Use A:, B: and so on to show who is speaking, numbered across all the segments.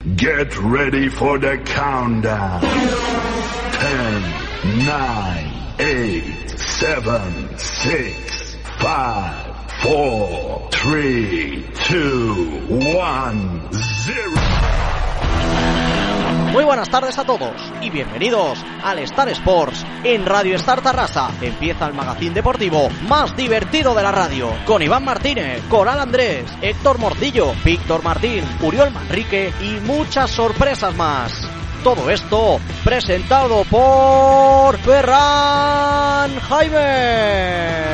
A: Get ready for the countdown. 10, 9, 8, 7, 6, 5, 4, 3, 2, 1, 0.
B: Muy buenas tardes a todos y bienvenidos al Star Sports en Radio Star Tarrasa. Empieza el magazín deportivo más divertido de la radio con Iván Martínez, Coral Andrés, Héctor Morcillo, Víctor Martín, Uriol Manrique y muchas sorpresas más. Todo esto presentado por Ferran Jaime.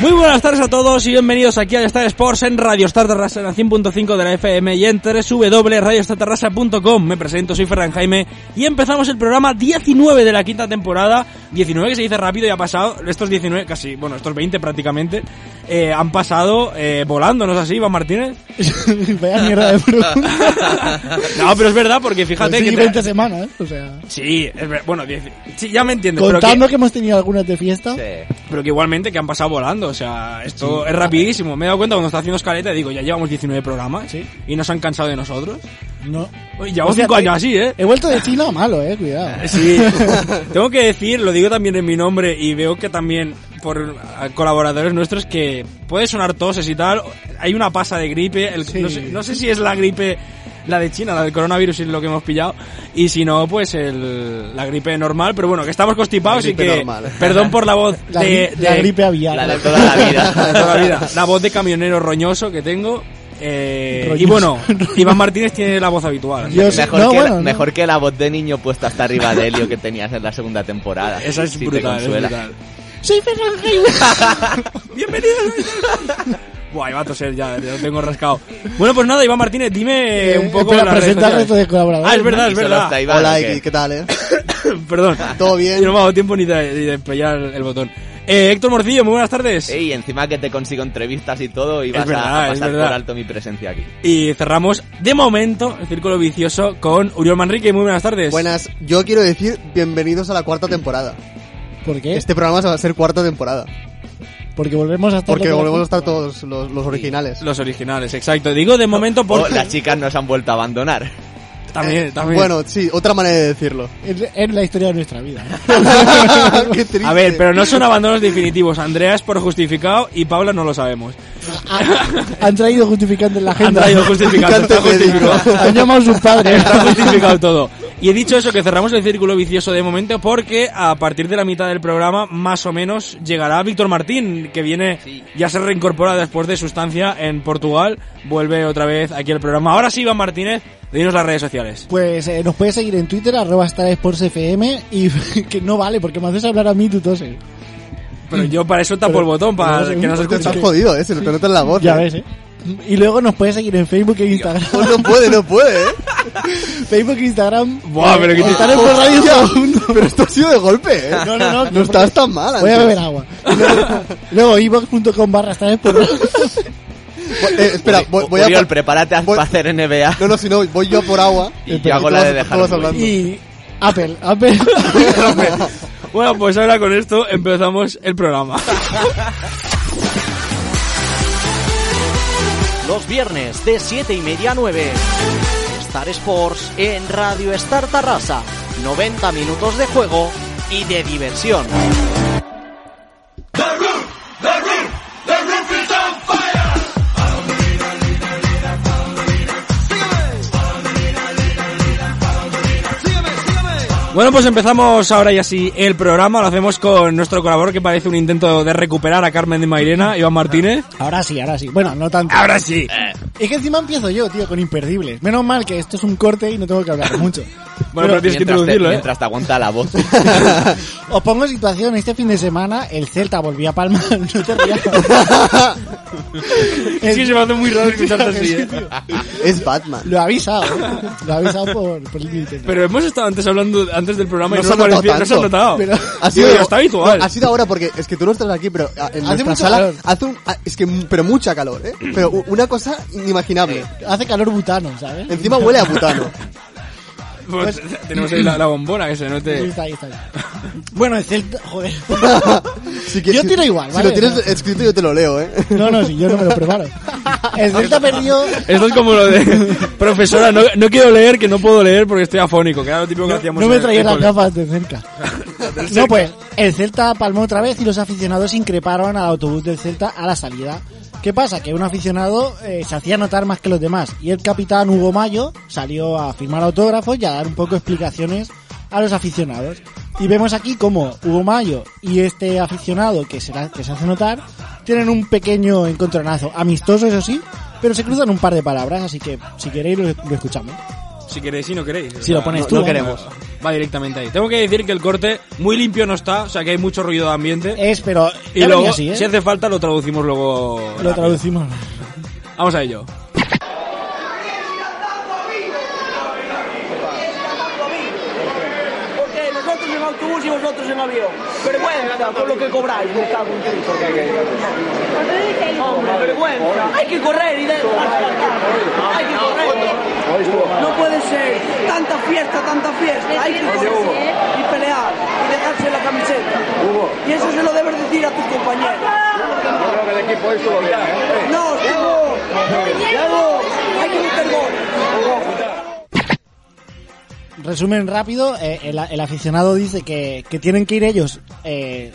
C: Muy buenas tardes a todos y bienvenidos aquí al Star Sports en Radio Star Terrassa en la 100.5 de la FM y en www.radiostarterrasa.com. Me presento, soy Ferran Jaime y empezamos el programa 19 de la quinta temporada. 19 que se dice rápido y ha pasado, estos 19 casi, bueno, estos 20 prácticamente, eh, han pasado eh, volando, ¿no es así, Iván Martínez?
D: Vaya mierda de pregunta.
C: No, pero es verdad porque fíjate
D: Pues sí,
C: que...
D: 20 semanas, ¿eh? O sea,
C: Sí, es ver- bueno, 10 sí, ya me entiendes. pero que-
D: contando que... hemos tenido algunas de fiesta.
C: Pero que igualmente que han pasado volando, o sea, esto es rapidísimo. Me he dado cuenta cuando estaba haciendo escaleta, digo, ya llevamos 19 programas
D: Sí.
C: y nos han cansado de nosotros.
D: No.
C: Uy, llevamos
D: O sea,
C: 5
D: te-
C: años así, ¿eh?
D: He vuelto de China malo, eh, cuidado.
C: Sí, tengo que decir, lo digo también en mi nombre y veo que también por ah, colaboradores nuestros que puede sonar toses y tal, hay una pasa de gripe, el-
D: Sí.
C: no, sé, no sé si es la gripe, la de China, la del coronavirus es lo que hemos pillado, y si no, pues el- la gripe normal, pero bueno, que estamos constipados
E: La
C: y
E: gripe
C: que...
E: normal.
C: Perdón por la voz
D: La,
C: de,
D: gri- la
C: de-
D: gripe aviar.
E: La de toda la
C: de toda la
E: vida.
C: vida. La voz de camionero roñoso que tengo. eh,
D: Roñoso.
C: y bueno, Iván Martínez tiene la voz habitual.
D: Yo sé-
E: Mejor,
D: no,
E: que
D: bueno,
E: la,
D: no.
E: mejor que la voz de niño puesta hasta arriba de Helio que tenías en la segunda temporada.
C: Esa es
E: Si te
C: brutal, es
E: consuela.
C: brutal.
D: Soy Ferran Jaime.
C: ¡Bienvenidos! Buah, iba a toser ya, ya lo tengo rascado. Bueno, pues nada, Iván Martínez, dime
D: Eh,
C: un poco
D: espera,
C: las redes
D: presenta al
C: sociales.
D: resto de colaboradores.
C: Ah, es verdad, es
E: Y solo
C: verdad.
E: está Iván,
F: Hola,
E: ¿o
F: Iki,
E: qué?
F: ¿qué tal, eh?
C: Perdón.
F: ¿Todo bien?
C: Yo no me ha dado tiempo ni de, ni de pillar el botón. Eh, Héctor Morcillo, muy buenas tardes.
E: Ey, encima que te consigo entrevistas y todo y
C: Es
E: vas a-
C: verdad,
E: a,
C: es
E: pasar
C: verdad.
E: por alto mi presencia aquí.
C: Y cerramos, de momento, el círculo vicioso con Uriol Manrique. Muy buenas tardes.
F: Buenas, yo quiero decir bienvenidos a la cuarta temporada.
D: ¿Por qué?
F: Este programa se va a ser cuarta temporada.
D: Porque volvemos a estar
F: Porque
D: todos
F: volvemos a
D: juntos.
F: estar todos los, los originales.
C: Los originales, exacto. Digo de momento
E: Oh,
C: porque...
E: las chicas nos han vuelto a abandonar.
C: También, también.
F: eh, Bueno, sí, otra manera de decirlo.
D: Es, es la historia de nuestra vida.
F: Qué triste.
C: A ver, pero no son abandonos definitivos. Andrea es por justificado y Paula no lo sabemos.
D: Han traído justificante en la
C: Han
D: agenda.
C: traído justificado.
F: Picante
C: está justificado.
F: médico.
D: Han llamado a sus padres.
C: Está justificado todo. Y he dicho eso, que cerramos el círculo vicioso de momento porque a partir de la mitad del programa, más o menos, llegará Víctor Martín, que viene, ya se reincorpora después de su estancia en Portugal, vuelve otra vez aquí al programa. Ahora sí, Iván Martínez, dinos las redes sociales.
D: Pues eh, nos puedes seguir en Twitter, arroba Star Sports FM, y que no vale, porque me haces hablar a mí, tú toses.
C: Pero yo para eso tapo el botón, para
D: pero
C: que nos
D: te
F: Te
C: escuchen.
F: estás jodido, eh, se le te nota en la voz.
D: Ya
F: eh.
D: ves, ¿eh? Y luego nos puedes seguir en Facebook e Instagram.
F: Oh, no puede, no puede, eh.
D: Facebook e Instagram.
C: Buah, pero que te-
D: Star Sports Radio.
F: Hostia, pero esto ha sido de golpe, eh.
D: No, no, no.
F: No estabas tan mal.
D: Voy a
F: antes.
D: beber agua. Luego, ibox.com barra Star Sports.
F: Eh, espera, voy, voy a.
E: Oriol, prepárate a
F: voy-
E: para hacer NBA.
F: No, no, si no, voy yo a por agua.
E: Y
F: tú
E: yo hago la
F: vas-
E: de
F: tú
E: dejar
F: vas
E: muy-
F: hablando.
D: Y Apple, Apple.
C: Bueno, pues ahora con esto empezamos el programa.
B: Los viernes de 7 y media a 9. Star Sports en Radio Star Tarrasa. 90 minutos de juego y de diversión.
C: Bueno, pues empezamos ahora y así el programa. Lo hacemos con nuestro colaborador que parece un intento de recuperar a Carmen de Mairena, Iván Martínez.
D: Ahora sí, ahora sí. Bueno, no tanto.
C: Ahora sí.
D: Es que encima empiezo yo, tío, con imperdibles. Menos mal que esto es un corte y no tengo que hablar mucho.
C: Bueno, pero tienes que
E: mientras, te,
C: introducirlo, ¿eh?
E: mientras te aguanta la voz.
D: Os pongo en situación, este fin de semana el Celta volvía a palmar, no te rías.
C: Es que se me hace muy raro escucharte así. ¿eh?
F: Es Batman.
D: Lo ha avisado. ¿eh? Lo ha avisado por, por el Twitter.
C: Pero hemos estado antes hablando antes del programa y
F: No
C: no,
F: se ha
C: lo
F: notado
C: parecía- no se ha
F: tanto.
C: notado.
D: Pero-
C: ha sido,
F: Pero-
C: está habitual.
F: no, ha sido ahora porque es que tú no estás aquí, pero a- en
D: Hace
F: nuestra
D: mucho
F: sala
D: calor.
F: hace un, a- es que m- pero mucha calor, ¿eh? Pero u- una cosa inimaginable.
D: Hace calor butano, ¿sabes?
F: Encima huele a butano.
C: Pues, tenemos ahí la, la bombona que se
D: Ahí
C: note.
D: está, ahí está. Bueno, el Celta, joder.
F: Si quieres-
D: Yo tiro igual,
F: Si
D: ¿vale?
F: lo tienes escrito yo te lo leo, ¿eh?
D: No, no, si yo no me lo preparo. El Celta perdió.
C: Esto es como lo de profesora, no, no quiero leer que no puedo leer porque estoy afónico, que era lo típico que hacíamos
D: No me
C: en-
D: traía
C: en
D: las
C: cole.
D: gafas de cerca. No, pues el Celta palmó otra vez y los aficionados increparon al autobús del Celta a la salida. ¿Qué pasa? Que un aficionado eh, se hacía notar más que los demás y el capitán Hugo Mayo salió a firmar autógrafos y a dar un poco explicaciones a los aficionados. Y vemos aquí como Hugo Mayo y este aficionado que se, la- que se hace notar tienen un pequeño encontronazo, amistoso eso sí, pero se cruzan un par de palabras, así que si queréis lo, lo escuchamos.
C: Si queréis, si no queréis.
D: Si lo pones
C: no-
D: tú,
C: no
D: vamos.
C: queremos. Va directamente ahí. Tengo que decir que el corte muy limpio no está, o sea que hay mucho ruido de ambiente.
D: Es, pero...
C: y
D: Eh, ya
C: luego,
D: venía así, ¿eh?
C: si hace falta, lo traducimos luego.
D: Lo
C: Pues rápido.
D: traducimos.
C: Vamos a ello.
G: Porque nosotros en autobús y vosotros en avión. Vergüenza por lo que cobráis, me cago en Dios. Hombre, vergüenza. Hay que correr y de... Hay que correr. No puede ser. Tanta fiesta, tanta fiesta. Hay que correr y pelear y dejarse la camiseta. Y eso se lo debes decir a tus compañeros. No, Diego. Diego, hay que meter goles.
D: Resumen rápido, eh, el, el aficionado dice que, que tienen que ir ellos eh,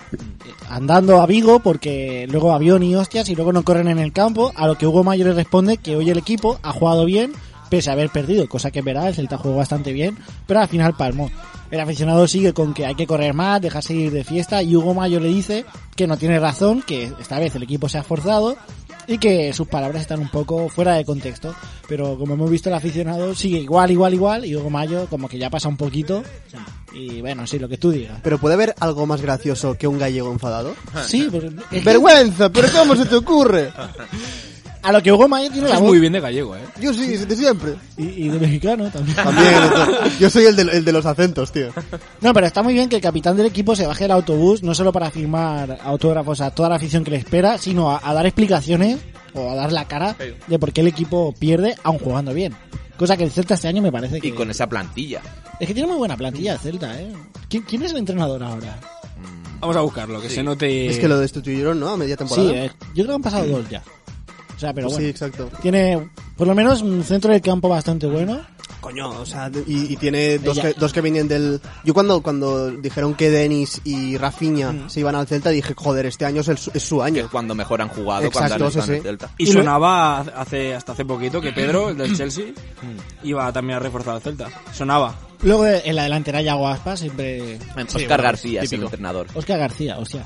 D: andando a Vigo porque luego avión y hostias y luego no corren en el campo, a lo que Hugo Mayo le responde que hoy el equipo ha jugado bien pese a haber perdido, cosa que es verdad, el Celta jugó bastante bien, pero al final palmó. El aficionado sigue con que hay que correr más, dejarse ir de fiesta y Hugo Mayo le dice que no tiene razón, que esta vez el equipo se ha esforzado y que sus palabras están un poco fuera de contexto. Pero como hemos visto, el aficionado sigue igual, igual, igual. Y Hugo Mayo, como que ya pasa un poquito. Y bueno, sí, lo que tú digas.
F: Pero puede haber algo más gracioso que un gallego enfadado.
D: Sí, pero es que
F: Vergüenza, pero ¿cómo se te ocurre?
D: a lo que Hugo Mayo tiene la
C: Es
D: voz.
C: muy bien de gallego, eh.
F: Yo sí, de siempre.
D: Y, y de mexicano también.
F: También, entonces, yo soy el de, el de los acentos, tío.
D: No, pero está muy bien que el capitán del equipo se baje del autobús, no solo para firmar autógrafos a toda la afición que le espera, sino a, a dar explicaciones o a dar la cara de por qué el equipo pierde, aun jugando bien. Cosa que el Celta este año me parece que.
E: Y con esa plantilla.
D: Es que tiene muy buena plantilla el Celta, ¿eh? ¿Quién, quién es el entrenador ahora?
C: Vamos a buscarlo, que se note.
F: Es que lo destituyeron, ¿no? A media temporada. Pues
D: Sí, eh, yo creo que han pasado dos ya. O sea, pero
F: Sí,
D: bueno.
F: exacto.
D: Tiene por lo menos un centro del campo bastante bueno.
F: Coño, o sea, de- y, y tiene dos
D: Ella.
F: que, dos que vienen del... Yo cuando, cuando dijeron que Denis y Rafinha
D: Mm.
F: se iban al Celta, dije, joder, este año es, el su- es su
E: Que
F: año.
E: es cuando mejor han jugado,
F: Exacto,
E: cuando han
F: sí,
E: estado en
F: sí.
E: el Celta.
C: Y
D: Y lo-
C: sonaba hace, hasta hace poquito que Pedro, el del Chelsea,
D: Mm.
C: iba también a reforzar al Celta. Sonaba.
D: Luego eh, en la delantera Yago Aspas, siempre
E: Oscar García es el entrenador.
D: Oscar García, hostia.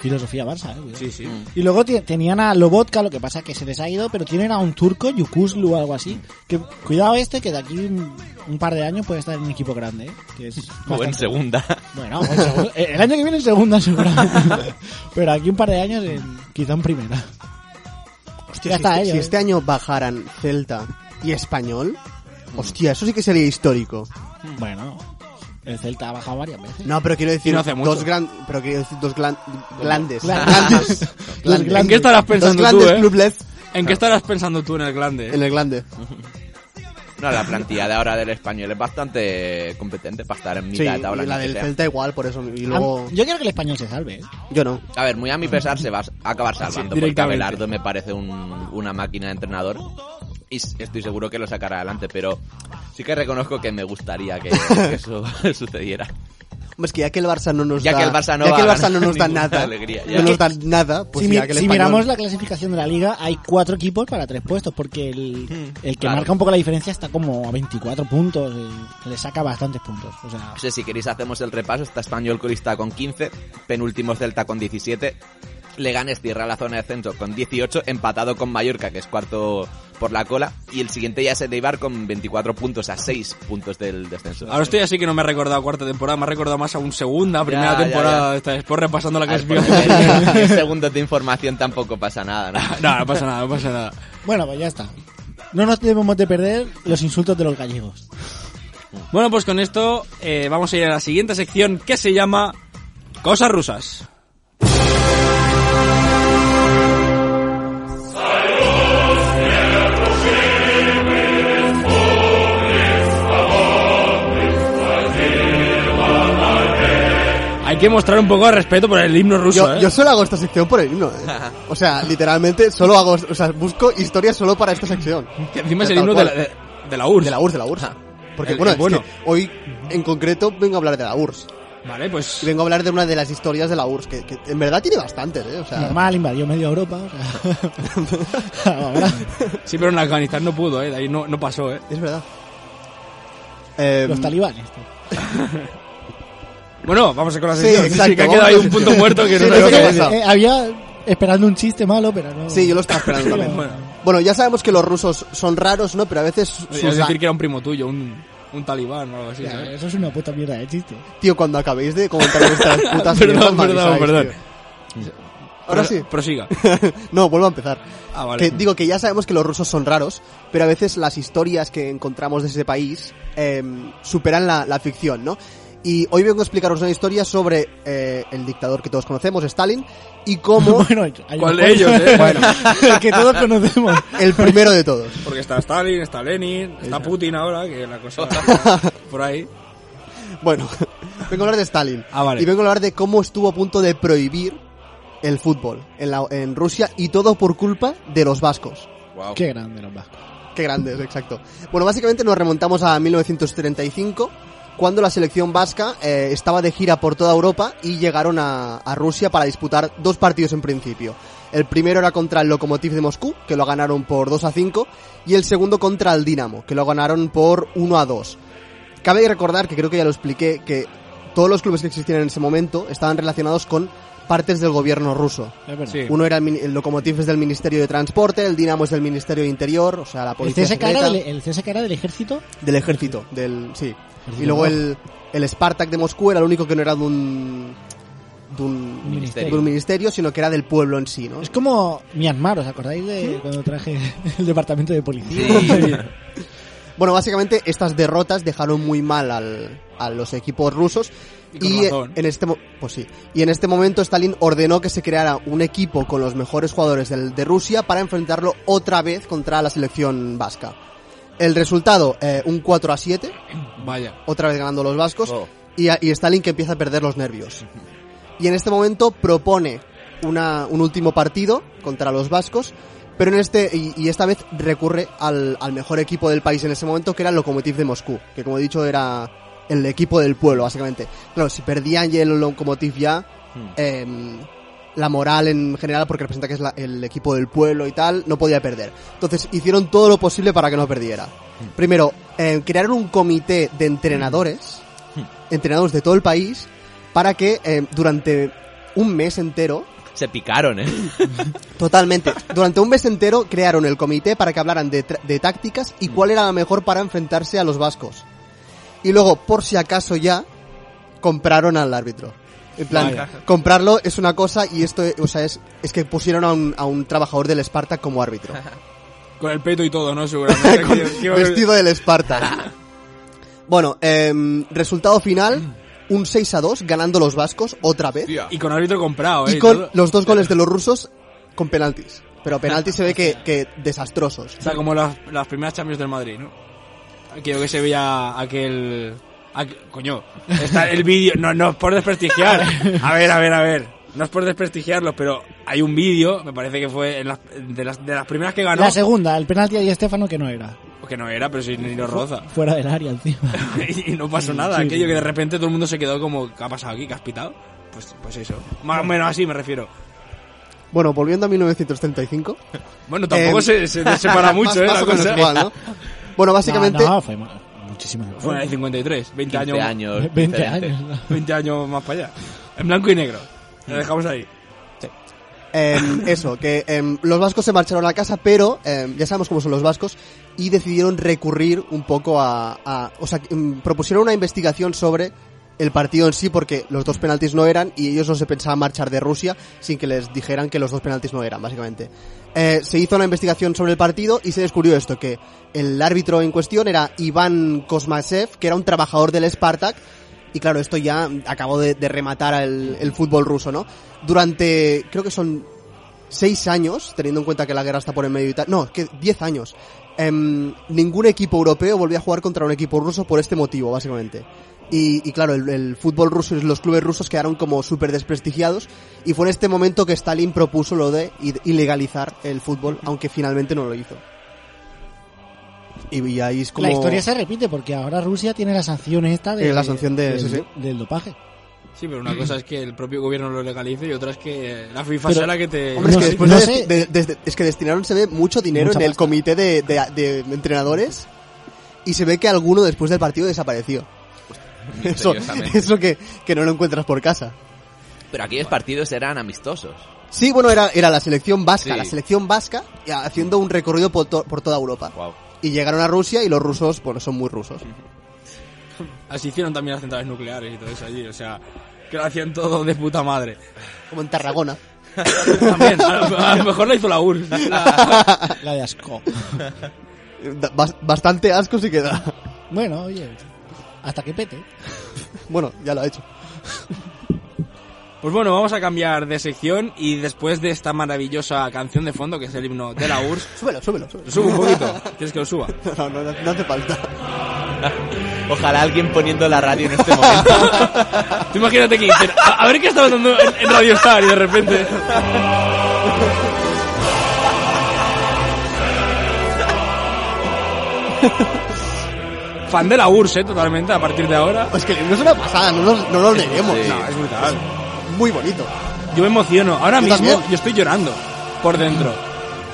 D: Filosofía Barça, eh. cuidado.
C: Sí, sí.
D: Y luego tie- tenían a Lobotka, lo que pasa que se les ha ido, pero tienen a un turco, Yukuslu o algo así. Que cuidado este, que de aquí un, un par de años puede estar en un equipo grande, ¿eh? Que es
E: O en
D: bastante-
E: segunda.
D: Bueno, en segu- el año que viene en segunda seguramente. Pero aquí un par de años en- quizá en primera.
F: Hostia,
D: Ya
F: si,
D: está,
F: este-
D: eh, yo-
F: si este año bajaran Celta y Español,
D: Mm.
F: hostia, eso sí que sería histórico.
D: Bueno, el Celta ha bajado varias veces.
F: No, pero quiero decir
C: no hace mucho.
F: dos gran, pero quiero decir dos glan- glandes,
D: Glan-
F: glandes,
D: Los
F: glandes.
D: glandes.
C: ¿En qué estarás
F: Dos
C: pensando tú,
F: glandes
C: eh?
F: clublets
C: ¿En qué estarás pensando tú en el glande?
F: en el glande.
E: No, la plantilla de ahora del español es bastante competente para estar en
F: Sí, y
E: mitad de tabla. ni
F: la
E: que
F: del
E: sea.
F: Celta igual, por eso y
D: Ah,
F: luego
D: Yo quiero que el español se salve. ¿eh?
F: yo no.
E: A ver, muy a mi pesar se va a acabar salvando porque
C: directamente.
E: Abelardo me parece un- una máquina de entrenador y s- estoy seguro que lo sacará adelante, pero sí que reconozco que me gustaría que, que eso sucediera.
F: Hombre, Es que ya que el Barça no nos
E: Ya
F: da
E: que el Barça no
F: ya
E: va
F: que el
E: a
F: Barça
E: ganar
F: no nos da
E: ninguna
F: nada,
E: alegría, ya.
F: no nos da nada, pues
D: si mi-
F: ya que el
D: si
F: Español-
D: miramos la clasificación de la liga, hay cuatro equipos para tres puestos, porque el,
F: Hmm,
D: el que
E: claro.
D: marca un poco la diferencia está como a 24 puntos, y le saca bastantes puntos. O sea,
E: No sé si queréis hacemos el repaso, está español colista con 15, penúltimo Celta con 17, Leganés cierra la zona de centro con 18, empatado con Mallorca, que es cuarto por la cola. Y el siguiente ya es el Eibar con 24 puntos a 6 puntos del descenso.
C: Ahora estoy así que no me he recordado cuarta temporada, me ha recordado más a un segunda, primera
E: ya,
C: temporada
E: ya.
C: de esta vez, por repasando la que
E: Ah,
C: has
E: es porque en diez segundos de información tampoco pasa nada, ¿no?
C: No, no pasa nada, no pasa nada.
D: Bueno, pues ya está. No nos debemos de perder los insultos de los gallegos.
C: Bueno, pues con esto eh, vamos a ir a la siguiente sección que se llama Cosas rusas. Hay que mostrar un poco de respeto por el himno ruso.
F: Yo,
C: ¿eh?
F: yo solo hago esta sección por el himno, ¿eh? O sea, literalmente solo hago, o sea, busco historias solo para esta sección.
C: Que encima es el
F: Tal
C: himno de la,
F: cual.
C: de, de la URSS.
F: De la URSS, de la URSS. Porque
C: El-
F: bueno,
C: el
F: es
C: bueno.
F: que hoy en concreto vengo a hablar de la URSS.
C: Vale,
F: Y
C: pues
F: vengo a hablar de una de las historias de la URSS, que, que en verdad tiene bastantes, ¿eh? O sea,
D: Normal, invadió media Europa. o sea. Ahora,
C: sí, pero en Afganistán no pudo, ¿eh? De ahí no, no pasó, ¿eh?
F: es verdad. Eh,
D: los talibanes. tío.
C: Bueno, vamos a con la
F: Sí,
C: sección. Sí,
F: exacto,
C: que ha
F: vamos
C: quedado ahí un
F: con la
C: punto
F: sección.
C: muerto que no
F: Sí,
C: sabemos
F: sí,
C: qué
F: sí.
C: decir.
F: pasado?
D: Eh, había esperando un chiste malo, pero no.
F: Sí, yo lo estaba esperando también.
C: Bueno.
F: Bueno, ya sabemos que los rusos son raros, ¿no? Pero a veces sus-
C: Es decir,
F: sus-
C: que era un primo tuyo, un, un talibán o algo así,
D: Ya,
F: ¿eh?
C: ¿sabes?
D: eso es una puta mierda de chiste.
F: Tío, cuando acabéis de comentar vuestras putas
C: Perdón,
F: mierdas, me
C: perdón,
F: avisáis,
C: perdón.
F: tío. Ahora sí.
C: Prosiga.
F: no, vuelvo a empezar.
C: Ah, vale.
F: Que digo que ya sabemos que los rusos son raros, pero a veces las historias que encontramos de ese país em, superan la, la ficción, ¿no? Y hoy vengo a explicaros una historia sobre eh, el dictador que todos conocemos, Stalin, y cómo
D: Bueno, hay
C: ¿Cuál
D: un-
C: de ellos, eh?
F: Bueno.
D: el que todos conocemos.
F: el primero de todos.
C: Porque está Stalin, está Lenin, está Putin ahora, que la cosa... por ahí.
F: Bueno, vengo a hablar de Stalin.
C: Ah, vale.
F: Y vengo a hablar de cómo estuvo a punto de prohibir el fútbol en, la- en Rusia y todo por culpa de los vascos.
E: Guau.
D: Qué grande los vascos.
F: Qué grandes, exacto. Bueno, básicamente nos remontamos a 1935, cuando la selección vasca eh, estaba de gira por toda Europa y llegaron a, a Rusia para disputar dos partidos en principio. El primero era contra el Lokomotiv de Moscú, que lo ganaron por 2 a 5, y el segundo contra el Dinamo, que lo ganaron por 1 a 2. Cabe recordar, que creo que ya lo expliqué, que todos los clubes que existían en ese momento estaban relacionados con partes del gobierno ruso.
D: Es verdad.
C: Sí.
F: Uno era el, min- el Lokomotiv es del Ministerio de Transporte, el Dinamo es del Ministerio de Interior, o sea, la
D: El
F: policía
D: CSK, era
F: secreta
D: Este del, e- el CSKA era del ejército.
F: del ejército, del sí.
D: Ejército
F: Y luego
D: rojo.
F: el, el Spartak de Moscú era el único que no era de un de un,
D: Ministerio.
F: de un ministerio, sino que era del pueblo en sí, ¿no?
D: Es como Myanmar, ¿os acordáis de cuando traje el departamento de policía?
F: Bueno, básicamente estas derrotas dejaron muy mal al, a los equipos rusos
C: Y con
F: y, eh,
C: razón.
F: en este mo- pues sí, y en este momento Stalin ordenó que se creara un equipo con los mejores jugadores del, de Rusia para enfrentarlo otra vez contra la selección vasca. El resultado, eh, un 4 a 7,
C: Vaya.
F: otra vez ganando los vascos,
E: Oh.
F: y, a- y Stalin que empieza a perder los nervios. Y en este momento propone una, un último partido contra los vascos, pero en este, y, y esta vez recurre al, al mejor equipo del país en ese momento, que era el Lokomotiv de Moscú, que como he dicho era el equipo del pueblo, básicamente. Claro, si perdían ya el Lokomotiv ya, em, la moral en general, porque representa que es la- el equipo del pueblo y tal, no podía perder. Entonces hicieron todo lo posible para que no perdiera. Primero, eh, crearon un comité de entrenadores, entrenadores de todo el país, para que eh, durante un mes entero,
E: Se picaron, ¿eh?
F: totalmente, durante un mes entero crearon el comité para que hablaran de, tra- de tácticas y cuál era la mejor para enfrentarse a los vascos. Y luego, por si acaso ya, compraron al árbitro. En plan,
C: Vaya.
F: comprarlo es una cosa y esto, eh, o sea, es, es que pusieron a un, a un trabajador del Spartak como árbitro.
C: Con el peto y todo, ¿no? Seguramente.
F: Con-
C: Que- que-
F: vestido del Esparta. Bueno, em, resultado final, un 6 a 2, ganando los vascos otra vez.
E: Hostia.
C: Y con árbitro comprado, ¿eh?
F: Y
C: y
F: con
C: todo.
F: los dos goles de los rusos con penaltis. Pero penaltis se ve que, que desastrosos.
C: O sea, como las, las primeras Champions del Madrid, ¿no? Aquello que se veía aquel... aqu- Coño, está el vídeo... No, no es por desprestigiar. A ver, a ver, a ver. No es por desprestigiarlos, pero hay un vídeo, me parece que fue en las- de, las, de las primeras
F: Ah,
C: que ganó.
D: La segunda, el penalti de Estefano que no era.
C: Que no era, pero si ni lo roza.
D: Fuera del área encima.
C: y no pasó nada.
D: Sí,
C: Aquello
D: sí.
C: que de repente todo el mundo se quedó como, ¿qué ha pasado aquí? ¿Qué has pitado? Pues, pues eso. Más o menos así me refiero.
F: Bueno, volviendo a 1935.
C: Bueno, tampoco
F: Em,
C: se, se separa mucho,
F: más-
C: ¿eh?
F: más
C: La
F: o menos
C: cosa.
F: igual, ¿no? Bueno, básicamente,
D: No, no, fue mu- muchísimo. mejor.
C: Fue en el 53, 20
E: 15
C: años,
E: años.
D: 20
E: diferente.
D: años.
C: 20 años más para allá. En blanco y negro. Lo dejamos ahí.
F: Em, eso, que em, los vascos se marcharon a casa, pero em, ya sabemos cómo son los vascos, y decidieron recurrir un poco a... a- o sea, que, em, propusieron una investigación sobre el partido en sí, porque los dos penaltis no eran, y ellos no se pensaban marchar de Rusia sin que les dijeran que los dos penaltis no eran, básicamente. Eh, se hizo una investigación sobre el partido y se descubrió esto, que el árbitro en cuestión era Iván Kosmasev, que era un trabajador del Spartak, y claro, esto ya acabó de, de rematar al- el fútbol ruso, ¿no? Durante, creo que son seis años, teniendo en cuenta que la guerra está por en medio y tal. No, es que diez años. Em, ningún equipo europeo volvió a jugar contra un equipo ruso por este motivo, básicamente. Y, y claro, el, el fútbol ruso y los clubes rusos quedaron como súper desprestigiados. Y fue en este momento que Stalin propuso lo de i- ilegalizar el fútbol, aunque finalmente no lo hizo. Y, y ahí es como.
D: La historia se repite porque ahora Rusia tiene la sanción esta de,
F: Eh, la sanción de-
D: del,
F: sí, sí.
D: del dopaje.
C: Sí, pero una cosa es que el propio gobierno lo legalice y otra es que la FIFA
D: Pero-
C: sea la que te...
F: Hombre,
D: No
F: es que
D: sé,
F: después
D: no
F: de-
D: sé.
F: de- desde- es que destinaron, se ve mucho dinero
D: Mucha
F: en el
D: pasta.
F: comité de, de- de entrenadores y se ve que alguno después del partido desapareció. Eso,
E: misteriosamente.
F: eso que, que no lo encuentras por casa.
E: Pero aquellos partidos eran amistosos.
F: Sí, bueno, era, era la selección vasca,
E: Sí.
F: la selección vasca y haciendo un recorrido por, to- por toda Europa.
E: Guau.
F: Y llegaron a Rusia y los rusos, bueno, son muy rusos.
C: Así hicieron también las centrales nucleares y todo eso allí, o sea, que lo hacían todo de puta madre.
F: Como en Tarragona.
C: También, a lo, a lo mejor lo hizo la URSS.
D: La de asco.
F: Da- bas- Bastante asco sí que da.
D: bueno, oye, hasta que pete.
F: Bueno, ya lo ha hecho.
C: Pues bueno, vamos a cambiar de sección y después de esta maravillosa canción de fondo, que es el himno de la URSS,
F: Súbelo, súbelo, súbelo.
C: lo subo un poquito. ¿Quieres que lo suba?
F: No, no, no, no hace falta.
E: Ojalá alguien poniendo la radio en este momento.
C: Tú imagínate que dicen, a, a ver qué estaba dando en, en Radio Star y de repente... Fan de la URSS, ¿eh? totalmente, a partir de ahora.
F: Es que el libro es una pasada, no nos, no nos neguemos.
E: Sí.
C: No, es brutal.
F: Muy bonito.
C: Yo me emociono. Ahora
F: Yo
C: mismo
F: también.
C: yo estoy llorando por dentro.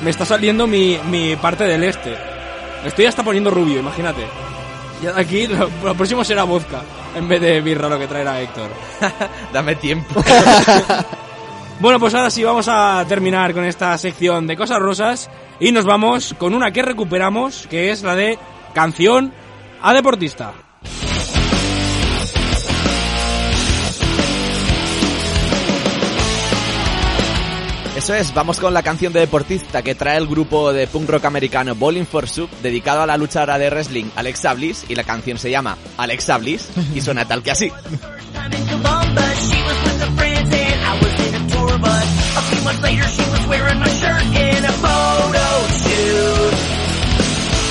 C: Me está saliendo mi, mi parte del este. Me estoy hasta poniendo rubio, imagínate. Y aquí lo, lo próximo será vodka en vez de birra lo que traerá Héctor.
E: Dame tiempo.
C: Bueno, pues ahora sí vamos a terminar con esta sección de cosas rosas y nos vamos con una que recuperamos, que es la de canción a deportista.
E: Eso es, vamos con la canción de deportista que trae el grupo de punk rock americano Bowling for Soup dedicado a la luchadora de wrestling Alexa Bliss y la canción se llama Alexa Bliss y suena tal que así.
H: I'm in Columbus. She was with her friends and I was in a tour bus. A few months later, she was wearing my shirt in a photo shoot.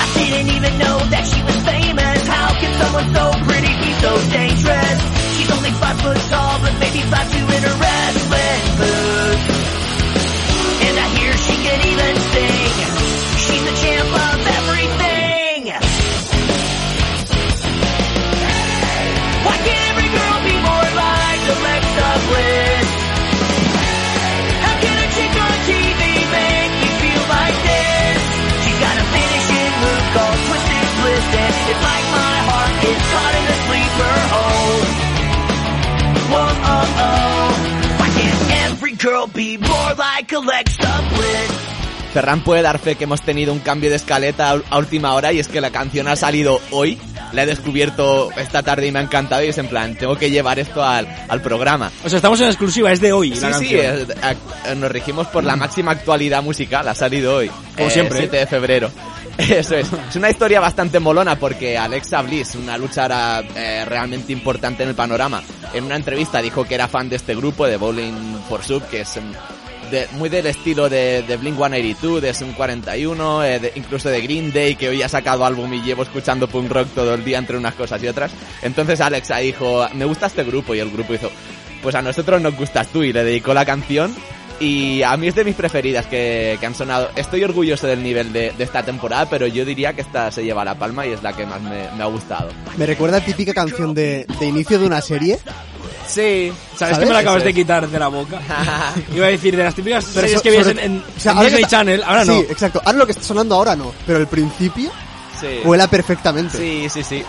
H: I didn't even know that she was famous. How can someone so pretty be so dangerous? She's only five foot tall, but maybe five two in her wrestling boots. And I hear she can even sing. She's the champ of everything. Why can't every girl be more like Alexa Bliss? How can a chick on TV make you feel like this? She's got a finishing move called Twisted Bliss, and it's like my heart is caught in a sleeper hold. Whoa, oh, oh. Why can't every girl be more like Alexa Bliss?
E: Ferran puede dar fe que hemos tenido un cambio de escaleta a- a última hora y es que la canción ha salido hoy, la he descubierto esta tarde y me ha encantado y es en plan, tengo que llevar esto al, al programa.
C: O sea, estamos en exclusiva, es de hoy
E: Sí,
C: la
E: sí,
C: canción.
E: eh, ac- eh, nos regimos por la máxima actualidad musical, ha salido hoy. Eh,
C: Como siempre, ¿eh?
E: 7 de febrero. Eso es. Es una historia bastante molona porque Alexa Bliss, una luchadora eh, realmente importante en el panorama, en una entrevista dijo que era fan de este grupo, de Bowling for Soup, que es mm, de- muy del estilo de, de Blink 182, de Sum 41, eh, de- incluso de Green Day, que hoy ha sacado álbum y llevo escuchando punk rock todo el día entre unas cosas y otras. Entonces Alexa dijo, me gusta este grupo, y el grupo hizo, pues a nosotros nos gustas tú, y le dedicó la canción. Y a mí es de mis preferidas que, que han sonado. Estoy orgulloso del nivel de, de esta temporada, pero yo diría que esta se lleva la palma y es la que más me, me ha gustado.
F: Me recuerda a típica canción de, de inicio de una serie.
E: Sí.
C: ¿Sabes, que
F: ¿Sabes?
C: me la acabas
E: Eso
C: de
E: es. Ah.
C: quitar de la boca? Iba a decir, de las típicas
F: Pero
C: series
F: so-
C: que veías en,
F: sobre-
C: en,
F: o sea,
C: en
F: ahora que
C: Disney
F: está-
C: Channel, ahora no.
F: Sí, exacto. Ahora lo que está sonando ahora no, pero el principio
E: sí.
F: vuela perfectamente.
E: Sí, sí, sí.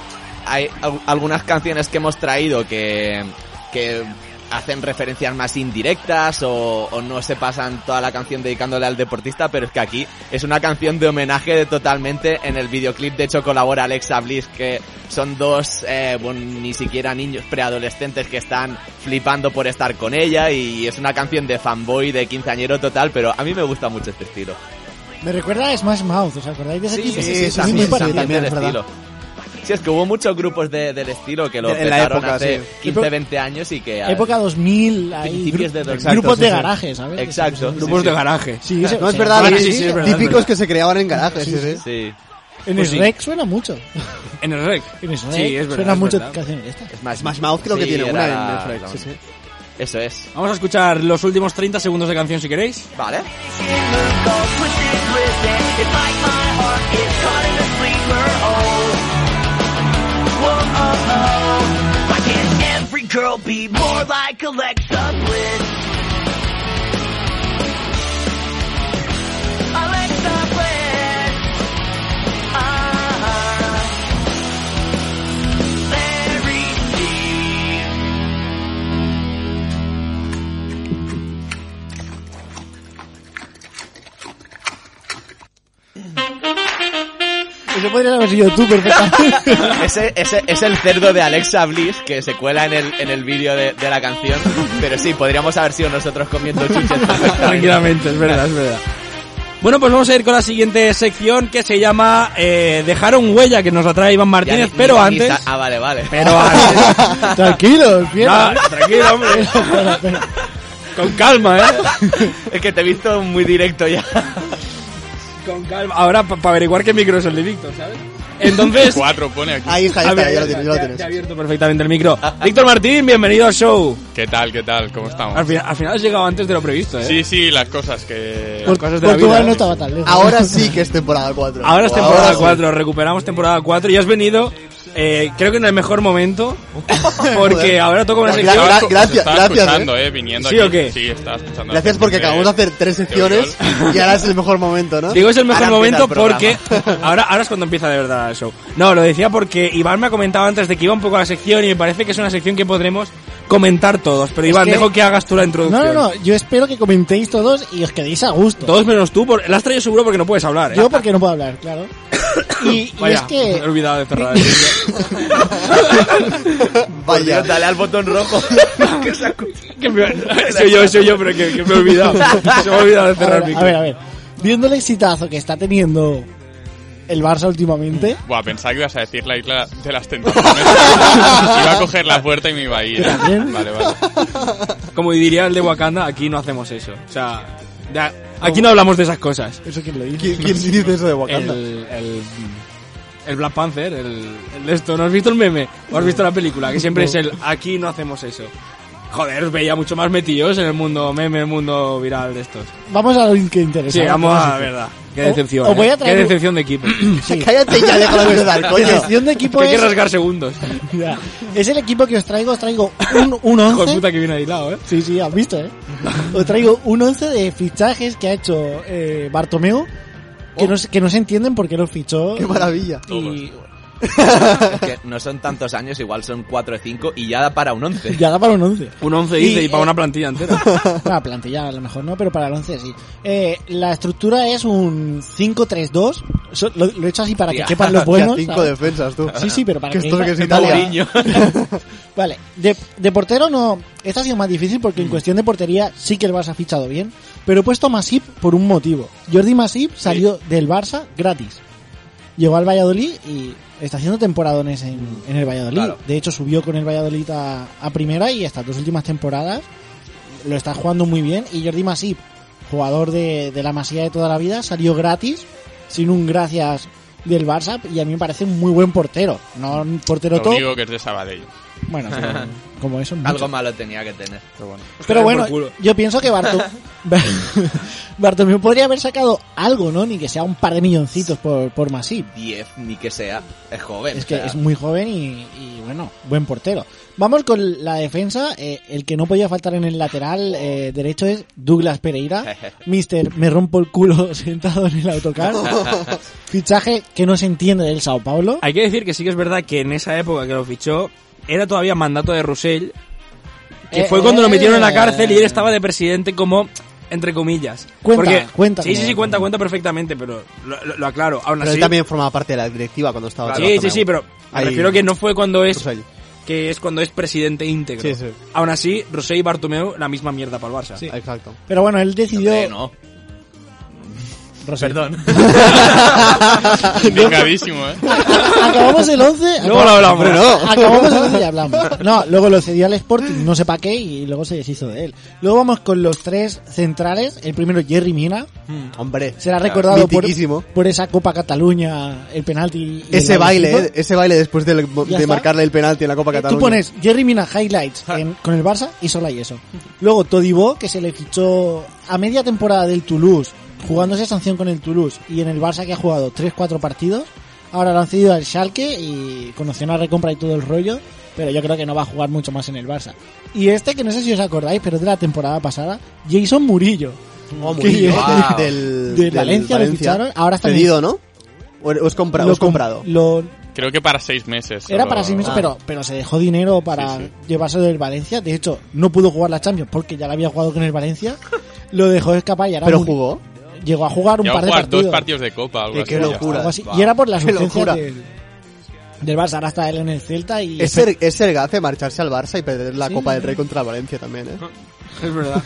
E: Hay al- algunas canciones que hemos traído que, que hacen referencias más indirectas o, o no se pasan toda la canción dedicándole al deportista, pero es que aquí es una canción de homenaje totalmente. En el videoclip, de hecho, colabora Alexa Bliss, que son dos, eh, bueno, ni siquiera niños preadolescentes que están flipando por estar con ella y es una canción de fanboy, de quinceañero total, pero a mí me gusta mucho este estilo.
D: Me recuerda a Smash Mouth, ¿os acordáis de ese tipo? es
E: también,
D: muy parecido,
E: también
D: es
E: del
D: verdad.
E: estilo. Sí, es que hubo muchos grupos de- del estilo que lo
H: De- en la
E: petaron
H: época,
E: hace
H: sí.
E: 15, 20 años y que...
D: Época 2000, ahí,
E: Principios de
D: gru-
E: dos-
D: grupos de
H: Exacto, sí, sí.
D: garaje, ¿sabes?
E: Exacto. sí,
C: Grupos
E: sí.
C: de garaje.
D: Sí, sí,
F: No,
D: o
F: es
D: sea,
F: verdad,
C: Bueno,
F: y-
C: sí, sí, es verdad,
F: típicos
C: es verdad.
F: que se creaban en garajes. ¿eh? sí, sí.
E: Sí,
D: En
C: Pues
D: el
C: sí.
D: Rec suena mucho.
C: En el rec.
D: En el Rec
C: Sí, es verdad.
D: suena
C: es
D: mucho
C: verdad.
D: canciones de estas.
E: Smash,
F: Smash Mouth creo que
E: Sí,
F: tiene
E: era
F: una
E: la-
F: en
E: la-
F: Netflix. sí, sí.
E: Eso es.
C: Vamos a escuchar los últimos 30 segundos de canción si queréis.
E: Vale.
I: Girl be more like Alexa Bliss. Alexa Bliss. Ah, Larry Steve.
D: Eso podrías haber sido tú perfectamente.
E: Ese, ese es el cerdo de Alexa Bliss que se cuela en el, en el vídeo de, de la canción. Pero sí, podríamos haber sido nosotros comiendo chuches.
C: Tranquilamente, es verdad, es verdad. Bueno, pues vamos a ir con la siguiente sección que se llama eh, Dejaron huella, que nos la trae Iván
E: Ya ni-
C: Martínez,
E: ni
C: pero
E: la
C: antes...
E: misa- Ah, vale, vale.
C: Pero antes...
D: Tranquilos, bien.
C: No, tranquilo, hombre. Con calma, ¿eh?
E: Es que te he visto muy directo ya.
C: Con calma. Ahora, para averiguar qué micro es el de Víctor, ¿sabes? Entonces...
J: Cuatro pone aquí.
F: Ahí, hija,
C: A
F: ahí
C: ver,
F: está, pues ya lo tienes, ya lo tienes.
C: te he abierto perfectamente el micro. Víctor Martín, bienvenido al show.
J: ¿Qué tal, qué tal? ¿Cómo
C: Al
J: estamos?
C: final, al final has llegado antes de lo previsto, ¿eh?
J: Sí, sí, las cosas que...
D: Por-
C: cosas de la vida,
D: Portugal
C: ¿eh?
D: no
C: sí,
D: estaba tan lejos.
F: Ahora sí que es temporada 4.
C: Ahora es temporada
F: sí.
C: 4, recuperamos temporada 4 y has venido, eh, creo que en el mejor momento, porque ahora toca una
F: Gra-
C: sección...
F: gra-
J: Os
F: gracias,
J: estaba
F: gracias,
J: escuchando, eh, viniendo
C: ¿Sí
J: aquí.
C: o qué?
J: Sí, estaba escuchando.
F: Gracias porque
J: Entonces,
F: acabamos de hacer tres secciones y ahora es el mejor momento, ¿no?
C: Digo es el mejor
E: Ahora empieza
C: momento
E: el
C: porque
E: programa.
C: ahora, ahora es cuando empieza de verdad el show. No, lo decía porque Iván me ha comentado antes de que iba un poco a la sección y me parece que es una sección que podremos comentar todos. Pero Iván,
D: que-
C: dejo que hagas tú la introducción.
D: No, no, no. Yo espero que comentéis todos y os quedéis a gusto.
C: Todos menos tú, por... la has traído seguro porque no puedes hablar. ¿eh?
D: Yo porque no puedo hablar, claro. Y, y
C: Vaya,
D: es que...
C: me he olvidado de cerrar.
F: Vaya.
E: Dios, dale al botón rojo.
C: Que me- soy yo, soy yo, pero que, que me he olvidado. Se me ha olvidado de
D: A
C: cerrar el
D: ver,
C: micro.
D: a ver, a ver. Viendo el exitazo que está teniendo el Barça últimamente...
J: Buah, pensaba que ibas a decir la isla de las tentaciones. iba a coger la puerta y me iba a ir.
D: También.
J: Vale, vale.
C: Como diría el de Wakanda, aquí no hacemos eso. O sea, ya- aquí no hablamos de esas cosas.
D: Eso quién lo
F: ¿Qui-
D: dice.
F: ¿Quién dice eso de
C: El,
F: Wakanda?
C: el, el Black Panther, el, el esto. ¿No has visto el meme? ¿O has visto la película? Que siempre es el aquí no hacemos eso. Joder, os veía mucho más metidos en el mundo meme, el mundo viral de estos.
D: Vamos a lo que interesa.
C: Sí, vamos a la verdad. Qué
D: Os-
C: decepción.
D: os
C: ¿eh?
D: voy a traer
C: Qué
D: un-
C: decepción de equipo.
D: Sí.
F: Cállate y ya deja la verdad,
D: La
F: coño.
D: gestión de
C: Que
D: equipo
C: hay que
D: es...
C: rasgar segundos.
D: Ya. Es el equipo que os traigo. Os traigo un, un
C: Hijo de
D: 11.
C: puta que viene aislado, ¿eh?
D: Sí, sí, has visto, ¿eh? Os traigo un 11 de fichajes que ha hecho eh, Bartomeu.
C: Oh.
D: Que, no, se- que no se entienden por qué los fichó.
F: Qué maravilla.
D: Y
E: Es que no son tantos años, igual son 4 o 5 y ya da para un 11.
D: ya da para un 11.
C: Un 11 dice
D: Y,
C: y para
D: eh,
C: una plantilla entera.
D: La plantilla a lo mejor no, pero para el 11 sí. Eh, la estructura es un 5-3-2. So- Lo, lo he hecho así para que
E: Tía.
D: quepan los
F: Bueno,
D: buenos.
F: cinco
D: ¿sabes?
F: defensas, tú.
D: Sí, sí, pero para
F: Que
D: que
F: esto que es
D: quepa-
F: Italia.
D: Mourinho. Vale, de, de portero no. Esta ha sido más difícil porque en cuestión de portería sí que el Barça ha fichado bien. Pero he puesto Masip por un motivo. Jordi Masip salió del Barça gratis. Llegó al Valladolid y está haciendo temporadones en, en el Valladolid.
E: Claro.
D: De hecho, subió con el Valladolid a, a primera y estas dos últimas temporadas lo está jugando muy bien. Y Jordi Masip, jugador de, de la Masía de toda la vida, salió gratis, sin un gracias del Barça. Y a mí me parece un muy buen portero. No un portero
J: Lo
D: top.
J: único que es de Sabadell.
D: Bueno, sí, como eso. mucho.
E: Algo malo tenía que tener.
D: Pero bueno,
C: Por culo.
D: yo pienso que Bartom Bartomeu podría haber sacado algo, ¿no? Ni que sea un par de milloncitos por, por Masip.
E: 10, ni que sea. Es joven.
D: Es
E: o
D: que
E: sea,
D: es muy joven y, y, bueno, buen portero. Vamos con la defensa. eh, el que no podía faltar en el lateral eh, derecho es Douglas Pereira. Mister, me rompo el culo sentado en el autocar. Fichaje que no se entiende del Sao Paulo.
C: Hay que decir que sí que es verdad que en esa época que lo fichó era todavía mandato de Russell que
D: Eh,
C: fue cuando lo metieron en la
D: eh.
C: cárcel y él estaba de presidente como entre comillas.
D: Cuenta, cuenta
C: Sí,
D: como-
C: sí, sí, cuenta, cuenta perfectamente, pero lo, lo- lo aclaro. Aún
F: Pero
C: así,
F: él también formaba parte de la directiva cuando estaba
C: sí,
F: trabajando
C: sí,
F: en
C: sí, pero me
F: Ahí.
C: refiero que no fue cuando es
F: Rossell.
C: que es cuando es presidente íntegro.
F: Sí, sí.
C: Aún así, Rosé y Bartomeu la misma mierda para el Barça.
F: Ah, Exacto.
D: Pero bueno, él decidió.
E: Hombre, no. Perdón.
J: Vengadísimo, ¿eh?
D: Acabamos el 11.
C: Luego lo hablamos.
D: acabamos- Acabamos el 11 y hablamos. No, luego lo cedió al Sporting, no sé para qué, y luego se deshizo de él. Luego vamos con los tres centrales. El primero, Jerry Mina.
F: Hombre.
D: Será recordado por,
F: mitiquísimo.
D: por esa Copa Cataluña, el penalti. y el
F: Ese baile,
D: golcito.
F: eh, ese baile después del-
D: Ya
F: de,
D: está.
F: marcarle el penalti en la Copa
D: Eh,
F: Cataluña.
D: Tú pones Jerry Mina highlights en- con el Barça y solo hay eso. Luego Todibó, que se le fichó a media temporada del Toulouse, jugándose sanción con el Toulouse y en el Barça que ha jugado 3-4 partidos. Ahora lo han cedido al Schalke y con opción a recompra y todo el rollo, pero yo creo que no va a jugar mucho más en el Barça. Y este, que no sé si os acordáis, pero es de la temporada pasada, Jason Murillo.
F: Oh, muy
D: que
F: bien.
D: llegó-
E: Wow.
F: del,
D: Del Valencia lo ficharon, ahora está en el-
F: cedido, ¿no? O, o es compra- o
D: lo
F: es
D: com-
F: comprado.
D: lo-
J: Creo que para seis meses.
D: Era
J: o-
D: para sí mismo,
F: Ah.
D: pero, pero se dejó dinero para
J: Sí, sí.
D: llevarse del Valencia. De hecho, no pudo jugar la Champions porque ya la había jugado con el Valencia. Lo dejó escapar y ahora
F: Pero
D: muy-
F: jugó.
D: llegó a jugar un
J: Ya va a
D: par de
J: jugar
D: partidos.
J: dos partidos de copa. Algo
F: Qué-
J: así,
F: qué
J: ya está.
F: locura.
D: Algo así.
F: Wow.
D: Y era por las
F: Qué
D: ausencias
F: locura.
D: del, del Barça. Ahora está él en el Celta y...
F: Es, ser, es Sergace marcharse al Barça y perder la
D: Sí.
F: Copa del Rey contra el Valencia también, ¿eh?
C: Es verdad.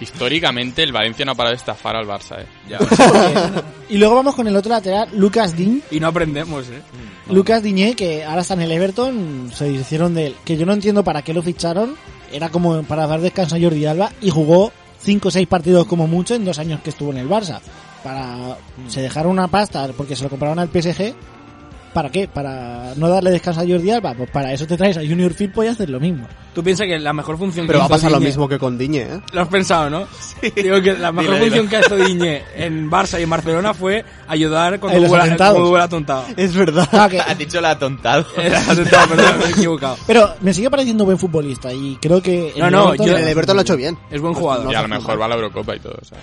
J: Históricamente el Valencia no ha parado de estafar al Barça, ¿eh?
D: y luego vamos con el otro lateral, Lucas Din.
C: Y no aprendemos, ¿eh?
D: Lucas Diñé, que ahora está en el Everton, se hicieron de él. Que yo no entiendo para qué lo ficharon. Era como para dar descanso a Jordi Alba y jugó 5 o 6 partidos como mucho en dos años que estuvo en el Barça. Para Se dejaron una pasta porque se lo compraron al PSG. ¿Para qué? ¿Para no darle descanso a Jordi Alba? Pues para eso te traes a Junior Firpo y haces lo mismo.
C: Tú piensas que la mejor función que
F: Pero va a
C: hizo
F: pasar lo
C: Diñe-
F: mismo que con Diñe, ¿eh?
C: Lo has pensado, ¿no? Digo que la mejor función que ha hecho Diñe en Barça y en Barcelona fue ayudar cuando
D: En los
C: hubo la,
D: atentados.
C: cuando hubo el atentado.
F: Es verdad.
D: Ah, que-
E: Has dicho la tontada.
C: El atentado, perdón, me he equivocado.
D: pero me sigue pareciendo buen futbolista y creo que... el
C: No, no,
D: Everton-
C: yo-
F: el Everton lo ha hecho bien.
C: Es buen jugador.
J: Y a lo mejor va a la Eurocopa y todo. o sea.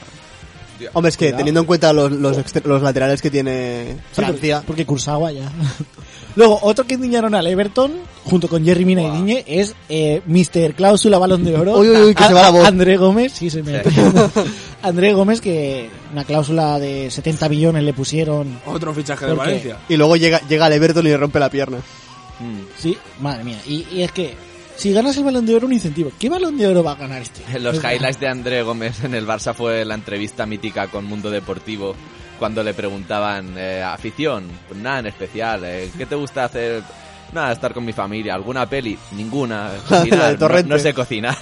F: Hombre, es que teniendo en cuenta los, los, exter- los laterales que tiene
D: Sí, porque-
F: Francia,
D: Porque Kursawa ya. Luego, otro que endiñaron al Everton, junto con Jerry Mina y Diñe, es eh, Mr. Cláusula Balón de Oro.
F: Uy, uy, uy, que se va la voz.
D: André Gómez, sí, se me... André Gómez, que una cláusula de 70 millones le pusieron.
C: Otro fichaje de
D: ¿Por qué?
C: Valencia.
F: y luego llega, llega al Everton y le rompe la pierna.
D: Sí, madre mía. Y, y es que, si ganas el Balón de Oro, un incentivo. ¿Qué Balón de Oro va a ganar este?
E: Los
D: Es que-
E: highlights de André Gómez en el Barça fue la entrevista mítica con Mundo Deportivo cuando le preguntaban eh, afición, pues nada en especial, eh, ¿qué te gusta hacer? Nada, estar con mi familia, alguna peli, ninguna, cocinar,
F: La de
E: no-
F: Torrente.
E: no, sé cocinar.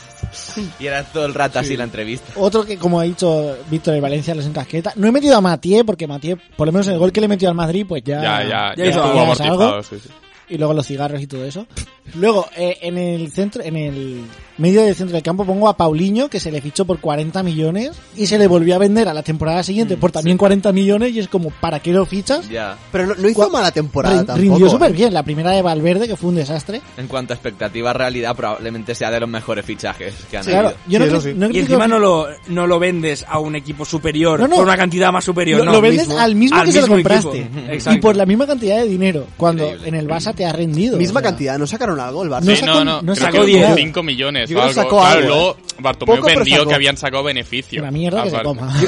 E: y era todo el rato así la entrevista.
D: Otro que, como ha dicho Víctor de Valencia, les encasqueta. No he metido a Matié, porque Matié, por lo menos el gol que le metió al Madrid, pues ya...
J: Ya, ya,
C: ya
J: ya,
C: hizo
J: estuvo
C: algo.
D: ¿Ganas algo?
J: amortizado. sí, sí.
D: y luego los cigarros y todo eso. Luego, eh, en el centro, en el medio del centro del campo pongo a Paulinho, que se le fichó por 40 millones y se le volvió a vender a la temporada
J: Mm,
D: siguiente por también 40 millones y es como, ¿para qué lo fichas?
E: Ya,
F: Pero no, no hizo
D: Gua-
F: mala temporada
D: Rin-
F: tampoco.
D: rindió
F: ¿eh?
D: súper bien, la primera de Valverde, que fue un desastre.
E: en cuanto a expectativa realidad, probablemente sea de los mejores fichajes que han
D: claro,
E: habido.
D: yo no,
F: Sí,
D: cri-
F: eso sí.
D: no
C: Y
D: critico-
C: encima no lo, no lo vendes a un equipo superior
D: No, no.
C: por una cantidad más superior.
D: lo,
C: no,
D: lo vendes al mismo que se lo
C: mismo
D: compraste
C: equipo.
D: y
C: Exacto.
D: por la misma cantidad de dinero cuando
E: Increíble.
D: en el Barça te ha rendido.
F: Misma
D: o sea.
F: cantidad, ¿no sacaron algo el Barça?
D: No
J: Sí,
D: sacan-
J: no, no,
D: no
J: creo
D: sacó
J: que
D: diez.
J: 5 millones
F: Yo
J: o
F: creo
J: algo.
F: que sacó
J: claro,
F: algo, ¿eh?
J: luego Bartomeu
F: Poco, pero
J: vendió
F: sacó.
J: que habían sacado beneficio.
D: Una mierda
J: Ah,
D: que se
J: vale.
D: coma.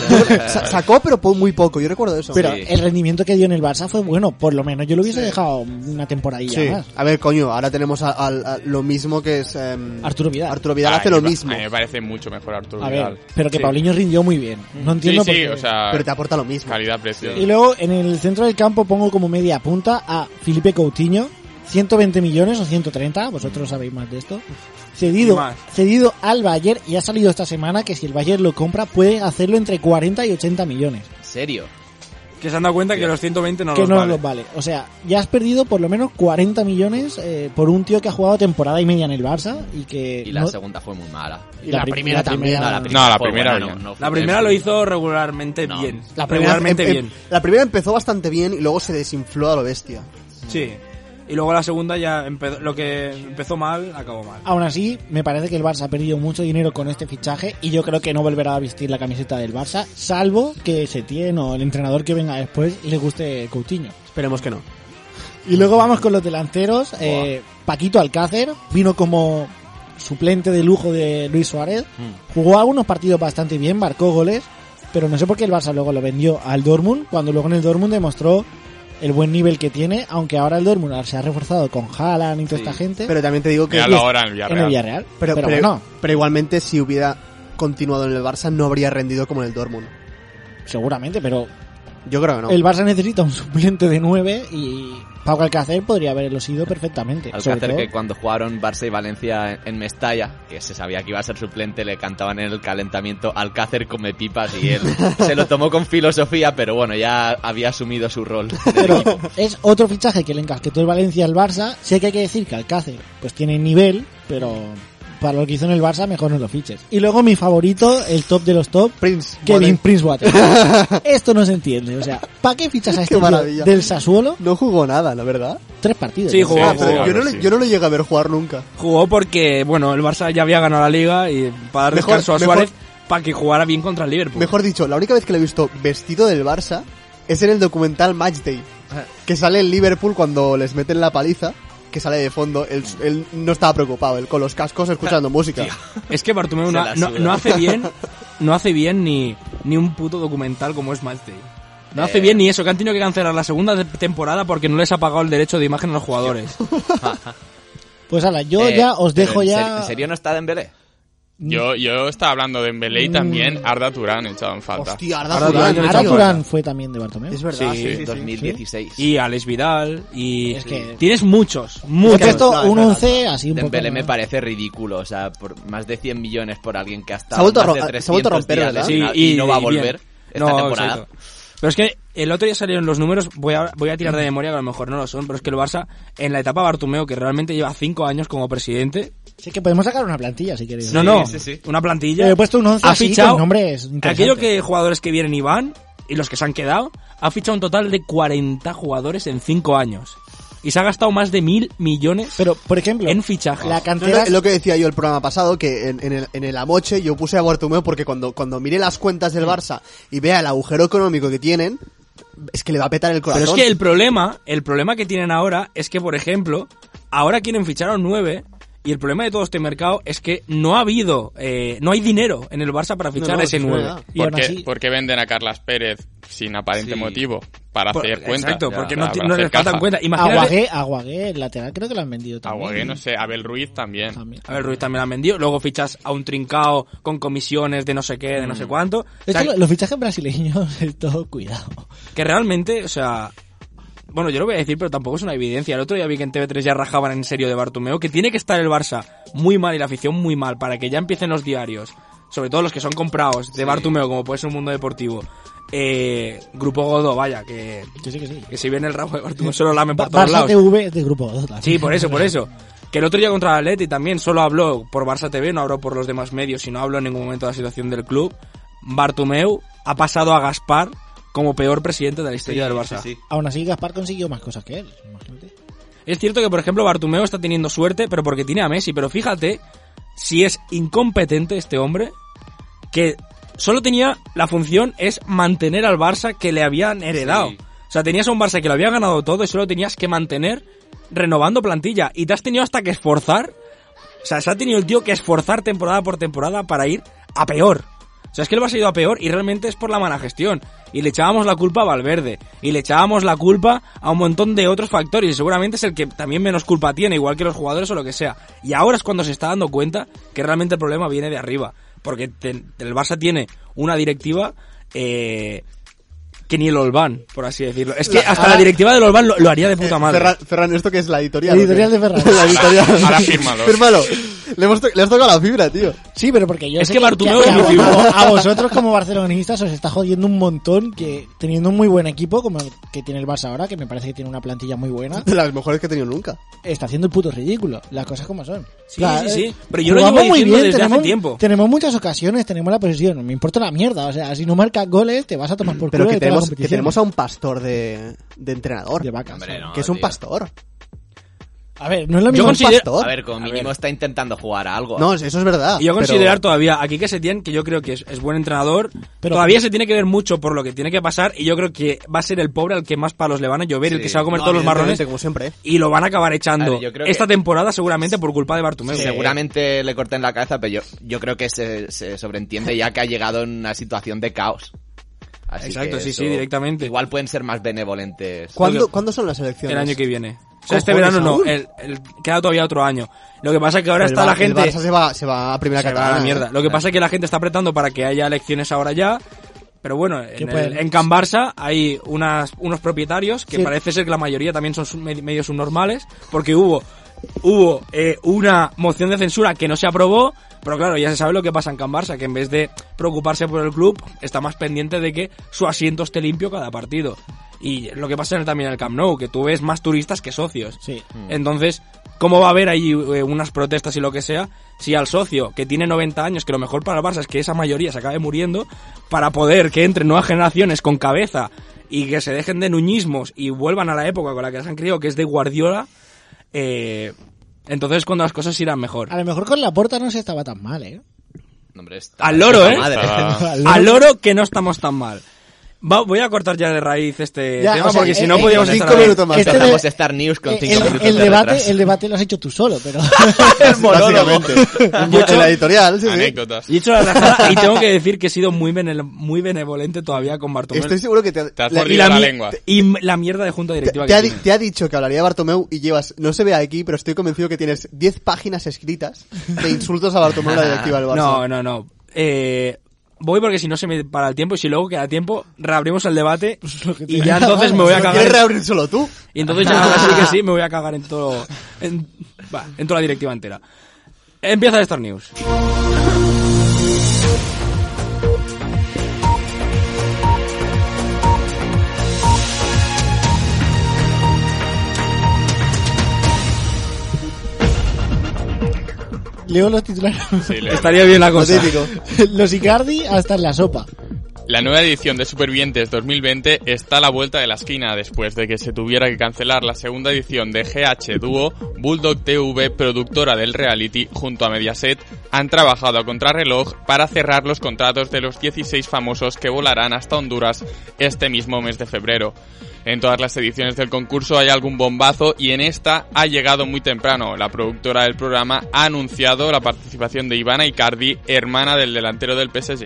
F: Sa- sacó, pero po- muy poco, yo recuerdo eso.
D: Pero
E: Sí.
D: el rendimiento que dio en el Barça fue bueno, por lo menos yo lo hubiese dejado una temporadilla
F: Sí.
D: más.
F: A ver, coño, ahora tenemos a- al- a lo mismo que es... em,
D: Arturo Vidal.
F: Arturo Vidal
J: Ah,
F: hace
J: a mí
F: lo
J: me-
F: mismo.
J: A mí me parece mucho mejor Arturo
D: A
J: Vidal.
D: ver, pero que Paulinho rindió muy bien. No
J: Sí,
D: entiendo por
J: sí,
D: qué.
J: o sea,
F: Pero te aporta lo mismo.
J: calidad-precio.
D: Y luego en el centro del campo pongo como media punta a Felipe Coutinho, 120 millones o 130, vosotros sabéis más de esto.
C: Y
D: Cedido,
C: más.
D: cedido al Bayern y ha salido esta semana que si el Bayern lo compra puede hacerlo entre 40 y 80 millones,
E: ¿En serio?
C: Que se han dado cuenta que los 120 no
D: que
C: los
D: no
C: vale.
D: los vale. O sea, ya has perdido por lo menos 40 millones eh, por un tío que ha jugado temporada y media en el Barça y que
E: Y la
D: no-
E: segunda fue muy mala.
D: y la prim- la primera-
E: No, la
J: No,
E: primera,
J: la
E: fue
J: primera
E: buena,
J: no.
E: no- no
C: La
E: fue-
C: primera lo hizo regularmente
E: No.
C: bien.
F: La primera,
C: regularmente
F: em- em-
C: bien.
F: la primera empezó bastante bien y luego se desinfló a lo bestia.
C: Sí. Y luego la segunda ya empezó, lo que empezó mal, acabó mal.
D: Aún así, me parece que el Barça ha perdido mucho dinero con este fichaje y yo creo que no volverá a vestir la camiseta del Barça, salvo que Setién o el entrenador que venga después le guste Coutinho.
F: Esperemos que no.
D: Y luego vamos con los delanteros. eh, Paquito Alcácer vino como suplente de lujo de Luis Suárez.
E: Mm.
D: Jugó algunos partidos bastante bien, marcó goles, pero no sé por qué el Barça luego lo vendió al Dortmund, cuando luego en el Dortmund demostró el buen nivel que tiene, aunque ahora el Dortmund se ha reforzado con Haaland y toda esta gente
F: Pero también te digo que.
J: Míralo ahora en el
D: en el
J: Villarreal.
D: Villarreal.
F: Pero,
D: Pero,
F: pero,
D: bueno,
F: pero igualmente, si hubiera continuado en el Barça, no habría rendido como en el Dortmund.
D: seguramente, pero
F: Yo creo que no.
D: el Barça necesita un suplente de 9 y Pau Alcácer podría haberlo sido perfectamente.
E: Eh, Al
D: sobre
E: Alcácer
D: todo-
E: que cuando jugaron Barça y Valencia en- en Mestalla, que se sabía que iba a ser suplente, le cantaban en el calentamiento Alcácer come pipas y él se lo tomó con filosofía, pero bueno, ya había asumido su rol.
D: Pero es otro fichaje que le encasquetó el Valencia al Barça. Sé que hay que decir que Alcácer pues tiene nivel, pero para lo que hizo en el Barça mejor no lo fiches. Y luego mi favorito, el top de los top,
F: Prince.
D: Kevin
F: vale.
D: Prince Water. Esto no se entiende, o sea, ¿para qué fichas a este
F: Qué
D: tío
F: maravilla.
D: del Sassuolo?
F: No jugó nada, la verdad.
D: Tres partidos.
C: Sí,
D: ¿no?
C: jugó,
J: Ah,
C: jugó.
J: sí,
F: yo, no
J: algo
F: le,
J: así.
F: yo no le llegué a ver jugar nunca.
C: Jugó porque, bueno, el Barça ya había ganado la liga y para dar
F: Mejor-
C: descanso a
F: mejor-
C: Suárez para que jugara bien contra el Liverpool.
F: Mejor dicho, la única vez que le he visto vestido del Barça es en el documental Matchday. Que sale el Liverpool cuando les meten la paliza. Que sale de fondo. Él, él no estaba preocupado, él con los cascos escuchando música.
C: Es que Bartomeu no,
E: Se la
C: no-
E: suda.
C: no hace bien, no hace bien ni, ni un puto documental como es Matchday. No hace bien ni eso, que han tenido que cancelar la segunda de- temporada porque no les ha pagado el derecho de imagen a los jugadores.
D: Pues ala, yo
E: Eh,
D: ya os
E: pero
D: dejo
E: ¿en
D: ya...
E: serio- ¿En serio no está Dembélé?
J: Yo, yo estaba hablando de Mbele y también Arda Turán echado en falta.
F: Hostia, Arda
C: Arda
F: Turán,
C: Turán,
D: Ara
F: tío.
D: Turán fue también de Bartomeu.
F: Es verdad,
J: Sí,
F: sí,
J: sí,
F: sí, sí.
E: 2016.
C: Y Alex Vidal, y...
D: Es que-
C: Tienes muchos,
D: He
C: muchos.
D: puesto
F: No, es
D: un
F: verdad.
D: 11 así un poco...
E: Dembélé me parece ridículo, o sea, por más de 100 millones por alguien que ha estado
F: Se ha vuelto
E: más
F: a ro-
E: de
F: se ha
E: 300
F: vuelto a romper,
E: días
F: ¿verdad?
E: lesionado y, no va a volver
C: bien.
E: esta
C: No,
E: temporada.
C: exacto. Pero es que el otro día salieron los números, voy a, voy a tirar de memoria que a lo mejor no lo son, pero es que el Barça, en la etapa Bartomeu, que realmente lleva cinco años como presidente,
D: Así que podemos sacar una plantilla si queréis.
C: no, no,
E: sí, sí.
C: una plantilla.
D: Yo Eh, he puesto un once
C: ha
D: así, con
C: fichado
D: nombres
C: aquello
D: interesantes.
C: que jugadores que vienen y van, y los que se han quedado, ha fichado un total de 40 jugadores en cinco años. Y se ha gastado más de mil millones
D: Pero, por ejemplo,
C: en fichajes.
D: la
F: No, no,
D: cantera...
F: es lo que decía yo el programa pasado, que en, en el, en el Amoche yo puse a Bartomeu porque cuando, cuando mire las cuentas del Barça y vea el agujero económico que tienen, es que le va a petar el corazón.
C: Pero es que el problema, el problema que tienen ahora es que, por ejemplo, ahora quieren fichar a un 9 y el problema de todo este mercado es que no ha habido, eh, no hay dinero en el Barça para fichar
F: no,
C: a ese
F: es
C: 9.
F: verdad.
D: y
J: ¿Por
D: aún
J: qué,
D: así-
J: por qué venden a Carlas Pérez sin aparente
E: Sí.
J: motivo? Para
C: Por-
J: hacer cuenta.
C: Exacto,
E: Ya,
C: porque
J: para-
C: no, ti-
J: para
C: no
J: hacer
C: les faltan
J: caja.
C: cuentas. Imagínate,
D: Aguagué, Aguagué, el lateral creo que lo han vendido también.
J: Aguagué, no sé. Abel Ruiz también.
D: También.
C: a ver, Ruiz también la han vendido, luego fichas a un trincao con comisiones de no sé qué, de no sé
F: Mm.
C: cuánto. O
D: Es
C: sea,
D: que lo- los fichajes brasileños, es todo cuidado.
C: que realmente, o sea... Bueno, yo lo voy a decir, pero tampoco es una evidencia. El otro día vi que en TV3 ya rajaban en serio de Bartomeu, que tiene que estar el Barça muy mal y la afición muy mal para que ya empiecen los diarios, sobre todo los que son comprados de Bartomeu, como puede ser un mundo deportivo. Eh, Grupo Godó, vaya, que,
D: Que sí, que sí.
C: que si viene el rabo de Bartomeu solo lamen por todos
D: Barça
C: lados.
D: TV es de grupo 2. también.
C: Sí, por eso, por eso. Que el otro día contra el Atleti también solo habló por Barça TV, no habló por los demás medios y no habló en ningún momento de la situación del club. Bartomeu ha pasado a Gaspar como peor presidente de la historia del Barça.
E: Sí, sí.
D: Aún así, Gaspar consiguió más cosas que él. imagínate.
C: Es cierto que, por ejemplo, Bartomeu está teniendo suerte, pero porque tiene a Messi. Pero fíjate si es incompetente este hombre, que solo tenía la función es mantener al Barça que le habían heredado. O sea, tenías a un Barça que lo había ganado todo y solo tenías que mantener renovando plantilla. Y te has tenido hasta que esforzar. O sea, se ha tenido el tío que esforzar temporada por temporada para ir a peor. O sea, es que el Barça ha ido a peor y realmente es por la mala gestión. Y le echábamos la culpa a Valverde. Y le echábamos la culpa a un montón de otros factores. Y seguramente es el que también menos culpa tiene, igual que los jugadores o lo que sea. Y ahora es cuando se está dando cuenta que realmente el problema viene de arriba. Porque te- el Barça tiene una directiva eh, que ni el Olván, por así decirlo. Es que hasta la directiva del Olván lo, lo haría de puta madre.
F: Ferran, Ferran, ¿esto que es la editorial?
D: La
F: o qué?
D: editorial de Ferran.
F: la editorial.
J: Ahora fírmalo.
F: Fírmalo. Le, hemos to- le has tocado la fibra, tío.
D: Sí, pero porque yo
C: Es
D: sé
C: que Bartomeu
D: a,
C: es mi
D: a-
C: tío.
D: a vosotros como barcelonistas os está jodiendo un montón que teniendo un muy buen equipo como el que tiene el Barça ahora, que me parece que tiene una plantilla muy buena,
F: De las mejores que he tenido nunca.
D: está haciendo el puto ridículo. Las cosas como son. eh,
C: Sí, sí, sí. Pero yo lo llevo
D: jugamos muy
C: diciendo desde hace
D: tenemos,
C: tiempo.
D: Tenemos muchas ocasiones, tenemos la posición. Me importa la mierda. O sea, si no marcas goles, te vas a tomar por
F: Pero
D: culo
F: que
D: de toda la
F: tenemos, que
D: competición.
F: tenemos a un pastor de, de entrenador.
D: de vacas.
E: Hombre, no,
F: que es un
E: tío.
F: pastor.
D: A ver, no es lo mismo.
C: Yo
D: un
C: considero-
D: pastor.
E: A ver, como mínimo está intentando jugar a algo.
F: No, eso es verdad.
C: Y yo
F: pero-
C: considerar todavía aquí que Setién, que yo creo que es, es buen entrenador,
D: Pero-
C: todavía se tiene que ver mucho por lo que tiene que pasar y yo creo que va a ser el pobre al que más palos le van a llover, el que se va a comer
F: No,
C: todos los marrones
F: evidentemente, Como siempre, ¿eh?
C: y lo van a acabar echando
E: Vale, yo creo que-
C: esta temporada seguramente por culpa de Bartomeu. Eh,
E: Seguramente le corten la cabeza, pero yo, yo creo que se, se sobreentiende ya que ha llegado en una situación de caos. Así
C: Exacto,
E: que
C: sí,
E: eso-
C: sí, directamente.
E: Igual pueden ser más benevolentes.
F: ¿Cuándo, ¿Cuándo son las elecciones?
C: el año que viene. O sea, este
F: Cojones,
C: verano no,
F: aún.
C: el, el- queda todavía otro año. Lo que pasa es que ahora
F: El
C: está
F: Bar-
C: la gente...
F: El Barça se va, se va a primera
C: se va a
F: catalana.
C: la
D: eh.
C: mierda. Lo que pasa es que la gente está apretando para que haya elecciones ahora ya. Pero bueno, en,
D: pueden-
C: el- en Can Barça hay unas, unos propietarios que
D: Sí.
C: parece ser que la mayoría también son sub- med- medios subnormales, porque hubo, hubo eh, una moción de censura que no se aprobó, pero claro, ya se sabe lo que pasa en Can Barça, que en vez de preocuparse por el club, está más pendiente de que su asiento esté limpio cada partido. Y lo que pasa en el- también en el Camp Nou, que tú ves más turistas que socios.
D: Sí.
C: Entonces, ¿cómo va a haber ahí eh, unas protestas y lo que sea si al socio que tiene 90 años, que lo mejor para el Barça es que esa mayoría se acabe muriendo, para poder que entren nuevas generaciones con cabeza y que se dejen de nuñismos y vuelvan a la época con la que se han criado, que es de Guardiola, eh, entonces cuando las cosas irán mejor.
D: A lo mejor con la puerta no se estaba tan mal, ¿eh?
E: No, hombre, está-
C: Al loro,
E: puta
C: ¿eh?
E: madre.
F: Ah.
J: Está-
C: Al oro que no estamos tan mal. Va- voy a cortar ya de raíz este
D: Ya,
C: tema
D: o sea,
C: porque si
D: eh,
C: no
D: eh,
C: podíamos
F: Cinco
C: estar ahí.
F: minutos más.
D: Este
F: tarde.
E: Empezamos Star News con
D: Eh,
E: 5
D: El,
E: minutos
D: el
E: de
D: debate,
E: retraso.
D: el debate lo has hecho tú solo, pero.
F: Este
E: El monólogo.
F: Básicamente. en la editorial, sí, sí.
J: Anécdotas.
C: Y, hecho la razón, y tengo que decir que he sido muy, bene- muy benevolente todavía con Bartomeu.
F: Estoy seguro que te,
J: Te has
F: la-
J: mordido la lengua.
C: y m- la mierda de junta
F: te-
C: directiva
F: te ha,
C: que
F: di-
C: tiene.
F: te ha dicho que hablaría de Bartomeu y llevas, no se ve aquí, pero estoy convencido que tienes 10 páginas escritas de insultos a Bartomeu en la directiva del Barça.
C: No, no, no. Eh, voy porque si no se me para el tiempo y si luego queda tiempo, reabrimos el debate y ya entonces me voy a
F: ¿Lo quieres
C: cagar.
F: reabrir solo tú?
C: Y entonces ya ahora sí que sí, me voy a cagar en todo, en, va, en toda la directiva entera. Empieza Star News.
D: Leo los titulares.
J: Sí, Leo.
C: Estaría bien la
F: Lo
C: cosa.
F: típico.
D: los Icardi hasta en la sopa.
J: La nueva edición de Supervivientes 2020 está a la vuelta de la esquina después de que se tuviera que cancelar la segunda edición de GH Duo, Bulldog TV, productora del reality, junto a Mediaset, han trabajado a contrarreloj para cerrar los contratos de los 16 famosos que volarán hasta Honduras este mismo mes de febrero. En todas las ediciones del concurso hay algún bombazo y en esta ha llegado muy temprano. La productora del programa ha anunciado la participación de Ivana Icardi, hermana del delantero del PSG.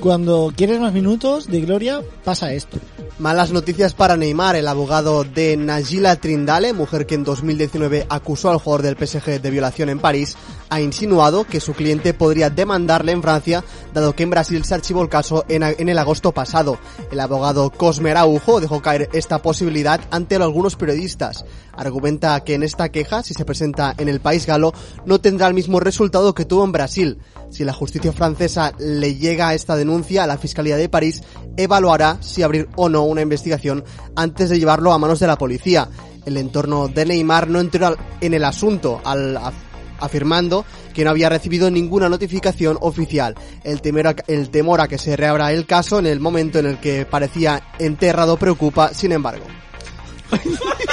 D: Cuando quieres más minutos de gloria, pasa esto.
F: Malas noticias para Neymar, el abogado de Najila Trindale, mujer que en 2019 acusó al jugador del PSG de violación en París, ha insinuado que su cliente podría demandarle en Francia, dado que en Brasil se archivó el caso en, a- en el agosto pasado. El abogado Cosme Araujo dejó caer esta posibilidad ante algunos periodistas. Argumenta que en esta queja, si se presenta en el país galo, no tendrá el mismo resultado que tuvo en Brasil. Si la justicia francesa le llega a esta denuncia, la Fiscalía de París evaluará si abrir o no una investigación antes de llevarlo a manos de la policía. El entorno de Neymar no entró al- en el asunto al af- afirmando que no había recibido ninguna notificación oficial. El temor, a, el temor a que se reabra el caso en el momento en el que parecía enterrado preocupa, sin embargo.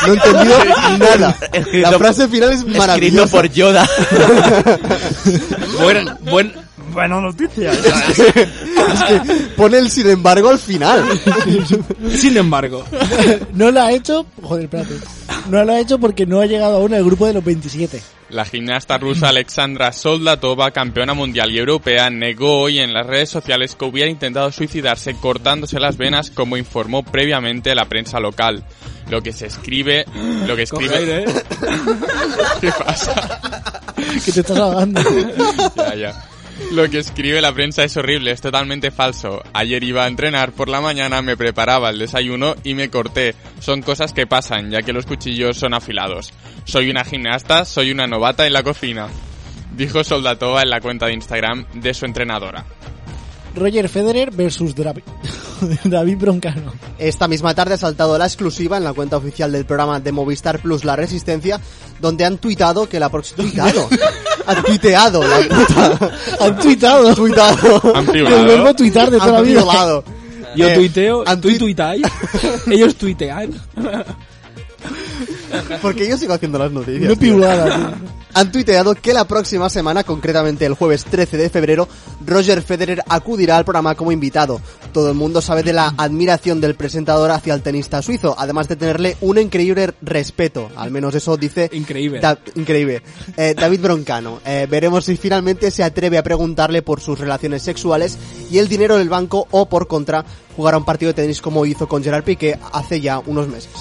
F: No he entendido nada. La
E: Escrito-
F: frase final es
E: Escrito
F: maravillosa.
E: por Yoda.
C: Buen, buen, buena noticia.
F: Es que pone el sin embargo al final.
C: Sin embargo,
D: No lo ha hecho. Joder, espérate. No lo ha hecho porque no ha llegado aún al grupo de los 27.
J: La gimnasta rusa Alexandra Soldatova, campeona mundial y europea, negó hoy en las redes sociales que hubiera intentado suicidarse cortándose las venas, como informó previamente la prensa local. Lo que se escribe, lo que
C: coge
J: escribe,
C: aire, ¿eh?
J: ¿qué pasa?
D: Que te estás ahogando.
J: Ya, ya. Lo que escribe la prensa es horrible, es totalmente falso. Ayer iba a entrenar por la mañana, me preparaba el desayuno y me corté. Son cosas que pasan, ya que los cuchillos son afilados. Soy una gimnasta, soy una novata en la cocina. Dijo Soldatova en la cuenta de Instagram de su entrenadora.
D: Roger Federer versus Dravi- Joder, David Broncano.
F: Esta misma tarde ha saltado la exclusiva en la cuenta oficial del programa de Movistar Plus La Resistencia, donde han tuitado que la próxima... ¿Tuitado? Han tuiteado, la puta. Han tuitado. Tuitado.
J: Han
D: El verbo
J: piulado.
D: tuitar de toda la
F: Han
D: vida.
F: violado.
C: Yo
F: Eh,
C: tuiteo,
F: han
C: tú
F: tuit-
C: tuitáis, ellos tuitean.
F: Porque yo sigo haciendo las noticias.
D: No
F: tío.
D: piulada, tío.
F: Han tuiteado que la próxima semana, concretamente el jueves 13 de febrero, Roger Federer acudirá al programa como invitado. Todo el mundo sabe de la admiración del presentador hacia el tenista suizo, además de tenerle un increíble respeto. Al menos eso dice...
C: Increíble.
F: Da- increíble. Eh, David Broncano. Eh, veremos si finalmente se atreve a preguntarle por sus relaciones sexuales y el dinero del banco o, por contra, jugar a un partido de tenis como hizo con Gerard Piqué hace ya unos meses.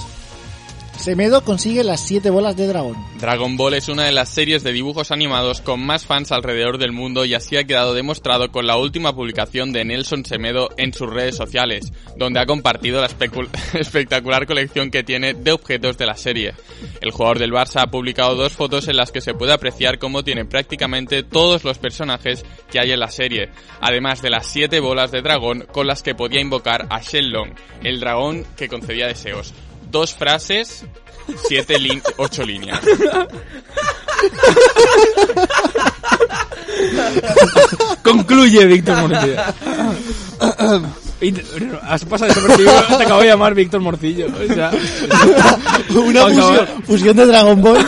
D: Semedo consigue las 7 bolas de dragón.
J: Dragon Ball es una de las series de dibujos animados con más fans alrededor del mundo y así ha quedado demostrado con la última publicación de Nelson Semedo en sus redes sociales, donde ha compartido la especul- espectacular colección que tiene de objetos de la serie. El jugador del Barça ha publicado dos fotos en las que se puede apreciar cómo tiene prácticamente todos los personajes que hay en la serie, además de las siete bolas de dragón con las que podía invocar a Shenlong, el dragón que concedía deseos. Dos frases, siete lin- ocho líneas.
C: Concluye Víctor Morcillo. Y te- Has pasado desapercibido, te acabo de llamar Víctor Morcillo. O sea,
D: Una
C: Acaba-
D: fusión, fusión de Dragon Ball.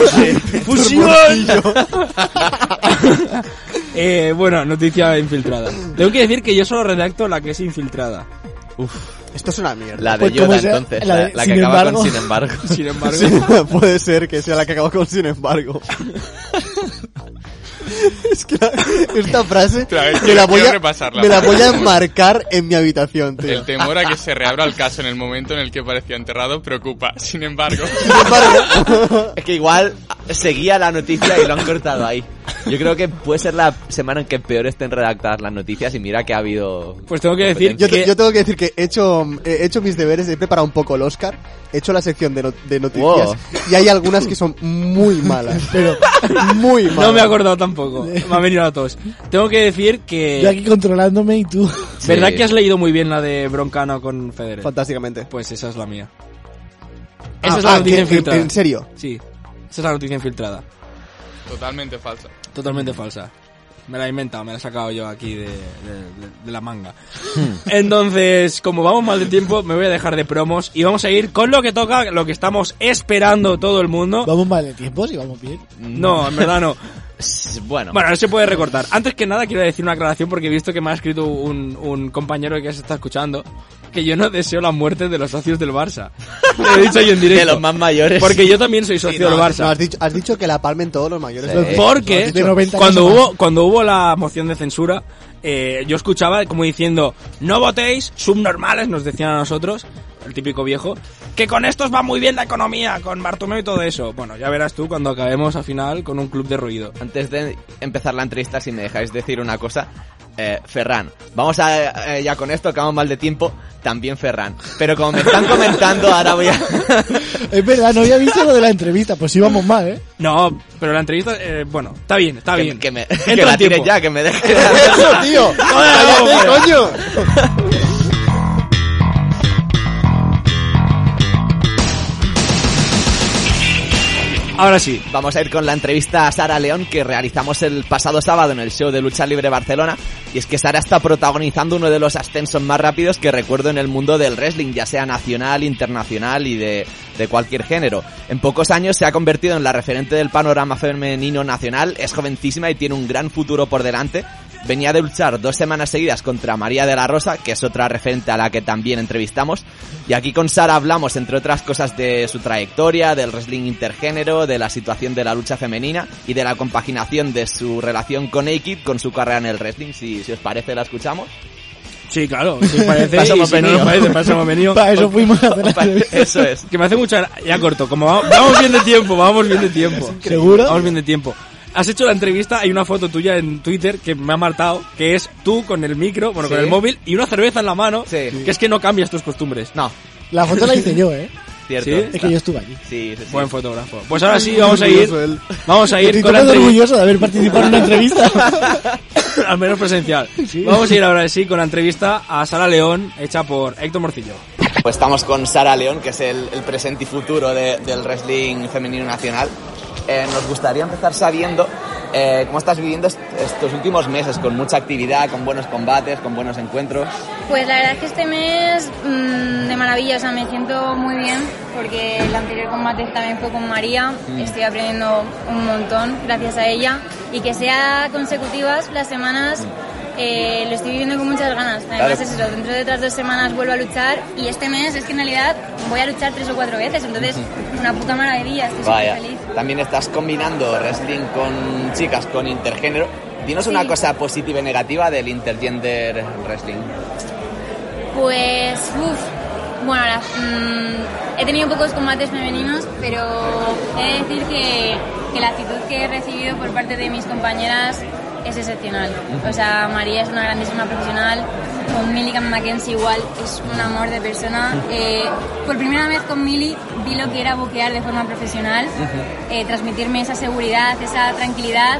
C: Eh, bueno, noticia infiltrada. Tengo que decir que yo solo redacto la que es infiltrada.
F: Esto es una mierda.
E: La de
D: Pues, ¿cómo
E: Yoda,
D: sea?
E: entonces.
D: La
E: La,
D: de-
E: la
D: sin
E: que acaba
D: embargo.
E: con sin embargo.
C: Sin embargo,
F: Puede ser que sea la que acabó con sin embargo. es que la- esta frase
J: Otra vez,
F: me
J: quiero
F: la voy a,
J: repasarla,
F: me la
J: por
F: voy a
J: favor.
F: enmarcar en mi habitación, tío.
J: El temor a que se reabra el caso en el momento en el que parecía enterrado preocupa. Sin embargo,
F: Sin embargo,
E: Es que igual ah, seguía la noticia y lo han cortado ahí. Yo creo que puede ser la semana en que peor estén redactadas las noticias y mira que ha habido...
C: pues tengo que decir
F: yo, te-
C: que
F: yo tengo que decir que he hecho, he hecho mis deberes, he preparado un poco el Oscar, he hecho la sección de, no- de noticias
E: Wow.
F: y hay algunas que son muy malas, pero muy malas.
C: no me he acordado tampoco. Me ha venido a todos. Tengo que decir
D: Yo
C: que
D: aquí controlándome y tú.
C: verdad
E: Sí.
C: que has leído muy bien la de Broncano con Federer.
F: Fantásticamente.
C: Pues esa es la mía. Esa es
F: Ah,
C: la
F: ah,
C: noticia
F: que-
C: infiltrada.
F: en serio.
C: Sí. Esa es la noticia infiltrada.
J: totalmente falsa.
C: Totalmente falsa. Me la he inventado, me la he sacado yo aquí de, de- de- de la manga. Entonces, como vamos mal de tiempo, me voy a dejar de promos y vamos a ir con lo que toca, lo que estamos esperando todo el mundo.
D: Vamos mal de tiempo, si vamos bien.
C: No, en verdad no.
E: S- pues, Bueno,
C: Bueno, no se puede recortar. Antes que nada, quiero decir una aclaración porque he visto que me ha escrito un, un compañero que se está escuchando que yo no deseo la muerte de los socios del Barça. Lo he dicho yo en
E: de
C: directo.
E: los más mayores.
C: Porque yo también soy socio del Barça.
F: No, has, dicho, has dicho que la palmen todos los mayores.
E: Sí.
F: Los-
C: Porque
D: De 90
C: cuando
D: años más.
C: hubo, cuando hubo la moción de censura, eh, yo escuchaba como diciendo, no votéis, subnormales, nos decían a nosotros, el típico viejo, que con estos va muy bien la economía, con Bartomeu y todo eso. Bueno, ya verás tú cuando acabemos al final con un club de ruido.
E: Antes de empezar la entrevista, si me dejáis decir una cosa, eh, Ferran, vamos a, eh, ya con esto, acabamos mal de tiempo, también Ferran. Pero como me están comentando, ahora voy a...
D: Es verdad, no había visto lo de la entrevista, pues íbamos mal, ¿eh?
C: No, pero la entrevista, eh, bueno, está bien, está
E: que,
C: bien.
E: que me,
C: Entra
E: que
C: en
E: la tires
C: tiempo.
E: ya, que me dejes...
F: ¡Eso, tío! ¡Cállate, coño!
C: Ahora sí.
E: Vamos a ir con la entrevista a Sara León que realizamos el pasado sábado en el show de Lucha Libre Barcelona. Y es que Sara está protagonizando uno de los ascensos más rápidos que recuerdo en el mundo del wrestling, ya sea nacional, internacional y de, de cualquier género. En pocos años se ha convertido en la referente del panorama femenino nacional, es jovencísima y tiene un gran futuro por delante. Venía de luchar dos semanas seguidas contra María de la Rosa, que es otra referente a la que también entrevistamos. Y aquí con Sara hablamos, entre otras cosas, de su trayectoria, del wrestling intergénero, de la situación de la lucha femenina y de la compaginación de su relación con Aikid con su carrera en el wrestling. Si, si os parece, la escuchamos.
C: Sí, claro, si os parece,
E: Paso
C: y
E: hemos
C: si no
E: venido.
C: nos parece, paso hemos venido.
D: Para eso fuimos a hacer la entrevista.
E: Eso es.
C: Que me hace mucha... gra- Ya corto, como va- vamos bien de tiempo, vamos bien de tiempo.
D: ¿Seguro?
C: Vamos bien de tiempo. Has hecho la entrevista, hay una foto tuya en Twitter que me ha marcado, que es tú con el micro, bueno,
E: Sí.
C: con el móvil y una cerveza en la mano,
E: Sí.
C: que es que no cambias tus costumbres.
E: No,
D: La foto la hice yo, ¿eh?
E: cierto.
C: ¿Sí?
D: Es que yo estuve allí.
E: Sí, sí, sí.
C: Buen fotógrafo. Pues ahora sí, vamos a ir,
F: Orgulloso él.
C: vamos a ir
D: Estoy
C: con la
D: tan
C: entrevista.
D: orgulloso de haber participado en una entrevista.
C: al menos presencial. Vamos a ir ahora sí con la entrevista a Sara León, hecha por Héctor Morcillo.
E: Pues estamos con Sara León, que es el, el presente y futuro de- del wrestling femenino nacional. Eh, nos gustaría empezar sabiendo eh, ¿cómo estás viviendo est- estos últimos meses? Con mucha actividad, con buenos combates, con buenos encuentros.
H: Pues la verdad es que este mes mm, de maravilla, o sea, me siento muy bien porque el anterior combate también fue con María,
J: Mm.
H: estoy aprendiendo un montón gracias a ella y que sea consecutivas las semanas
J: Mm.
H: eh, lo estoy viviendo con muchas ganas. Además
E: Claro.
H: es eso, dentro de otras dos semanas vuelvo a luchar y este mes es que en realidad voy a luchar tres o cuatro veces, entonces una puta maravilla, estoy súper
E: Vaya.
H: feliz.
E: También estás combinando wrestling con chicas, con intergénero. Dinos una
H: Sí.
E: cosa positiva y negativa del intergender wrestling.
H: Pues, uff, bueno, la- mm, he tenido pocos combates femeninos, pero he de decir que, que la actitud que he recibido por parte de mis compañeras es excepcional. O sea, María es una grandísima profesional, con Milligan Mackenzie igual, es un amor de persona. Eh, por primera vez con Millie vi lo que era buquear de forma profesional, eh, transmitirme esa seguridad, esa tranquilidad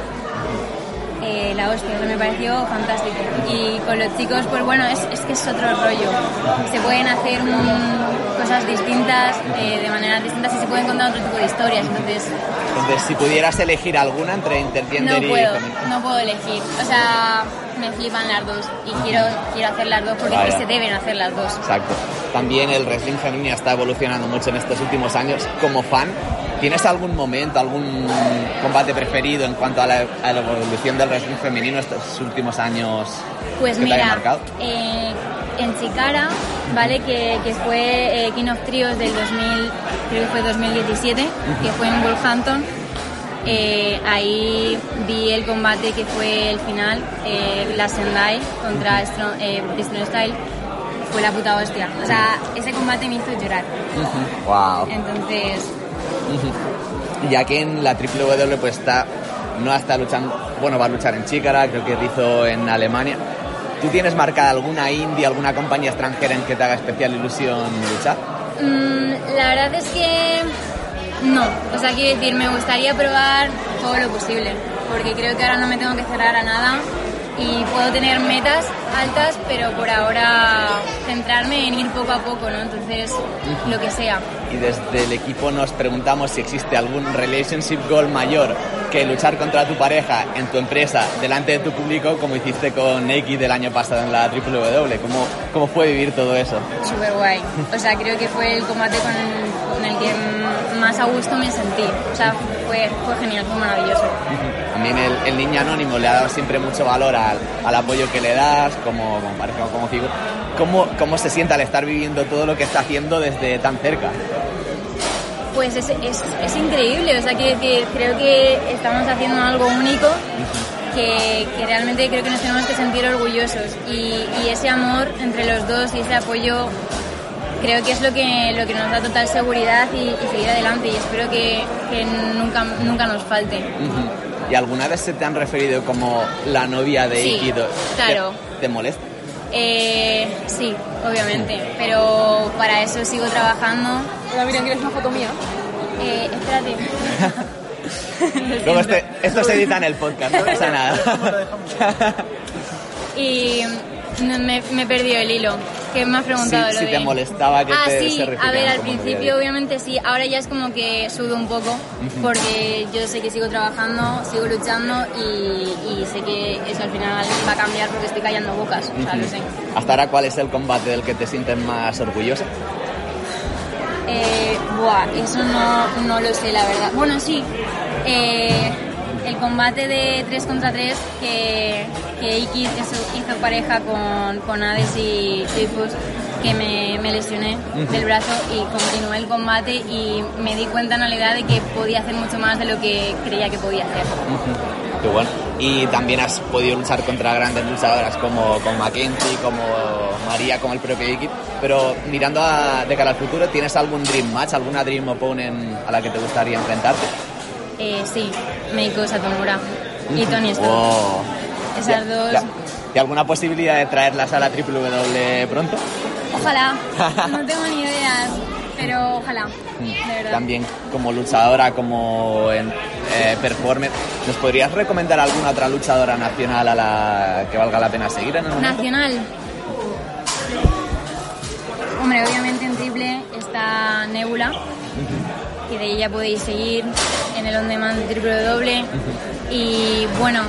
H: eh, la hostia, que me pareció fantástico. Y con los chicos, pues bueno, es, es que es otro rollo. Se pueden hacer mm, cosas distintas, eh, de maneras distintas y se pueden contar otro tipo de historias. Entonces,
E: Entonces, si pudieras elegir alguna entre intergender
H: no
E: y
H: puedo,
E: femen-
H: no puedo elegir. O sea, me flipan las dos y quiero, quiero hacer las dos porque es que
E: Vaya.
H: se deben hacer las dos.
E: Exacto. También el wrestling femenino está evolucionando mucho en estos últimos años. Como fan, ¿tienes algún momento, algún combate preferido en cuanto a la, a la evolución del wrestling femenino estos últimos años?
H: Pues
E: que te haya
H: mira,
E: marcado?
H: eh, en Chicara, ¿vale? Que, que fue eh, King of Trios del 2000, creo que fue 2017, que fue en Wolverhampton. Eh, ahí vi el combate que fue el final, eh, la Sendai contra Strong, eh, Destino Style. Fue la puta hostia. O sea, ese combate me hizo llorar.
E: Wow.
H: Entonces,
E: Ya que en la WWE pues está, no está luchando, bueno, va a luchar en Chicara, creo que hizo en Alemania. ¿Tú tienes marcada alguna indie, alguna compañía extranjera en que te haga especial ilusión luchar?
H: Mm, la verdad es que no. O sea, quiero decir, me gustaría probar todo lo posible, porque creo que ahora no me tengo que cerrar a nada y puedo tener metas altas, pero por ahora centrarme en ir poco a poco, ¿no? Entonces, lo que sea.
E: Y desde el equipo nos preguntamos si existe algún relationship goal mayor que luchar contra tu pareja en tu empresa, delante de tu público, como hiciste con Neki del año pasado en la WWE. ¿Cómo, cómo fue vivir todo eso?
H: Súper guay. O sea, creo que fue el combate con el, con el que mm, más a gusto me sentí. O sea, fue, fue genial, fue maravilloso.
E: También el, el niño anónimo le ha dado siempre mucho valor al, al apoyo que le das, como, como pareja o como figura. ¿Cómo, ¿Cómo se siente al estar viviendo todo lo que está haciendo desde tan cerca?
H: Pues es, es, es increíble, o sea, quiero decir, creo que estamos haciendo algo único que, que realmente creo que nos tenemos que sentir orgullosos y, y ese amor entre los dos y ese apoyo creo que es lo que, lo que nos da total seguridad y, y seguir adelante y espero que, que nunca, nunca nos falte.
E: Ujú. ¿Y alguna vez se te han referido como la novia de
H: Sí,
E: Ikido?
H: claro.
E: ¿Te, te molesta?
H: Eh, sí, obviamente, pero para eso sigo trabajando.
K: Mira, ¿quieres una foto mía?
H: Eh, espérate.
E: Luego este- esto se edita en el podcast, no pasa nada.
H: Y no, me, me he perdido el hilo. que me has preguntado?
E: Si-
H: lo
E: si
H: de-
E: te molestaba que
H: ah,
E: te-
H: sí,
E: se
H: a ver,
E: refirieran
H: al
E: como
H: principio
E: diario.
H: obviamente sí. Ahora ya es como que sudo un poco porque yo sé que sigo trabajando, sigo luchando y, y sé que eso al final va a cambiar porque estoy callando bocas. O sea, lo sé.
E: Hasta ahora, ¿cuál es el combate del que te sientes más orgullosa?
H: Eh, buah, eso no, no lo sé, la verdad. Bueno, sí. eh, el combate de 3 contra 3 que, que Iki hizo, hizo pareja con, con Hades y Typhus, que me, me lesioné del brazo y continué el combate y me di cuenta en realidad de que podía hacer mucho más de lo que creía que podía hacer.
E: Qué bueno. Y también has podido luchar contra grandes luchadoras como, como Mackenzie, como María, como el propio Iki. Pero mirando a- de cara al futuro, ¿tienes algún Dream Match, alguna Dream Opponent a la que te gustaría enfrentarte?
H: Eh, sí, Meiko Satomura y Tony Storm.
E: Wow.
H: Esas dos.
E: Ya- ¿Y alguna posibilidad de traerlas a la WWE pronto?
H: Ojalá, no tengo ni ideas, pero ojalá. de verdad.
E: También como luchadora, como en, eh, performer, ¿nos podrías recomendar alguna otra luchadora nacional a la que valga la pena seguir en el momento?
H: Nacional. Hombre, obviamente en triple está Nebula, que de ella podéis seguir en el on demand de triple doble. Y bueno,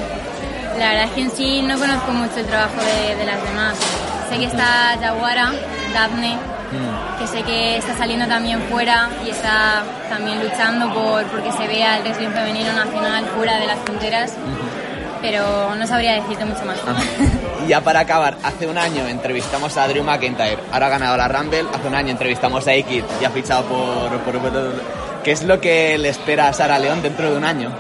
H: la verdad es que en sí no conozco mucho el trabajo de, de las demás. Sé que está Yaguara, Daphne, que sé que está saliendo también fuera y está también luchando por porque se vea el wrestling femenino nacional fuera de las fronteras, pero no sabría decirte mucho más.
E: Y ya para acabar, hace un año entrevistamos a Drew McIntyre, ahora ha ganado la Rumble, hace un año entrevistamos a Ikid y ha fichado por, por- por- ¿Qué es lo que le espera a Sara León dentro de un año?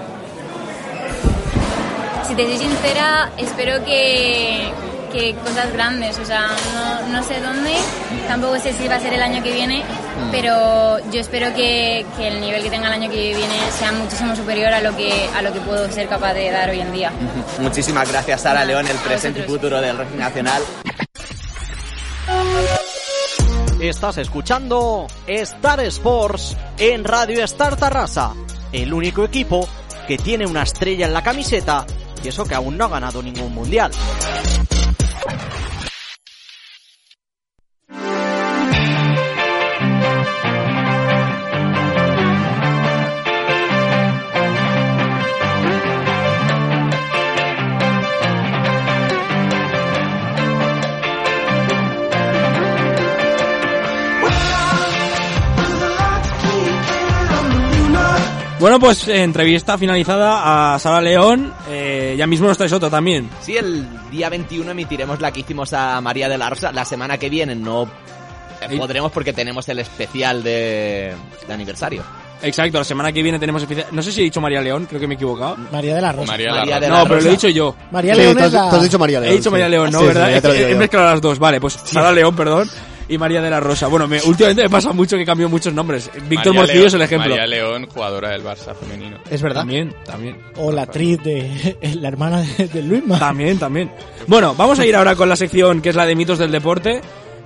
H: si te soy sincera, espero que, que cosas grandes, o sea, no, no sé dónde, tampoco sé si va a ser el año que viene, pero yo espero que, que el nivel que tenga el año que viene sea muchísimo superior a lo que, a lo que puedo ser capaz de dar hoy en día.
E: Muchísimas gracias Sara León, el presente y futuro del Rugby Nacional.
B: Estás escuchando Star Sports en Radio Star Tarrasa, el único equipo que tiene una estrella en la camiseta y eso que aún no ha ganado ningún mundial.
C: Bueno, pues eh, entrevista finalizada a Sara León. Eh, ya mismo nos traes otra también.
E: Sí, el día 21 emitiremos la que hicimos a María de la Rosa. La semana que viene no eh, podremos porque tenemos el especial de, de aniversario.
C: Exacto, la semana que viene tenemos especial. No sé si he dicho María León, creo que me he equivocado.
D: María de la Rosa.
J: María, Larra.
E: María de la
C: No, pero lo
E: Rosa.
C: he dicho yo.
D: María
F: Sí,
D: León
F: tú has,
D: es la...
F: tú has dicho María León.
C: He dicho
F: sí.
C: María León, ¿no?
F: Sí, sí,
C: ¿Verdad?
F: ya te lo
C: He-
F: digo
C: he,
F: yo.
C: mezclado las dos, vale, pues Sara León, perdón, y María de la Rosa. Bueno, me- últimamente me pasa mucho que cambio muchos nombres. Víctor
J: María
C: Morcillo es
J: León-
C: el ejemplo.
J: María León, jugadora del Barça femenino.
F: Es verdad.
C: También, también.
D: O la actriz de... La hermana de, de Luisma.
C: También, también. Bueno, vamos a ir ahora con la sección que es la de mitos del deporte,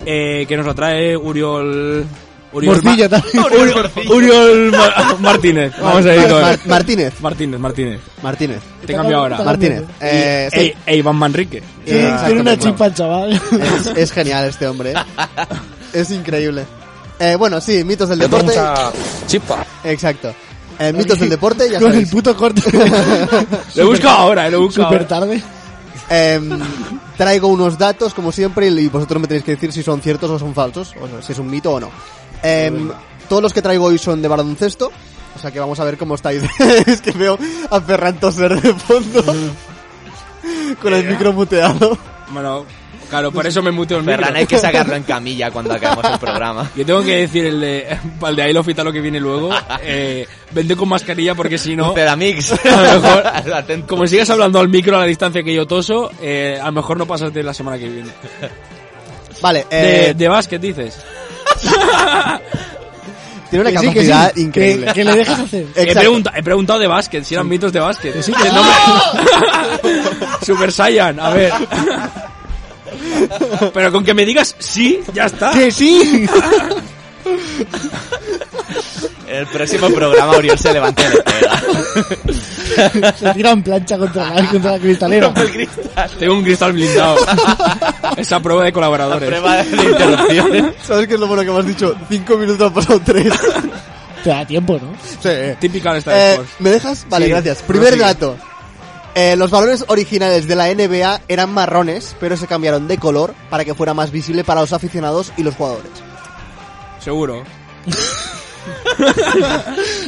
C: eh, que nos la trae Uriol... Uriol Ma-
D: Morcillo también.
C: Uriol, Uriol Ma- Martínez. Vamos a ir con...
F: Mar- Martínez.
C: Martínez, Martínez.
F: Martínez.
C: Te cambio ahora.
F: Martínez. Eh, sí.
C: Ey, ey, Iván Manrique.
F: Sí,
D: Tiene- Tiene una
F: exactamente.
D: chispa el chaval.
F: Es, es genial este hombre. ¿eh? es increíble. Eh, bueno, sí, mitos del deporte.
C: Chispa.
F: Exacto. Eh, mitos del deporte, ya
D: Con el
F: sabéis.
D: puto corte.
C: Lo busco ahora, eh, lo busco
D: Súper
C: ahora.
D: tarde.
F: Em, traigo unos datos, como siempre, y vosotros me tenéis que decir si son ciertos o son falsos, o sea, si es un mito o no. Em, todos los que traigo hoy son de baloncesto, o sea que vamos a ver cómo estáis. es que veo a Ferran toser de fondo, con el micro muteado.
C: Bueno, claro, por eso me muteo el micro.
E: Ferran, hay que sacarlo en camilla cuando acabemos el programa.
C: Yo tengo que decir el de, para el de I Love Italo que viene luego, eh, vende con mascarilla porque si no,
E: Ceramix.
C: A lo mejor-
E: Atento.
C: como sigas hablando al micro a la distancia que yo toso, eh, a lo mejor no pasas de la semana que viene.
F: Vale,
C: De,
F: eh,
C: de básquet dices.
F: tiene una
D: Que sí, que sí.
F: capacidad
D: Que-
F: increíble.
D: Que, le dejas hacer.
C: He,
F: Exacto.
C: pregunta- he preguntado de básquet, si eran mitos de básquet. Que no me- Super Saiyan, a ver. Pero con que me digas sí, ya está.
D: Que sí.
E: El próximo programa Oriol se levanta y le pega.
D: Se tira en plancha contra la, contra la cristalera.
E: Rompe el cristal.
C: Tengo un cristal blindado. Esa prueba de colaboradores.
E: Prueba de interrupciones.
F: ¿Sabes qué es lo bueno que me has dicho? Cinco minutos han pasado tres.
D: Te da tiempo, ¿no?
F: sí.
C: Típica de Star
F: Eh,
C: Wars.
F: ¿Me dejas? Vale,
C: Sí,
F: gracias.
C: prosigue.
F: Primer dato. Eh, los balones originales de la NBA eran marrones, pero se cambiaron de color para que fuera más visible para los aficionados y los jugadores.
C: Seguro.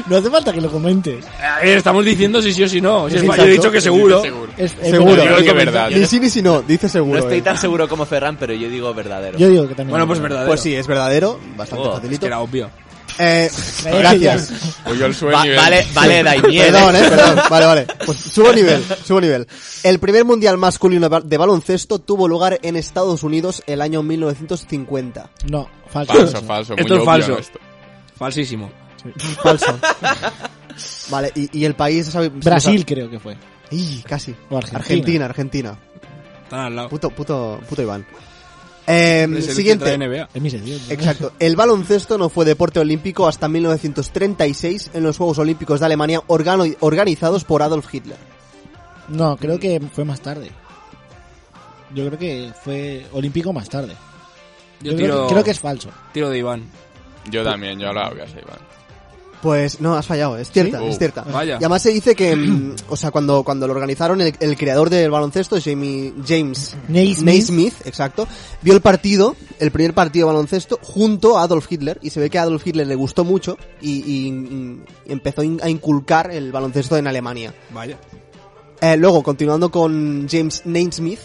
D: No hace falta que lo comentes.
C: A ver, estamos diciendo si sí o si no. Si es
F: Exacto.
C: yo he dicho que seguro.
J: Seguro.
D: Es- eh, es
F: Seguro.
D: verdad.
J: Yo creo que verdad.
F: Ni sí ni si no, dice seguro.
E: No estoy
F: eh.
E: tan seguro como Ferran, pero yo digo verdadero.
D: Yo digo que también.
C: Bueno, pues verdadero.
F: Pues sí, es verdadero, bastante
C: Es
E: Oh,
F: facilito.
C: que era obvio.
F: Eh, gracias.
J: Uriol sube
E: Va-
J: nivel.
E: vale, vale, Daimiel.
F: Perdón, eh, perdón. Vale, vale. Pues subo nivel, subo nivel. El primer mundial masculino de ba- de baloncesto tuvo lugar en Estados Unidos el año 1950.
D: No, falso.
J: Falso, falso. muy
C: Esto es
J: obvio
C: falso.
J: esto.
C: Falsísimo.
F: Falso. Vale, y, y el país... ¿sabe-
D: Brasil creo que fue.
F: Y casi.
D: O Argentina.
F: Argentina, Argentina.
C: Están al lado.
F: Puto, puto, puto Iván.
C: Es
F: Eh,
C: el centro de
F: siguiente.
C: NBA.
D: Es mi sentido. ¿no?
F: Exacto. El baloncesto no fue deporte olímpico hasta 1936 en los Juegos Olímpicos de Alemania organo- organizados por Adolf Hitler.
D: No, creo que fue más tarde. Yo creo que fue olímpico más tarde.
C: Yo
D: Yo creo,
C: tiro,
D: que, creo que es falso.
C: tiro de Iván.
J: Yo también, yo ahora voy a ser Iván.
F: Pues no, has fallado, es cierta,
J: ¿Sí?
F: es
J: Oh,
F: cierta.
C: vaya.
F: Y además se dice que, mm, o sea, cuando, cuando lo organizaron, el, el creador del baloncesto, Jamie, James
D: Naismith.
F: exacto, vio el partido, el primer partido de baloncesto, junto a Adolf Hitler, y se ve que a Adolf Hitler le gustó mucho y, y, mm, empezó in- a inculcar el baloncesto en Alemania.
C: Vaya.
F: Eh, luego, continuando con James Naismith,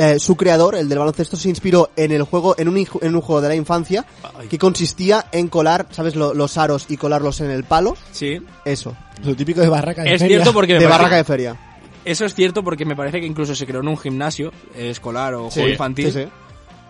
F: eh, su creador, el del baloncesto, se inspiró en el juego, en un, inju- en un juego de la infancia, que consistía en colar, ¿sabes? lo- los aros y colarlos en el palo.
C: Sí.
F: Eso.
D: Lo típico de barraca de
C: Es
D: feria.
C: cierto porque me
F: de
C: parece-
F: barraca de feria.
C: Eso es cierto porque me parece que incluso se creó en un gimnasio eh, escolar o
J: Sí,
C: juego infantil.
F: Sí, sí.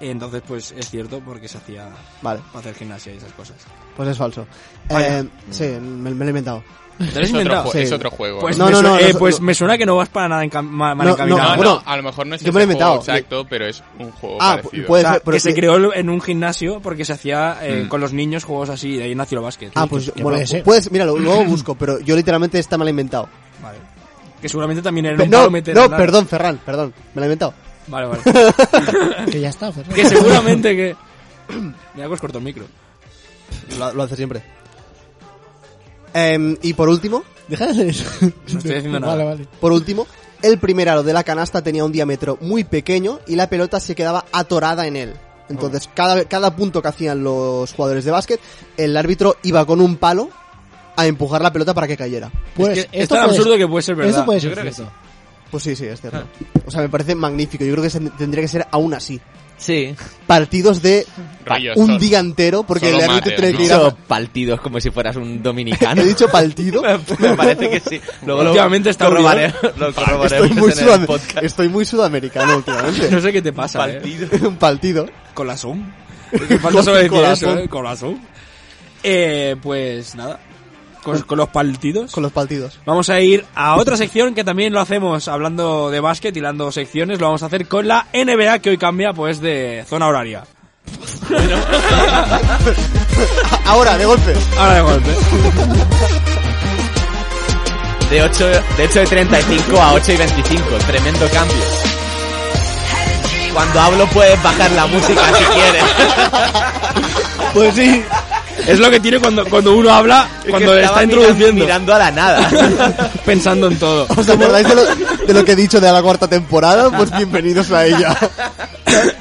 C: Entonces, pues es cierto porque se hacía
F: Vale,
C: para hacer gimnasia y esas cosas.
F: pues es falso.
C: Vaya.
F: Eh, sí, me, me lo he inventado.
C: ¿Te lo has
J: Es otro,
C: inventado?
J: ju-
F: sí.
J: es otro juego.
C: Pues,
J: ¿no?
F: No,
C: me,
F: no,
C: su-
F: no,
C: eh,
F: no,
C: pues
F: no.
C: me suena que no vas para nada encam- ma- mal
F: No,
C: encaminado.
J: Ah, No, no,
F: bueno,
J: a lo mejor no es
F: yo me lo he
J: ese juego
F: inventado.
J: exacto, pero es un juego
F: Ah,
J: parecido.
F: puede
C: O sea,
F: ser, pero
C: que se
F: sí.
C: creó en un gimnasio porque se hacía eh, con los niños juegos así, de ahí nació el básquet.
F: Ah, pues
D: que
F: bueno,
D: puede ser.
F: puedes, mira, luego busco, pero yo literalmente está me lo he inventado.
C: Vale. Que seguramente también era
F: Pe-
C: un
F: no,
C: palomete de
F: no,
C: andar.
F: perdón, Ferran, perdón, me lo he inventado.
C: Vale, vale.
D: Que ya está, Ferran.
C: que seguramente que... Mira, que os corto el micro.
F: Lo, lo hace siempre. Em, y por último,
D: Deja de hacer eso.
C: No estoy haciendo nada.
D: Vale, vale.
F: Por último, el primer aro de la canasta tenía un diámetro muy pequeño y la pelota se quedaba atorada en él. Entonces, cada, cada punto que hacían los jugadores de básquet, el árbitro iba con un palo a empujar la pelota para que cayera.
D: Pues
C: es que es
D: esto
C: tan
D: puede
C: absurdo
D: ser-
C: que puede ser verdad.
D: Eso puede
C: Yo
D: ser
C: creo que
D: cierto.
F: Pues sí, sí, es cierto.
J: Ah.
F: O sea, me parece magnífico. Yo creo que se- tendría que ser aún así.
E: Sí.
F: Partidos de
J: Rollo
F: un
J: solo-
F: día entero, porque
J: solo
F: el árbitro
J: mates,
F: tiene
J: ¿no?
F: que ir
E: Dicho
F: a...
E: partidos como si fueras un
F: ¿He
E: dominicano.
F: dicho partido?
E: me parece que sí. Luego lo
C: Últimamente está
E: corroboré- lo corroboraremos
F: Estoy muy,
E: en el
F: sudam-
E: podcast.
F: Estoy muy sudamericano últimamente.
C: No sé qué te pasa, eh.
E: Partido.
F: un partido.
C: Con la Zoom. ¿Qué falta sabe decir
F: Corazón.
C: eso, eh? Con la Zoom. Eh, pues nada. Con, con los partidos.
F: Con los partidos.
C: Vamos a ir a otra sección que también lo hacemos hablando de básquet, hilando secciones. Lo vamos a hacer con la NBA que hoy cambia pues de zona horaria.
F: Ahora, de golpe.
C: Ahora de golpe.
E: De 8, de 8 y 35 a 8 y 25. Tremendo cambio. Cuando hablo puedes bajar la música si quieres.
C: Pues sí. Es lo que tiene cuando, cuando uno habla, cuando
E: Es
C: está
E: que estaba
C: introduciendo,
E: Mirando a la nada.
C: pensando en todo.
F: ¿Os acordáis de lo, de lo que he dicho de la cuarta temporada? Pues bienvenidos a ella.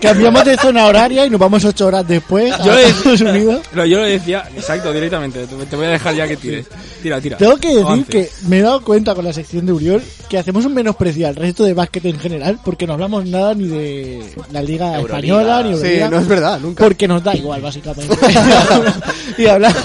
D: Cambiamos de zona horaria y nos vamos ocho horas después a
C: Yo he-
D: Estados Unidos.
C: No, yo lo decía, exacto, directamente. Te te voy a dejar ya que tires. Tira, tira.
D: Tengo que decir
C: Avance.
D: que me he dado cuenta con la sección de Uriol que hacemos un menosprecio al resto de básquet en general porque no hablamos nada ni de la Liga
E: Euroliga.
D: Española ni
F: Sí,
D: Euroliga.
F: no es verdad, nunca.
D: Porque nos da igual, básicamente. y hablamos.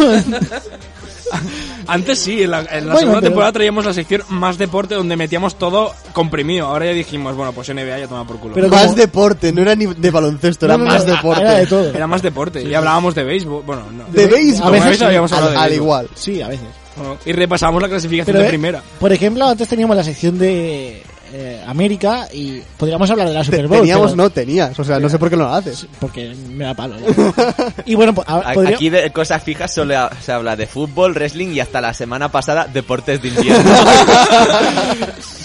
C: Antes sí, en la, en la
D: Bueno,
C: segunda
D: pero-
C: temporada traíamos la sección más deporte donde metíamos todo comprimido. Ahora ya dijimos, bueno, pues NBA ya toma por culo.
D: Pero
F: más
D: como-
F: deporte, no era ni de baloncesto, era
D: No, no,
F: más
D: no,
F: deporte.
D: Era de todo.
C: Era más deporte. y hablábamos de béisbol. Bueno, no.
F: De béisbol.
D: A veces
F: Como
C: habíamos hablado
F: al,
C: de
F: al
C: béisbol.
F: igual.
D: Sí, a veces.
C: Bueno, Y repasamos la clasificación
D: Pero,
C: de
D: eh,
C: primera.
D: Por ejemplo, antes teníamos la sección de eh, América y podríamos hablar de la
F: Te-
D: Super Bowl.
F: Teníamos,
D: pero-
F: no tenías, o sea, no sé por qué no lo haces.
D: Porque me da palo. ya. y bueno, pues, a-
E: A-
D: podría-
E: Aquí de cosas fijas solo ha- se habla de fútbol, wrestling y hasta la semana pasada deportes de invierno.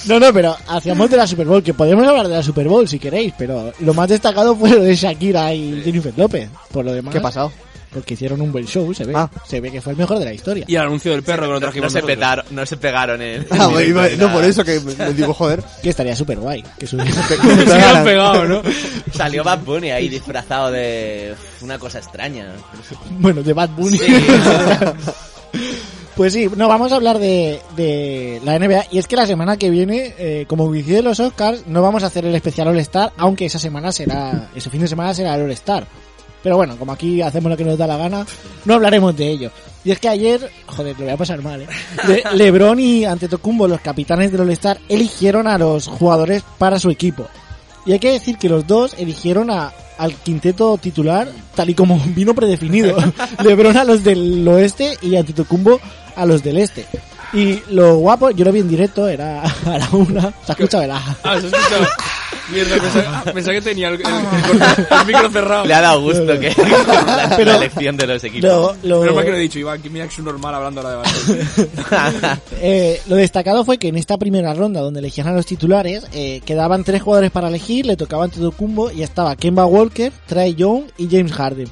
D: No, no, pero hacíamos de la Super Bowl, que podemos hablar de la Super Bowl si queréis, pero lo más destacado fue lo de Shakira y Jennifer López. Por lo demás,
F: ¿Qué ha pasado?
D: porque hicieron un buen show, se ve.
F: Ah.
D: Se ve que fue el mejor de la historia.
C: Y el anuncio del perro que lo trajimos
E: no, se
C: nosotros.
E: petaron, no se pegaron en.
F: Ah, bueno, iba- no, por eso que me, me digo, joder.
D: Que estaría súper guay. Que su-
F: que-
C: Se
F: que te
C: hubieran
F: ganan.
C: pegado, ¿no?
E: Salió Bad Bunny ahí disfrazado de una cosa extraña.
D: bueno, de Bad Bunny.
E: Sí.
D: Pues sí, no, vamos a hablar de, de la NBA. Y es que la semana que viene, eh, como coincide los Oscars, no vamos a hacer el especial All-Star, aunque esa semana será, ese fin de semana será el All-Star. Pero bueno, como aquí hacemos lo que nos da la gana, no hablaremos de ello. Y es que ayer, joder, lo voy a pasar mal, ¿eh? Le- Lebron y Antetokounmpo, los capitanes del All-Star, eligieron a los jugadores para su equipo. Y hay que decir que los dos eligieron a, al quinteto titular tal y como vino predefinido. Lebron a los del oeste y Antetokounmpo a los del este. Y lo guapo, yo lo vi en directo, era a la una. Se ha escuchado el aja.
C: Ah, se ha escuchado. Mierda, pensaba, ah, pensaba que tenía el, el- el corte- el micro cerrado.
E: Le ha dado gusto que la,
D: Pero-
E: la elección de los equipos.
D: Lo, lo-
C: Pero mal que lo he dicho, Iván, que mira que es un normal hablando ahora de básquet.
D: eh, lo destacado fue que en esta primera ronda donde elegían a los titulares, eh, quedaban tres jugadores para elegir, le tocaba Antetokounmpo y estaba Kemba Walker, Trae Young y James Harden.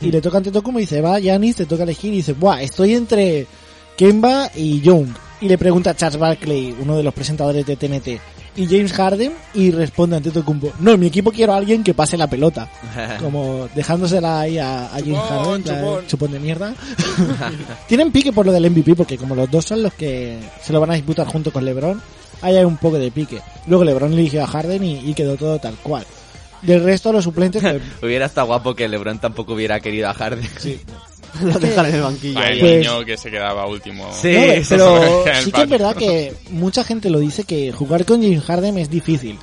D: Y le toca Antetokounmpo y dice, va, Yanis, te toca elegir y dice, buah, estoy entre Kemba y Young. Y le pregunta a Charles Barkley, uno de los presentadores de TNT, y James Harden, y responde ante Tocumbo, no, en mi equipo quiero a alguien que pase la pelota. Como dejándosela ahí a, a James
C: Chupón,
D: Harden, en plan,
C: chupón.
D: chupón de mierda. Tienen pique por lo del MVP, porque como los dos son los que se lo van a disputar junto con LeBron, ahí hay un poco de pique. Luego LeBron eligió a Harden y, y quedó todo tal cual. Del resto, los suplentes, pues,
E: Hubiera estado guapo que LeBron tampoco hubiera querido a Harden.
D: sí.
F: Lo dejan en el banquillo.
J: Para el
D: Pues-
J: niño que se quedaba último.
E: Sí.
D: No,
E: eso
D: pero
J: en el
D: sí que
J: patio.
D: es verdad que mucha gente lo dice que jugar con James Harden es difícil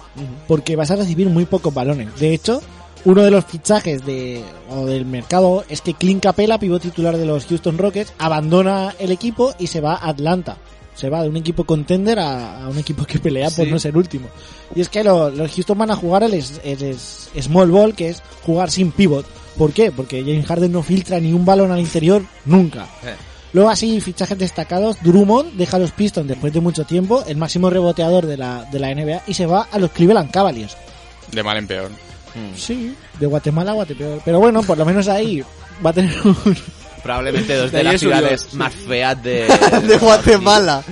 D: porque vas a recibir muy pocos balones. De hecho, uno de los fichajes de o del mercado es que Clint Capela, pivot titular de los Houston Rockets, abandona el equipo y se va a Atlanta. Se va de un equipo contender a, a un equipo que pelea por
E: Sí.
D: no ser último. Y es que lo- los Houston van a jugar el, es- el es- small ball, que es jugar sin pivot. ¿Por qué? Porque James Harden no filtra ni un balón al interior nunca. Luego así, fichajes destacados. Drummond deja los Pistons después de mucho tiempo, el máximo reboteador de la, de la NBA, y se va a los Cleveland Cavaliers.
J: De mal en peor.
D: Sí, de Guatemala a Guatepeor. Pero bueno, por lo menos ahí va a tener un...
E: Probablemente
C: De
E: dos de
C: ahí
E: las
C: subió.
E: ciudades más feas de...
F: De Guatemala.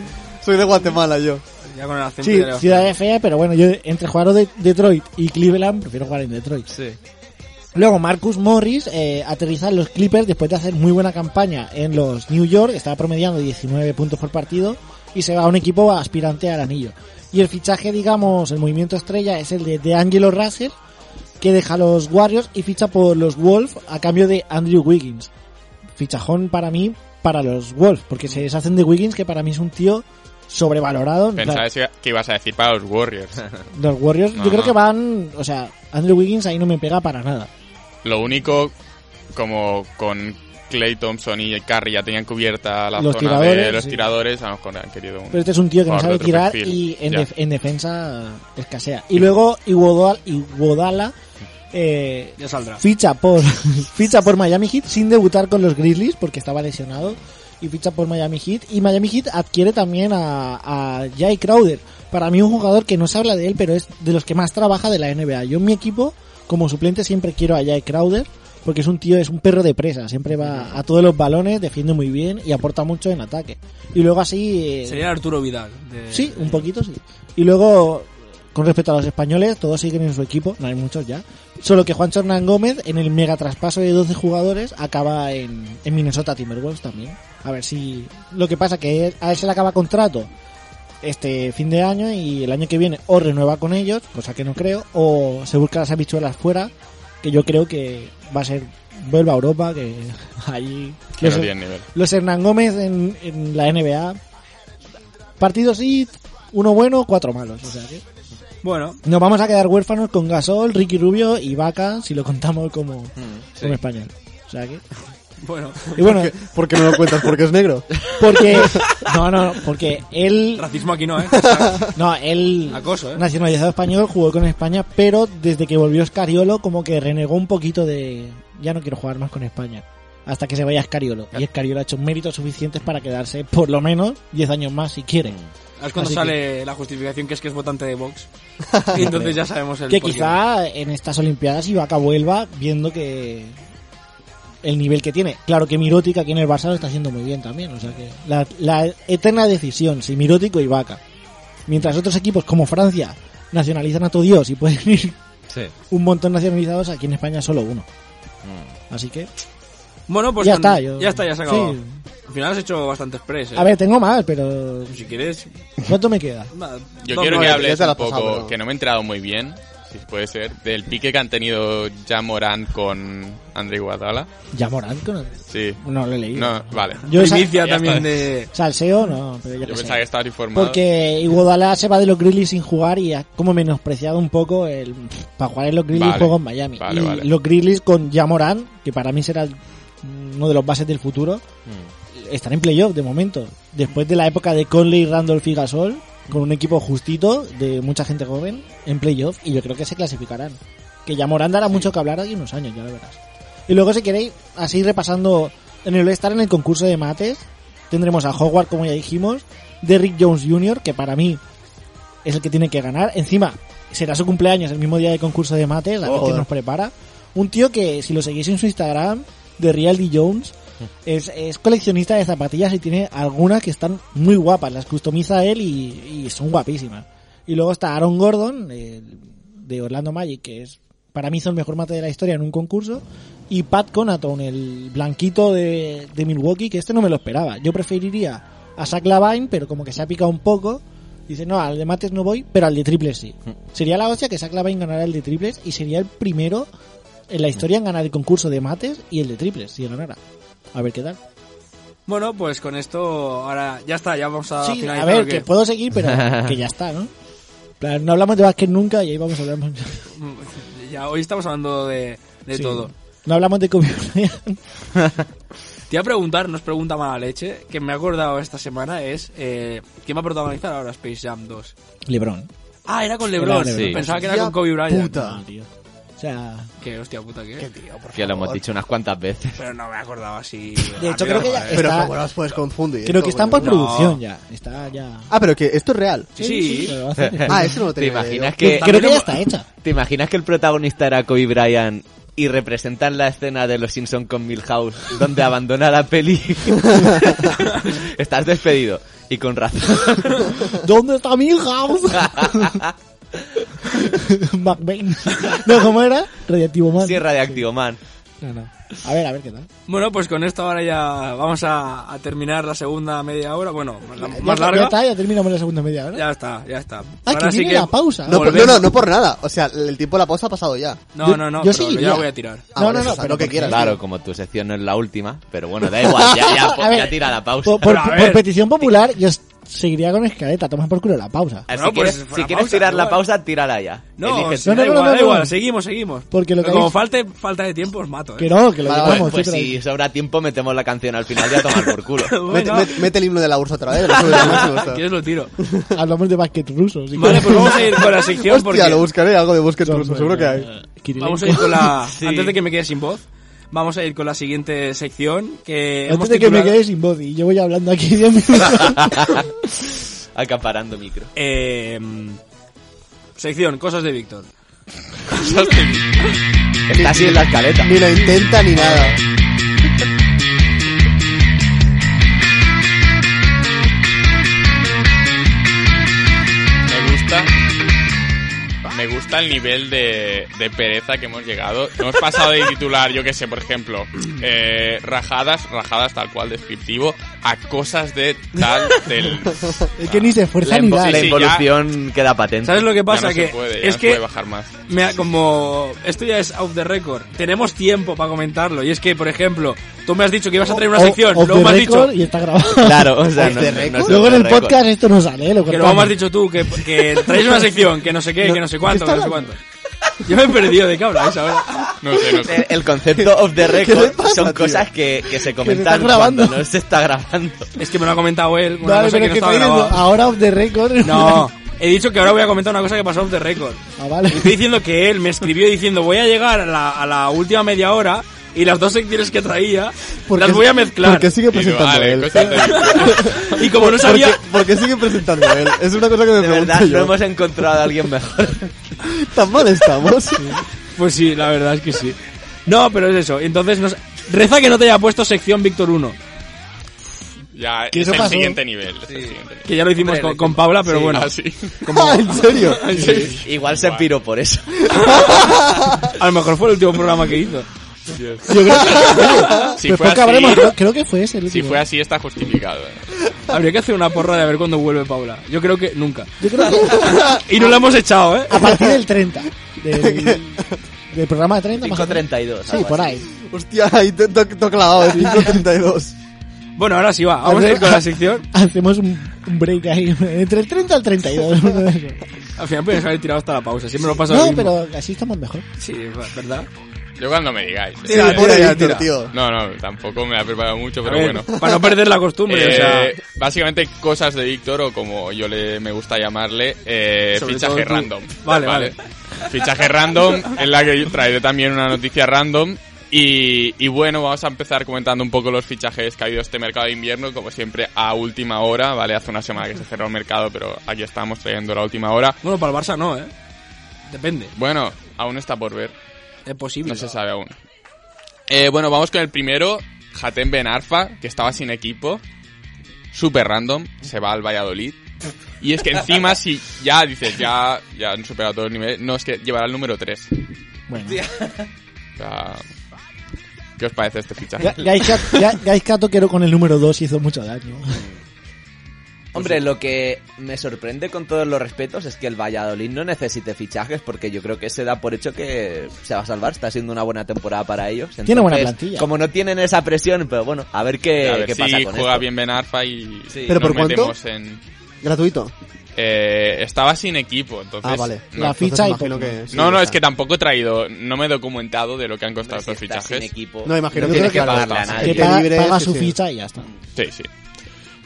F: Soy de Guatemala yo.
C: Ya con el acento
D: Sí,
C: ya le-
D: ciudad fea, pero bueno, yo entre jugar de Detroit y Cleveland, prefiero jugar en Detroit.
E: Sí.
D: Luego Marcus Morris eh, aterriza en los Clippers después de hacer muy buena campaña en los New York, estaba promediando 19 puntos por partido y se va a un equipo aspirante al anillo. Y el fichaje, digamos, el movimiento estrella es el de, de Angelo Russell, que deja los Warriors y ficha por los Wolves a cambio de Andrew Wiggins. Fichajón para mí, para los Wolves, porque se deshacen de Wiggins, que para mí es un tío sobrevalorado. en plan-
J: Pensaba que ibas a decir para los Warriors.
D: los Warriors,
J: No,
D: yo creo
J: no.
D: que van, o sea, Andrew Wiggins ahí no me pega para nada.
J: Lo único, como con Clay Thompson y Curry ya tenían cubierta la
D: Los
J: zona de
D: tiradores,
J: los
D: sí.
J: tiradores, a lo mejor han querido un...
D: Pero este es un tío que no
J: Por
D: sabe
J: otro
D: tirar
J: perfil,
D: y en,
J: ya.
D: def- en defensa eh, escasea. Y luego Iguodala, Iguodala eh,
C: Ya saldrá.
D: ficha por ficha por Miami Heat sin debutar con los Grizzlies porque estaba lesionado y ficha por Miami Heat y Miami Heat adquiere también a, a Jay Crowder para mí un jugador que no se habla de él pero es de los que más trabaja de la NBA yo en mi equipo como suplente siempre quiero a Jay Crowder porque es un tío es un perro de presa siempre va a todos los balones defiende muy bien y aporta mucho en ataque y luego así eh,
C: Sería Arturo Vidal. de-
D: Sí, un poquito sí. Eh, Y luego, con respecto a los españoles, todos siguen en su equipo, no hay muchos ya. Solo que Juancho Hernán Gómez, en el mega traspaso de 12 jugadores, acaba en, en Minnesota Timberwolves también. A ver si... Lo que pasa que a él se le acaba contrato este fin de año y el año que viene o renueva con ellos, cosa que no creo, o se busca las habichuelas fuera, que yo creo que va a ser... Vuelva a Europa, que ahí...
J: Que no
D: los-
J: tienen nivel.
D: los Hernán Gómez en, en la NBA. Partidos sí, uno bueno, cuatro malos. O sea que
C: Bueno,
D: nos vamos a quedar huérfanos con Gasol, Ricky Rubio y Vaca, si lo contamos como,
E: Mm.
D: como español. O sea que.
C: bueno.
D: Y bueno,
F: ¿Por qué no lo cuentas? Porque es negro.
D: porque. No, no, porque él.
C: Racismo aquí no, ¿eh?
D: No, él.
C: Acoso, ¿eh?
D: Nacionalizado español, jugó con España, pero desde que volvió Escariolo, como que renegó un poquito de. Ya no quiero jugar más con España. Hasta que se vaya Escariolo. Y Escariolo ha hecho méritos suficientes para quedarse por lo menos 10 años más si quiere.
C: Es cuando
D: Así
C: sale la justificación que es que es votante de Vox. Y entonces ya sabemos el
D: Que
C: por qué.
D: quizá en estas Olimpiadas Ibaka vuelva viendo que el nivel que tiene. Claro que Mirotic aquí en el Barça lo está haciendo muy bien también. O sea que la, la eterna decisión, si Mirotic o Ibaka. Mientras otros equipos como Francia nacionalizan a todo Dios y pueden ir
E: Sí.
D: un montón nacionalizados, aquí en España solo uno.
J: Mm.
D: Así que
C: Bueno, pues
D: ya
C: con-
D: está. yo-
C: ya está, ya se acabó.
D: Sí.
C: Al final has hecho bastantes press, ¿eh?
D: A ver, tengo más, pero
C: Si quieres...
D: ¿cuánto me queda?
C: nada,
J: Yo
C: dos
J: quiero que
C: nueve.
J: hables
F: ya te la
J: un
F: has
J: poco,
F: pasado, pero-
J: que no me he entrado muy bien, si puede ser, del pique que han tenido ya Morán con André Guadala.
D: Ya Morán, con-
J: Sí.
D: no lo he leído.
J: No, vale.
D: Yo sa-
C: Primicia
J: Ya
C: también
J: está.
C: de...
D: salseo, no, pero ya
J: Yo
D: que sé.
J: pensaba que estabas informado.
D: Porque Iguodala se va de los Grizzlies sin jugar y ha como menospreciado un poco el para jugar en los Grizzlies
J: Vale,
D: juego en Miami.
J: vale,
D: y
J: vale.
D: los Grizzlies con Jamoran, que para mí será el- uno de los bases del futuro,
J: Mm.
D: están en playoff de momento. Después de la época de Conley, Randolph y Gasol, con un equipo justito de mucha gente joven en playoff y yo creo que se clasificarán. Que Jamoran dará mucho que hablar aquí unos años, ya lo verás. Y luego si queréis, así repasando, en el estar en el concurso de mates, tendremos a Howard, como ya dijimos, Derrick Jones Jr., que para mí es el que tiene que ganar. Encima, será su cumpleaños el mismo día del concurso de mates, a ver qué
F: Joder.
D: nos prepara. Un tío que, si lo seguís en su Instagram, de Realdy Jones, es, es coleccionista de zapatillas y tiene algunas que están muy guapas, las customiza él y, y son guapísimas. Y luego está Aaron Gordon, el de Orlando Magic, que es para mí hizo el mejor mate de la historia en un concurso, y Pat Conaton, el blanquito de, de Milwaukee, que este no me lo esperaba. Yo preferiría a Zach Lavine, pero como que se ha picado un poco. Dice, no, al de mates no voy, pero al de triples sí. Sería la hostia que Zach Lavine ganara el de triples y sería el primero en la historia en ganar el concurso de mates y el de triples, si ganara. A ver qué tal.
C: Bueno, pues con esto ahora ya está, ya vamos a
D: Sí, a
C: finalizar, Ah, ¿o
D: ver,
C: qué?
D: que puedo seguir, pero que ya está, ¿no? En plan, No hablamos de básquet nunca y ahí vamos a hablar más.
C: Ya, hoy estamos hablando de, de
D: Sí.
C: todo.
D: No hablamos de Kobe Bryant.
C: Te iba a preguntar, nos pregunta mala leche, que me he acordado esta semana es eh, ¿quién va a protagonizar ahora Space Jam 2?
D: LeBron.
C: Ah, era con LeBron.
D: Era LeBron.
C: Pensaba que era
F: Ya
C: con Kobe Bryant.
F: Puta.
D: tío. O sea,
C: Que hostia puta que.
F: Qué tío,
D: pues.
F: por
E: Que lo hemos
F: favor.
E: dicho unas cuantas veces.
C: Pero no me acordaba así.
D: De hecho, creo que ya
F: Pero
D: está-
F: ¿cómo las puedes confundir?
D: creo que está en
F: por
D: postproducción ya. Está ya.
F: Ah, pero que esto es real.
C: Sí, sí.
D: pero lo hacen.
F: Ah, eso no lo
E: ¿Te
F: tenía.
E: imaginas
F: yo.
E: que,
D: Creo que ya está hecha.
E: ¿Te imaginas que el protagonista era Kobe Bryant y representan la escena de Los Simpson con Milhouse, donde abandona la peli? Estás despedido. Y con razón.
D: ¿Dónde está mi house? McBain. No, ¿cómo era? Radioactivo Man.
E: Sierra de Activo Man.
D: No, no. A ver, a ver qué tal.
C: Bueno, pues con esto ahora ya vamos a, a terminar la segunda media hora. Bueno, más, la- más
D: ya, ya
C: larga.
D: está, ya terminamos la segunda media hora.
C: Ya está, ya está.
D: Ah,
C: Ahora
D: que
C: sí
D: viene la pausa.
F: No, por-
C: volvemos.
F: no, no, no por nada. O sea, el tiempo de la pausa ha pasado ya.
C: No, no, no,
D: Yo
C: pero
D: sí,
C: ya
D: ya.
C: lo voy a tirar.
F: Ah,
D: No,
F: vale,
D: no, no,
F: o sea,
D: pero
F: lo que
D: porque-
F: quieras.
E: Claro, como tu sección no es la última, pero bueno, da igual, ya, ya,
D: A ver,
E: ya tira la pausa.
D: Por, por-
C: Pero a
D: por
C: ver.
D: petición popular, yo s- seguiría con escaleta. Toma por culo la pausa.
E: Eh,
C: Bueno,
E: si quieres,
C: pues,
E: si
C: la
E: quieres
C: pausa,
E: tirar
C: da
E: la
C: igual.
E: pausa, tírala ya.
C: No,
E: Eliges.
C: sí,
D: No, no,
C: da
D: no,
C: igual,
D: no,
C: da
D: no.
C: igual, seguimos, seguimos.
D: Porque lo que
C: Pero como
D: habéis-
C: falte, falta de tiempo os mato, eh.
D: Que no, que lo
F: Vale,
E: Pues,
D: llevamos.
E: pues si sobra tiempo, metemos la canción al final y a tomar por culo.
F: Mete,
C: Bueno,
F: mete- mete el himno de la ursa otra vez. lo subes al máximo, está.
C: si quieres lo tiro.
D: Hablamos de básquet ruso. sí que-
C: Vale, pues vamos a ir con la sección porque
F: Hostia, lo buscaré, algo de búsqueda pues seguro que hay.
D: Kirilenko.
C: vamos a ir con la
E: Sí.
C: antes de que me quede sin voz. Vamos a ir con la siguiente sección que hemos
D: Antes de que me
C: titulado-
D: quede sin voz y yo voy hablando aquí 10 minutos.
E: Acaparando micro.
C: Eh, mm, sección cosas de Víctor.
E: Está así en la escaleta.
F: Ni lo intenta ni nada.
J: Me gusta. Me gusta el nivel de, de pereza que hemos llegado. Hemos pasado de titular, yo que sé, por ejemplo, eh, rajadas, rajadas tal cual descriptivo, a cosas de tal del.
D: es que ni se esfuerza
E: La,
D: ni
E: invo-
D: da. ¿eh?
E: la
J: Sí, sí,
E: involución queda patente.
C: ¿Sabes lo que pasa
J: Ya no se
C: que
J: puede, ya
C: es
J: no se
C: que
J: puede bajar más.
C: me ha- como esto ya es out the record. Tenemos tiempo para comentarlo y es que por ejemplo, tú me has dicho que ibas a traer una sección,
D: Off
C: luego
D: the
C: me has
D: record
C: dicho
D: Y está grabado.
E: Claro, o sea,
F: Off
E: no,
F: the
E: no-
F: record.
E: no es
D: Luego en
E: un
D: el
E: récord.
D: podcast esto no sale, ¿eh? lo
C: que
D: cortamos.
C: luego me has dicho tú que, que traes una sección que no sé qué, que no sé cuánto,
D: ¿qué
C: que
D: está
C: no sé cuánto. Yo me he perdido de qué habláis ahora.
J: No sé, no sé.
E: El- El concepto of the
F: ¿Qué le
E: record
F: pasa,
E: son
F: tío?
E: cosas que, que se
D: estás
E: comentan
D: grabando.
E: cuando no se está grabando.
C: Es que me lo ha comentado él, una
D: Vale,
C: cosa
D: pero
C: que no estaba
D: que estoy diciendo,
C: grabada.
D: ahora off the record.
C: No, he dicho que ahora voy a comentar una cosa que pasó off the record.
D: Ah, vale.
C: Estoy diciendo que él me escribió diciendo voy a llegar a la, a la última media hora y las dos secciones que traía
F: Porque-
C: las voy a mezclar.
F: Porque sigue
J: Y digo,
F: presentando
J: vale,
F: él.
J: cosas de-
C: Y como no sabía...
F: Porque, porque sigue presentando él. Es una cosa que
E: De
F: me
E: verdad,
F: pregunto
E: no
F: yo.
E: hemos encontrado a alguien mejor.
F: Tan mal estamos.
C: Pues sí, la verdad es que sí. No, pero es eso. Entonces nos... Reza que no te haya puesto sección Víctor 1.
J: Ya,
D: Que
J: es
D: eso
J: el
D: pasó.
J: siguiente nivel. es el siguiente nivel.
C: Que ya lo hicimos
E: Hombre,
C: con, con Paula, pero
E: sí.
C: bueno.
J: Ah, sí.
F: Ah, ¿En serio?
E: Igual se piró por eso.
C: A lo mejor fue el último programa que hizo.
D: Yo creo
J: Si
D: pues
J: fue
D: poco habremos-
J: así,
D: creo- creo que fue ese el
J: si
D: último.
J: fue así, está justificado.
C: Habría que hacer una porra de a ver cuándo vuelve Paula. Yo creo que nunca. y no la hemos echado, ¿eh?
D: A partir del 30. Del, del programa de 30. más o menos.
E: 5.32.
D: Sí,
E: algo
D: por
E: así.
D: ahí.
F: Hostia, ahí te te- te he clavado. Es 532.
C: Bueno, ahora sí va. Vamos a ir con la sección.
D: Hacemos un un break ahí. Entre el 30 al 32. uno de esos.
C: Al final podrías haber tirado hasta la pausa. Siempre lo pasa lo
D: no,
C: mismo.
D: pero así estamos mejor.
C: Sí, es verdad.
J: Yo cuando me digáis.
C: Sí, Tira,
F: Pobre
C: tira,
F: Víctor,
C: tira.
F: tío.
J: No, no, tampoco me ha preparado mucho,
C: A
J: pero
C: ver,
J: bueno.
C: Para no perder la costumbre, o sea...
J: Eh, Básicamente cosas de Víctor o como yo le me gusta llamarle, eh,
C: Sobre todo
J: fichaje
C: tú.
J: random.
C: Vale, vale.
J: Fichaje random en la que yo traeré también una noticia random. Y, y bueno, vamos a empezar comentando un poco los fichajes que ha habido este mercado de invierno, como siempre a última hora, ¿vale? Hace una semana que se cerró el mercado, pero aquí estamos trayendo la última hora.
C: Ah, Bueno, para el Barça no, ¿eh? Depende.
J: Bueno, aún está por ver.
C: Es posible.
J: No se sabe aún. Eh, bueno, vamos con el primero, Hatem Ben Arfa, que estaba sin equipo, super random, se va al Valladolid. Y es que encima, si ya dices, ya, ya han superado todos los niveles, no, es que llevará el número 3.
D: Bueno.
J: O sea, ¿qué os parece este fichaje?
D: Ga- Gais Cat- Ga- Gais Cato, que con el número 2 hizo mucho daño.
E: Hombre, lo que me sorprende con todos los respetos es que el Valladolid no necesite fichajes porque yo creo que se da por hecho que se va a salvar. Está siendo una buena temporada para ellos.
D: Tiene buena
E: Entonces,
D: plantilla.
E: Como no tienen esa presión, pero bueno, a ver qué,
J: a ver
E: qué
J: si
E: pasa con
J: juega
E: esto.
J: bien Ben Arfa y
E: Sí.
F: ¿Pero
J: nos
F: por cuánto?
J: metemos en...
F: Gratuito.
J: Eh, estaba sin equipo, entonces...
F: Ah, vale.
J: No,
D: La ficha y
F: Entonces imagino
D: poco.
F: que sí,
J: no, no,
F: o
J: es
F: sea,
J: que tampoco he traído, no me he documentado de lo que han costado
E: Hombre, si
J: estos
E: estás sin
J: fichajes.
E: equipo,
F: No, imagino
E: no
F: que
E: tienes que
F: claro,
E: pagarle a
F: sí.
E: nadie.
D: Que
F: Que
D: paga,
F: libre
D: paga
F: es,
D: su
F: sí.
D: ficha y ya está.
J: Sí, sí.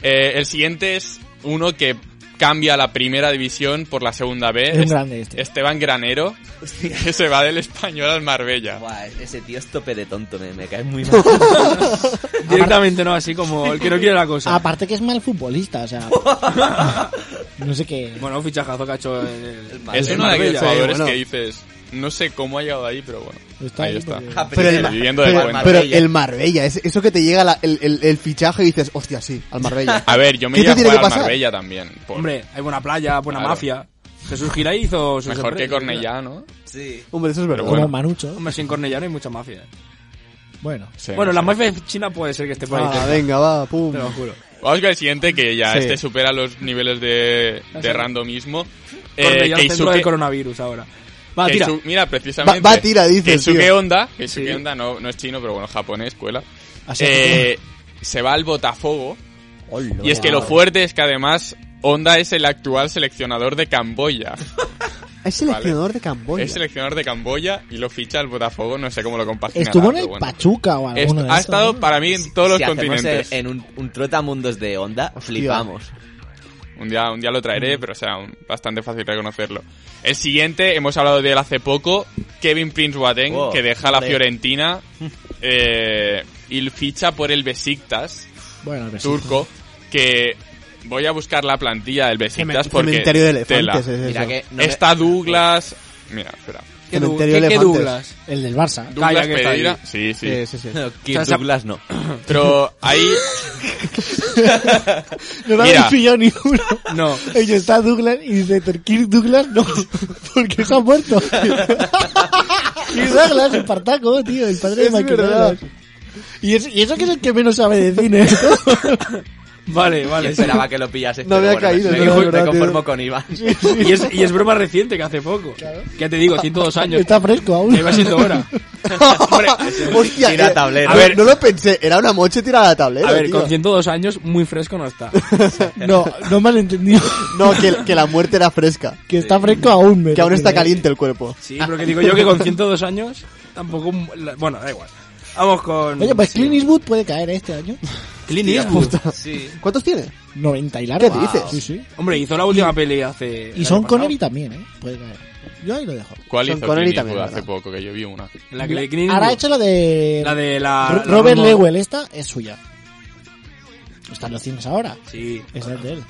J: Eh, el siguiente es uno que cambia la primera división por la segunda B.
D: Es un
J: Es-
D: grande este.
J: Esteban Granero, que se va del español al Marbella.
E: Buah, ese tío es tope de tonto, me, me cae muy mal.
C: Directamente, ¿no? Así como el que no quiere la cosa.
D: Aparte que es mal futbolista, o sea. no sé qué.
C: Bueno, un fichajazo que ha hecho el,
E: Madre
J: Es
E: mía.
J: uno de aquellos
C: Marbella,
J: jugadores que
F: bueno.
J: dices, no sé cómo ha llegado ahí, pero bueno,
D: Está
J: ahí
D: ahí
J: está.
D: porque-
E: Ja,
F: Pero el,
E: primera.
F: Ma-
J: Viviendo de
F: pero-
J: Marbella.
F: pero el Marbella, es- eso que te llega la- el, el- el fichaje y dices, hostia, sí, al Marbella.
J: A ver, yo me
F: ¿Qué
J: iría a
F: te tiene
J: jugar
F: que
J: al
F: pasar?
J: Marbella también. por-
C: Hombre, hay buena playa, buena
J: Claro.
C: mafia. Jesús Gira hizo... sus
J: mejor que
C: empresas.
J: Cornellá, ¿no?
E: Sí.
F: Hombre, eso es
J: Pero
F: verdad.
D: Como
J: bueno.
D: Manucho.
C: Hombre, sin Cornellá no hay mucha mafia. ¿eh?
D: Bueno.
J: Sí,
C: bueno,
J: no
C: la
J: sé.
C: mafia china puede ser que esté por ahí.
F: Ah, venga, va, pum.
C: Te lo juro.
J: Vamos con el siguiente, que ya
F: Sí.
J: este supera los niveles de, de randomismo. Eh,
C: Cornellá al centro
J: Keisuke-
C: del coronavirus ahora. Va, tira.
J: Keisu- mira, precisamente.
F: Va- va, tira, dices,
J: Keisuke
F: tío.
J: Honda, Keisuke
C: Sí.
J: Honda no, no es chino, pero bueno, japonés, cuela.
D: Así
J: Eh, se va al Botafogo.
F: Hola.
J: Y es que lo fuerte es que además Honda es el actual seleccionador de Camboya.
F: Es seleccionador de Camboya.
J: Es seleccionador de Camboya y lo ficha al Botafogo, no sé cómo lo compagina.
D: Estuvo en el Pachuca o
J: Est-
D: alguno de
J: ha
D: esos,
J: estado
D: ¿no?
J: para mí en todos
E: si
J: los
E: hacemos
J: continentes.
E: En en un, un trotamundos de onda, flipamos.
J: Un día, un día lo traeré, pero o sea, un- bastante fácil reconocerlo. El siguiente, hemos hablado de él hace poco, Kevin Prince Boateng,
E: Oh,
J: que deja la
E: hombre.
J: Fiorentina eh, y ficha por el Besiktas
D: Bueno, el Besiktas.
J: turco, que voy a buscar la plantilla del Besiktas
F: Cemen-
J: porque
F: cementerio de
J: tela.
F: elefantes es
E: Mira
F: eso.
E: que no me-
J: Está Douglas, mira, espera.
C: ¿Qué, du-
F: Cementerio
C: qué-
F: de
C: qué
F: elefantes.
C: Douglas?
D: El del Barça.
J: Douglas
C: Calla, que está
J: Pereira,
C: ahí.
J: sí, sí.
F: Sí, sí, sí.
E: No, Kirk
C: O sea,
E: Douglas no.
J: Pero ahí
D: No
J: Mira.
D: lo habéis pillado ni uno.
C: No.
D: Ellos está Douglas y dice Kirk Douglas no, porque se ha muerto. Kirk Douglas, Espartaco, tío, el padre de
F: Es
D: Michael
F: verdad.
D: Douglas. Y, es- y eso que es el que menos sabe de cine.
C: Vale,
E: Yo
C: vale. sí.
E: esperaba que lo pillase. pero
F: No había
E: bueno,
F: caído,
E: Me,
F: no, la
E: me
F: verdad,
E: conformo
F: tío.
E: con Iván.
C: Y es, y es broma reciente que hace poco. Ya te digo, 102 años.
D: Está fresco aún.
C: Ya iba siendo hora.
F: Hostia,
E: Tira
F: eh,
E: tablero.
F: A ver, no lo pensé, era una moche tirada a la tablera.
C: A ver,
F: tío.
C: con 102 años muy fresco no está.
D: No, no malentendido.
F: No, que, que la muerte era fresca.
D: Que está fresco aún. me
F: Que aún
D: refiero,
F: está
D: ¿eh?
F: caliente el cuerpo.
C: Sí, pero que digo yo que con 102 años tampoco... la- Bueno, da igual. Vamos con...
D: Oye, pues
C: sí.
D: Clint Eastwood puede caer este año.
C: Clint Eastwood.
E: Sí.
F: ¿Cuántos tiene?
D: 90 y largo.
F: ¿Qué dices?
D: Sí, sí.
C: Hombre, hizo la última peli hace... el
D: Y
C: año
D: Son
C: pasado.
D: Connery también, ¿eh? Puede caer. Yo ahí lo dejo.
J: ¿Cuál
F: Son
J: hizo
F: Connery
J: Clint
F: también,
J: Eastwood hace
F: ¿verdad?
J: poco que yo vi una?
C: La que Clint Eastwood-
D: Ahora ha hecho la de...
C: La de la...
D: Ro-
C: la
D: Robert
C: Roma-
D: Lewell, esta es suya. Está en los cines ahora.
C: Sí.
D: Esa es de él.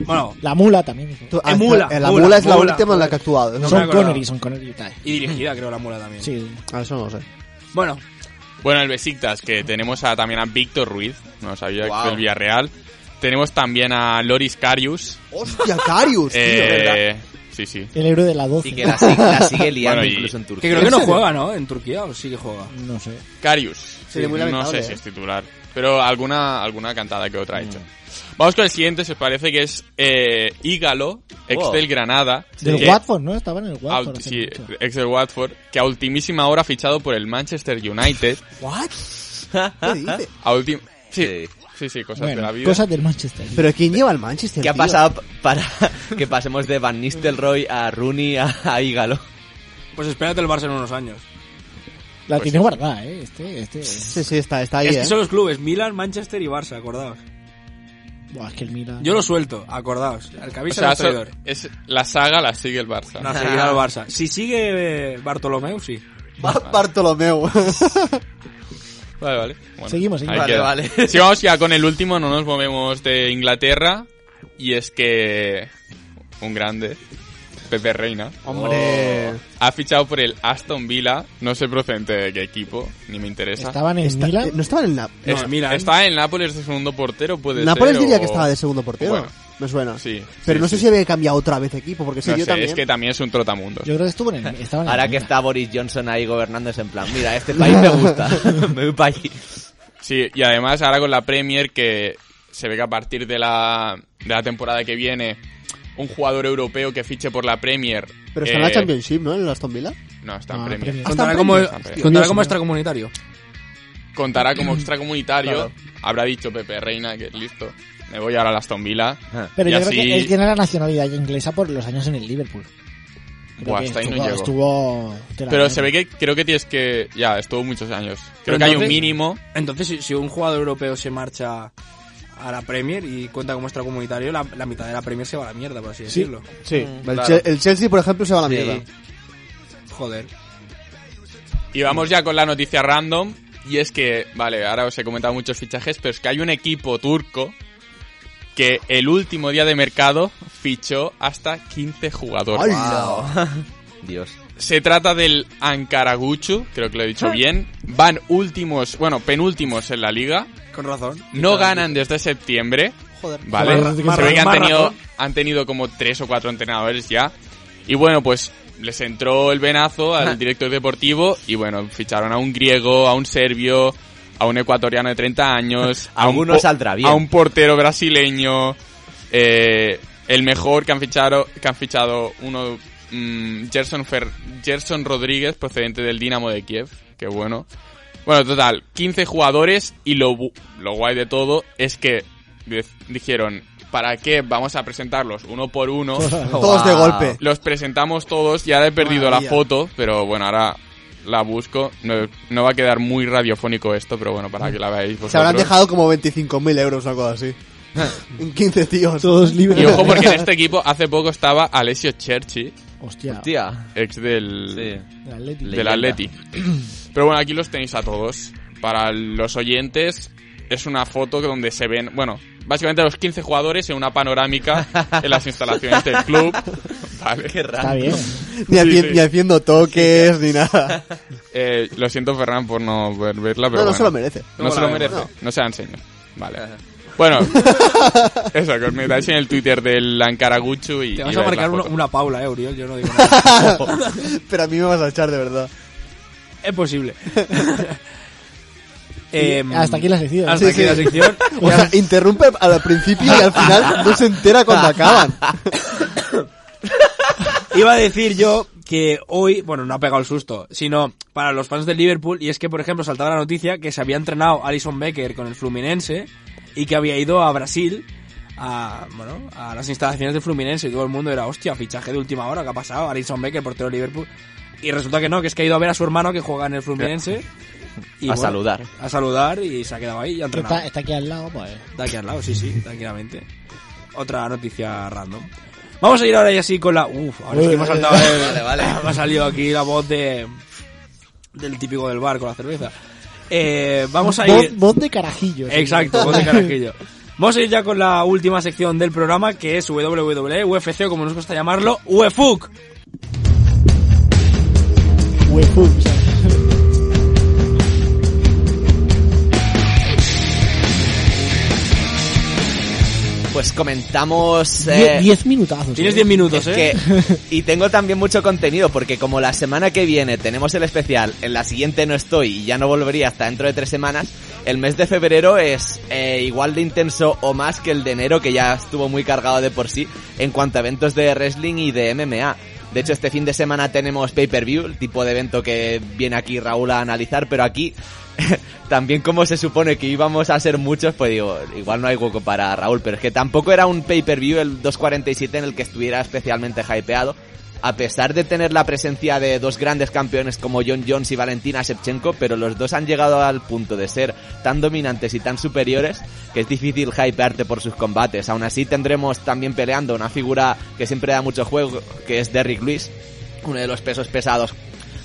C: Bueno,
D: La mula también.
F: Tú-
C: Es Mula,
F: esta- eh, La
C: Mula,
F: mula es la
C: Mula,
F: última en la que ha
C: joder.
F: actuado. ¿eh?
C: No me
D: son
C: acordaba.
D: Connery, son Connery y tal.
C: y dirigida creo la mula también.
D: Sí, sí.
F: A eso no lo sé.
C: Bueno,
J: Bueno, el Besiktas, que tenemos a- también a Víctor Ruiz, no sabía
E: Guau.
J: del Villarreal. Tenemos también a Loris Carius.
F: Hostia, Carius, tío.
J: eh, sí, sí.
D: el héroe de la 12.
E: Y que la, sig- la sigue liando
J: Bueno, y-
E: incluso en Turquía.
C: que creo que no juega, ¿no? En Turquía o sí que juega.
D: No sé.
J: Carius.
F: Sería muy
J: no
F: lamentable,
J: sé si
F: ¿eh?
J: es titular, pero alguna, alguna cantada que otra ha hecho. Vamos con el siguiente, se parece que es eh, Ígalo, ex
E: Wow.
J: del Granada.
D: Del
J: que-
D: Watford, ¿no? Estaba en el
J: a
D: Watford.
J: ulti-
D: hace
J: sí, eh,
D: mucho.
J: ex del Watford, que a ultimísima hora ha fichado por el Manchester United.
F: ¿What? ¿Qué dice?
J: A ultim- sí,
E: Sí.
J: sí, sí, eh, cosas de la
D: Bueno,
J: vida.
D: cosas del Manchester.
F: ¿Pero quién lleva al Manchester,
E: ¿Qué ha
F: tío?
E: pasado pa- para que pasemos de Van Nistelrooy a Rooney a, a Ígalo?
C: Pues espérate el Barça en unos años.
D: la
J: pues
D: tiene
J: sí.
D: guardada, ¿eh? Este, este.
F: Sí, sí, está, está ahí,
C: es que
F: eh.
C: son los clubes, Milan, Manchester y Barça, acordaos.
D: Buah, es que el Milan.
C: Yo lo suelto, acordaos. Al que
J: O
C: avisa
J: sea,
C: al
J: eso-
C: traidor.
J: es, la saga la sigue el Barça.
C: No, seguirá al Barça. Si sigue eh, Bartolomeu, sí.
F: Bar- Bartolomeu.
J: Vale, vale. Bueno,
D: Seguimos, seguimos.
J: ahí
E: Vale,
J: queda.
E: vale.
J: Si vamos ya con el último, no nos movemos de Inglaterra. Y es que. Un grande. Pepe Reina.
F: Hombre.
J: Ha fichado por el Aston Villa, no sé procedente de qué equipo, ni me interesa.
D: Estaban en
F: Está-
D: Milan.
F: eh, no estaba en el Nap-
C: No,
J: Es-
C: Milan.
J: Está en Nápoles de segundo portero, puede
F: Nápoles
J: ser,
F: diría
J: o-
F: que estaba de segundo portero.
J: Bueno.
F: me suena.
J: Sí,
F: Pero
J: sí,
F: no sé
J: sí.
F: si había cambiado otra vez de equipo, porque sí,
J: No
F: yo
J: sé,
F: también.
J: es que también es un trotamundos.
D: Yo creo que estuvo en el, estaba en el
E: Ahora que
D: Milan.
E: está Boris Johnson ahí gobernando, es en plan, mira, este país me gusta, me voy para allí.
J: Sí, y además ahora con la Premier que se ve que a partir de la, de la temporada que viene un jugador europeo que fiche por la Premier...
F: Pero está en
J: eh,
F: la Championship, ¿no? En el Aston Villa.
J: No, está en
D: Ah,
J: Premier.
D: Premier.
C: Contará
F: Hasta
C: como,
F: premios.
J: Hostia.
C: contará como
D: Curioso.
C: extracomunitario.
J: Contará como extracomunitario.
F: Claro.
J: Habrá dicho Pepe Reina que listo, me voy ahora a la Aston Villa.
D: Pero
J: Y
D: yo creo
J: así-
D: que él tiene la nacionalidad inglesa por los años en el Liverpool. Creo
J: Buah,
D: que
J: hasta ahí no
D: estuvo,
J: llego.
D: estuvo-
J: Pero se ve que creo que tienes que... Ya, estuvo muchos años. Creo
C: Pero
J: que hay un
C: entonces-
J: mínimo.
C: Entonces, si, si un jugador europeo se marcha a la Premier y cuenta como extracomunitario, la, la mitad de la Premier se va a la mierda, por así decirlo.
F: Sí. el,
J: Mm, claro.
F: Che- el Chelsea, por ejemplo, se va a la
C: Sí.
F: mierda.
C: Joder.
J: Y vamos ya con la noticia random. Y es que, vale, ahora os he comentado muchos fichajes, pero es que hay un equipo turco que el último día de mercado fichó hasta 15 jugadores.
E: Dios.
J: Se trata del Ankaraguchu, creo que lo he dicho bien. Van últimos, bueno, penúltimos en la liga.
C: Con razón.
J: No ganan desde septiembre.
F: Joder.
J: Vale,
C: Más-
J: se
C: más
J: ve que han
C: más
J: tenido,
C: razón.
J: han tenido como tres o cuatro entrenadores ya. Y bueno, pues les entró el venazo al director deportivo y bueno, ficharon a un griego, a un serbio, a un ecuatoriano de 30 años, a un,
E: Alguno saldrá bien.
J: a un portero brasileño, eh, el mejor que han fichado, que han fichado uno, mm, Gerson, Fer- Gerson Rodríguez, procedente del Dinamo de Kiev, que bueno. Bueno, total, 15 jugadores y lo, bu- lo guay de todo es que di- dijeron, ¿para qué vamos a presentarlos uno por uno?
F: Todos de golpe.
J: Los presentamos todos, ya he perdido
C: Maravilla.
J: la foto, pero bueno, ahora la busco. No, no va a quedar muy radiofónico esto, pero bueno, para que la veáis vosotros.
F: Se habrán dejado como 25.000 euros o algo así. En 15 tíos.
D: todos libres.
J: Y ojo porque en este equipo hace poco estaba Alessio Cherchi,
D: Hostia,
E: Tía.
J: ex del,
E: Sí.
D: el Atleti.
J: del
E: Leyenda.
J: Atleti. Pero bueno, aquí los tenéis a todos. Para los oyentes es una foto que donde se ven, bueno, básicamente los 15 jugadores en una panorámica en las instalaciones del club. Vale.
D: Está bien.
F: Ni, haci-
J: sí.
F: ni haciendo toques, ni nada.
J: Eh, lo siento, Ferran, por no poder verla,
F: No, no
J: pero
F: se
J: bueno.
F: lo merece.
J: No se lo merece.
F: No.
J: No se la enseño. Vale. Bueno, eso, que os metáis en el Twitter del Ankaraguchu y.
C: Te
J: y
C: vas a
J: veáis
C: marcar
J: la
C: una,
J: foto.
C: una paula, eh, Uriol. Yo no digo nada.
F: Pero a mí me vas a echar de verdad.
C: es posible.
D: Y hasta aquí la sección.
C: Em, Hasta
F: Sí,
C: aquí
F: sí.
C: la sección.
F: O sea, interrumpe al principio y al final no se entera cuando acaban.
C: Iba a decir yo que hoy, bueno, no ha pegado el susto, sino para los fans del Liverpool, y es que, por ejemplo, saltaba la noticia que se había entrenado Alison Becker con el Fluminense y que había ido a Brasil, a, bueno, a las instalaciones del Fluminense, y todo el mundo era, hostia, fichaje de última hora, ¿qué ha pasado? Alison Becker, portero de Liverpool. Y resulta que no, que es que ha ido a ver a su hermano que juega en el Fluminense. Y,
E: A saludar.
C: A saludar y se ha quedado ahí y ha entrenado.
D: Está, está aquí al lado, pues.
C: De aquí al lado, sí, sí, tranquilamente. Otra noticia random. Vamos a ir ahora ya sí con la. Uf, ahora sí que me ha saltado. el-
E: Vale, vale.
C: Me ha salido aquí la voz de. del típico del bar con la cerveza. Eh, vamos a
D: Voz,
C: ir.
D: voz de carajillo. sí.
C: Exacto, voz de carajillo. Vamos a ir ya con la última sección del programa que es E WWE, UFC o como nos gusta llamarlo, UFUC.
D: Huefú, o sea.
E: Pues comentamos... eh,
D: Die- Diez minutazos.
C: Tienes
D: eh.
C: 10 minutos,
E: Es
C: eh.
E: que- y tengo también mucho contenido porque como la semana que viene tenemos el especial, en la siguiente no estoy y ya no volvería hasta dentro de tres semanas, el mes de febrero es eh, igual de intenso o más que el de enero que ya estuvo muy cargado de por sí en cuanto a eventos de wrestling y de MMA. De hecho, este fin de semana tenemos pay-per-view, el tipo de evento que viene aquí Raúl a analizar, pero aquí también como se supone que íbamos a ser muchos, pues digo, igual no hay hueco para Raúl, pero es que tampoco era un pay-per-view el 247 en el que estuviera especialmente hypeado. A pesar de tener la presencia de dos grandes campeones como John Jones y Valentina Shevchenko, pero los dos han llegado al punto de ser tan dominantes y tan superiores que es difícil hypearte por sus combates. Aún así tendremos también peleando una figura que siempre da mucho juego, que es Derrick Lewis, uno de los pesos pesados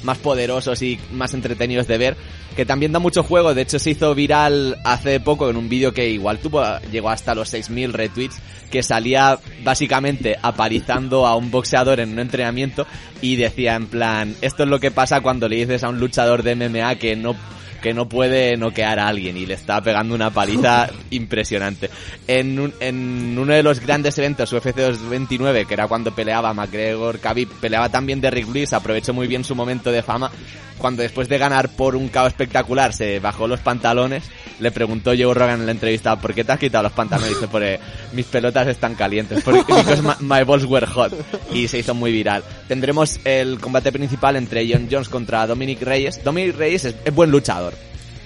E: más poderosos y más entretenidos de ver que también da mucho juego. De hecho, se hizo viral hace poco en un vídeo que igual tuvo, llegó hasta los 6.000 retweets, que salía básicamente apalizando a un boxeador en un entrenamiento y decía en plan, esto es lo que pasa cuando le dices a un luchador de MMA que no que no puede noquear a alguien y le está pegando una paliza impresionante. En, un- en uno de los grandes eventos, UFC 229, que era cuando peleaba McGregor, Khabib, peleaba también de Rick Luis, aprovechó muy bien su momento de fama, cuando después de ganar por un KO espectacular se bajó los pantalones, le preguntó Joe Rogan en la entrevista, ¿por qué te has quitado los pantalones? Y dice, porque mis pelotas están calientes, porque because my, my balls were hot. Y se hizo muy viral. Tendremos el combate principal entre John Jones contra Dominic Reyes. Dominic Reyes es- es buen luchador.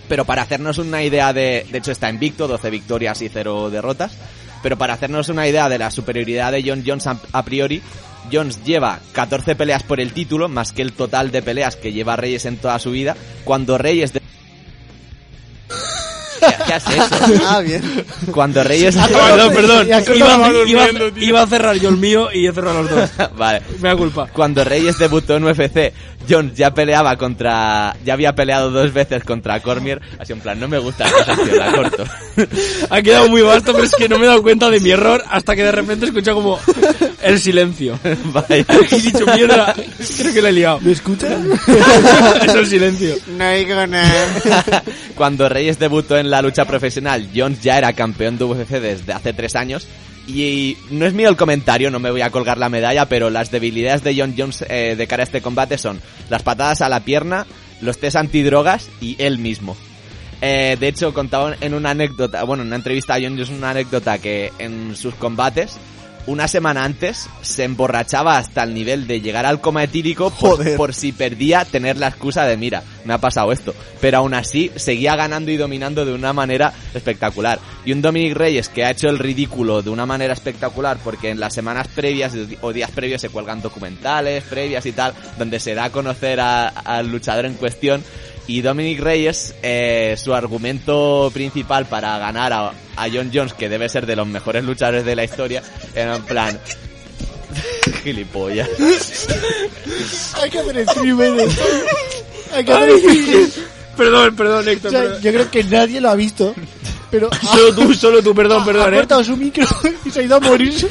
E: Pero para hacernos una idea de... De hecho está invicto, 12 victorias y 0 derrotas. Pero para hacernos una idea de la superioridad de John Jones a, a priori, Jones lleva 14 peleas por el título, más que el total de peleas que lleva Reyes en toda su vida. Cuando Reyes... de- ¿Qué, qué has hecho?
F: Ah, bien.
E: Cuando Reyes...
C: Perdón, perdón.
D: Ya se
C: Iba,
D: estaba
C: iba- iba a cerrar yo el mío y he cerrado los dos.
E: vale.
C: Me da culpa.
E: Cuando Reyes debutó en UFC, Jones ya peleaba contra... Ya había peleado dos veces contra Cormier. Así en plan, no me gusta esta sección, la corto.
C: Ha quedado muy vasto, pero es que no me he dado cuenta de mi error hasta que de repente escucho como el silencio.
E: Vaya.
C: Y he dicho, mierda, creo que la he liado.
D: ¿Me escuchas?
C: es el silencio.
F: No hay gonna.
E: Cuando Reyes debutó en la lucha profesional, Jones ya era campeón de UFC desde hace tres años. Y no es mío el comentario, no me voy a colgar la medalla, pero las debilidades de John Jones eh, de cara a este combate son las patadas a la pierna, los test antidrogas y él mismo. Eh, de hecho, contaba en una anécdota, bueno, en una entrevista a John Jones una anécdota que en sus combates, una semana antes, se emborrachaba hasta el nivel de llegar al coma etílico por,
F: Joder.
E: por si perdía tener la excusa de, mira, me ha pasado esto. Pero aún así, seguía ganando y dominando de una manera espectacular. Y un Dominic Reyes que ha hecho el ridículo de una manera espectacular porque en las semanas previas o días previos se cuelgan documentales, previas y tal, donde se da a conocer a- al luchador en cuestión y Dominic Reyes, eh, su argumento principal para ganar a, a John Jones, que debe ser de los mejores luchadores de la historia, era en plan... gilipollas.
D: Hay que hacer streamers. Hay que hacer
C: Ay, perdón, perdón,
D: O
C: Héctor.
D: sea,
C: perdón.
D: yo creo que nadie lo ha visto. Pero ha,
C: Solo tú, solo tú, perdón,
D: ha
C: perdón, eh.
D: cortado su micro y se ha ido a morirse.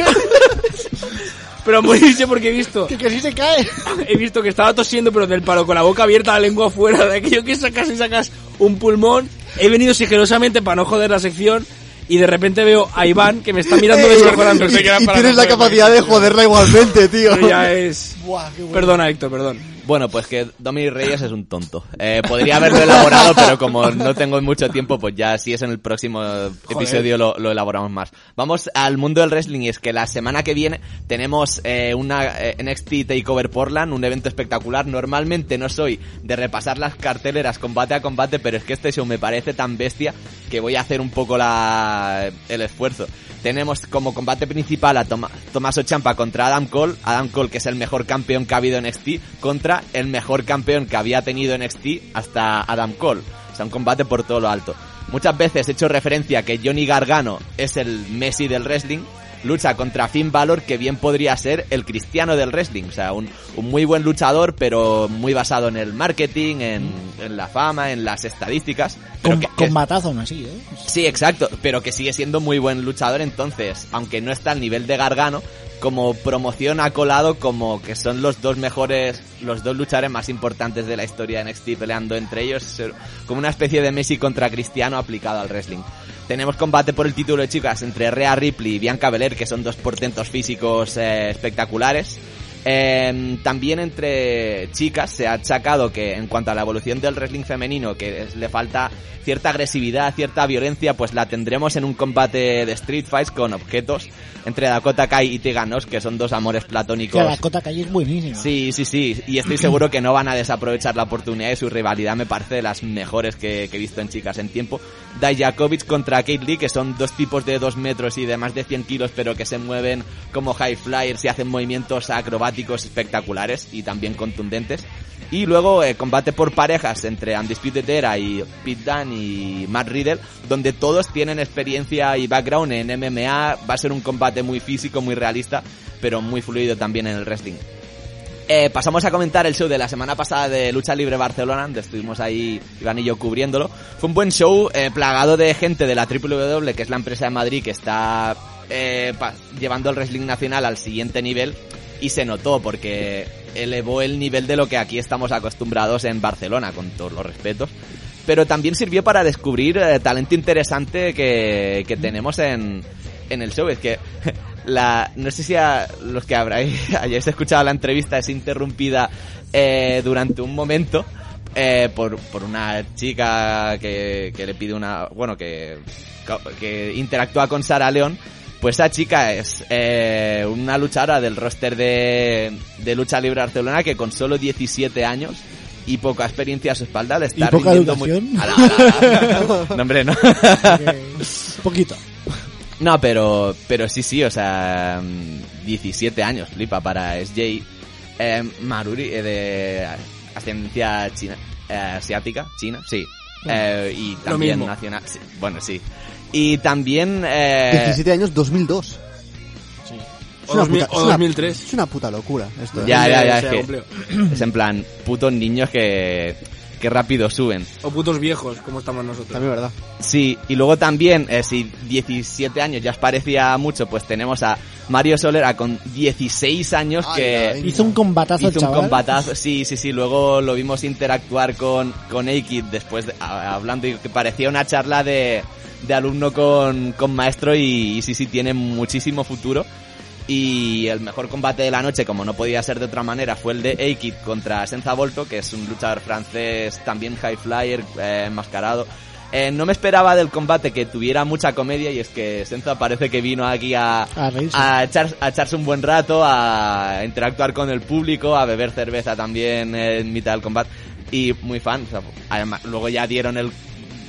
C: Pero a morirse porque he visto.
D: que casi se cae.
C: He visto que estaba tosiendo, pero del palo, con la boca abierta, la lengua afuera, de aquello que sacas y sacas un pulmón. He venido sigilosamente para no joder la sección. Y de repente veo a Iván que me está mirando desmejorándose.
J: Pensé que era
F: Eh, y
J: para
F: tienes la
J: romperme.
F: capacidad de joderla igualmente, tío.
C: Pero
E: eh.
C: ya es.
D: Buah, qué bueno.
C: Perdona, Héctor, perdón.
E: Bueno, pues que Dominic Reyes es un tonto. Eh, podría haberlo elaborado, pero como no tengo mucho tiempo, pues ya si es en el próximo episodio lo, lo elaboramos más. Vamos al mundo del wrestling y es que la semana que viene tenemos eh, una eh, NXT Takeover Portland, un evento espectacular. Normalmente no soy de repasar las carteleras combate a combate, pero es que este show me parece tan bestia que voy a hacer un poco la, el esfuerzo. Tenemos como combate principal a Toma- Tommaso Champa contra Adam Cole. Adam Cole, que es el mejor campeón que ha habido en NXT, contra el mejor campeón que había tenido en NXT hasta Adam Cole. O sea, un combate por todo lo alto. Muchas veces he hecho referencia que Johnny Gargano es el Messi del wrestling. Lucha contra Finn Balor, que bien podría ser el cristiano del wrestling. O sea, un, un muy buen luchador, pero muy basado en el marketing, en, en la fama, en las estadísticas. Pero
D: Con,
E: que-
D: con
E: que-
D: matazo aún así, ¿eh?
E: Sí, exacto, pero que sigue siendo muy buen luchador entonces, aunque no está al nivel de Gargano, como promoción ha colado como que son los dos mejores, los dos luchadores más importantes de la historia de NXT peleando entre ellos, eh, como una especie de Messi contra Cristiano aplicado al wrestling. Tenemos combate por el título de chicas entre Rhea Ripley y Bianca Belair, que son dos portentos físicos eh, espectaculares. Eh, también entre chicas se ha achacado que en cuanto a la evolución del wrestling femenino, que es- le falta cierta agresividad, cierta violencia, pues la tendremos en un combate de street fights con objetos entre Dakota Kai y Teganos, que son dos amores
D: Que
E: platónicos.
D: la cota calle es buenísima.
E: Sí, sí, sí. Y estoy seguro que no van a desaprovechar la oportunidad y su rivalidad me parece de las mejores que, que he visto en chicas en tiempo. Dajakovic contra Kate Lee, que son dos tipos de dos metros y de más de 100 kilos, pero que se mueven como high flyers y hacen movimientos acrobáticos espectaculares y también contundentes. Y luego eh, combate por parejas entre Undisputed Era y Pete Dunne y Matt Riddle, donde todos tienen experiencia y background en MMA. Va a ser un combate muy físico, muy realista, pero muy fluido también en el wrestling. Eh, pasamos a comentar el show de la semana pasada de Lucha Libre Barcelona, donde estuvimos ahí Iván y yo cubriéndolo. Fue un buen show eh, plagado de gente de la WW, que es la empresa de Madrid que está eh, pa- llevando el wrestling nacional al siguiente nivel. Y se notó porque elevó el nivel de lo que aquí estamos acostumbrados en Barcelona, con todos los respetos. Pero también sirvió para descubrir eh, talento interesante que, que tenemos en, en el show. Es que la no sé si a los que habráis hayáis escuchado la entrevista es interrumpida eh, durante un momento eh, por, por una chica que, que le pide una bueno que que interactúa con Sara León pues esa chica es eh, una luchadora del roster de, de lucha libre Barcelona que con solo 17 años y poca experiencia a su espalda le está
D: ¿Y poca
E: rindiendo muy-
D: educación?
E: Ala, ala, ala. No, hombre, no.
D: Un poquito.
E: No, pero, pero sí, sí, o sea, mm, 17 años, flipa, para SJ eh, Maruri, eh, de ascendencia china, eh, asiática, china, sí.
D: Mm.
E: Eh, y también
C: mismo.
E: nacional, sí, bueno, sí. Y también... Eh,
F: 17 años, 2002.
C: O, 2000 o 2003.
F: Es una puta locura esto. ¿eh?
E: Ya, ya, ya,
C: O sea,
E: es que-
C: cumplió.
E: es en plan, putos niños que, que rápido suben.
C: O putos viejos, como estamos nosotros.
F: También es verdad.
E: Sí, y luego también, eh, si 17 años ya os parecía mucho, pues tenemos a Mario Solera con 16 años
F: Ay,
E: que...
F: ay,
D: Hizo un combatazo,
E: Hizo un
D: chaval.
E: combatazo, sí, sí, sí. Luego lo vimos interactuar con, con Aikid después de- a- hablando y que parecía una charla de, de alumno con, con maestro y, y sí, sí, tiene muchísimo futuro. Y el mejor combate de la noche, como no podía ser de otra manera, fue el de Aikid contra Senza Volto, que es un luchador francés, también high flyer, eh, enmascarado. Eh, no me esperaba del combate que tuviera mucha comedia y es que Senza parece que vino aquí a,
D: A reírse.
E: a, echar- a echarse un buen rato, a interactuar con el público, a beber cerveza también en mitad del combate. Y muy fan. o sea, además, luego ya dieron el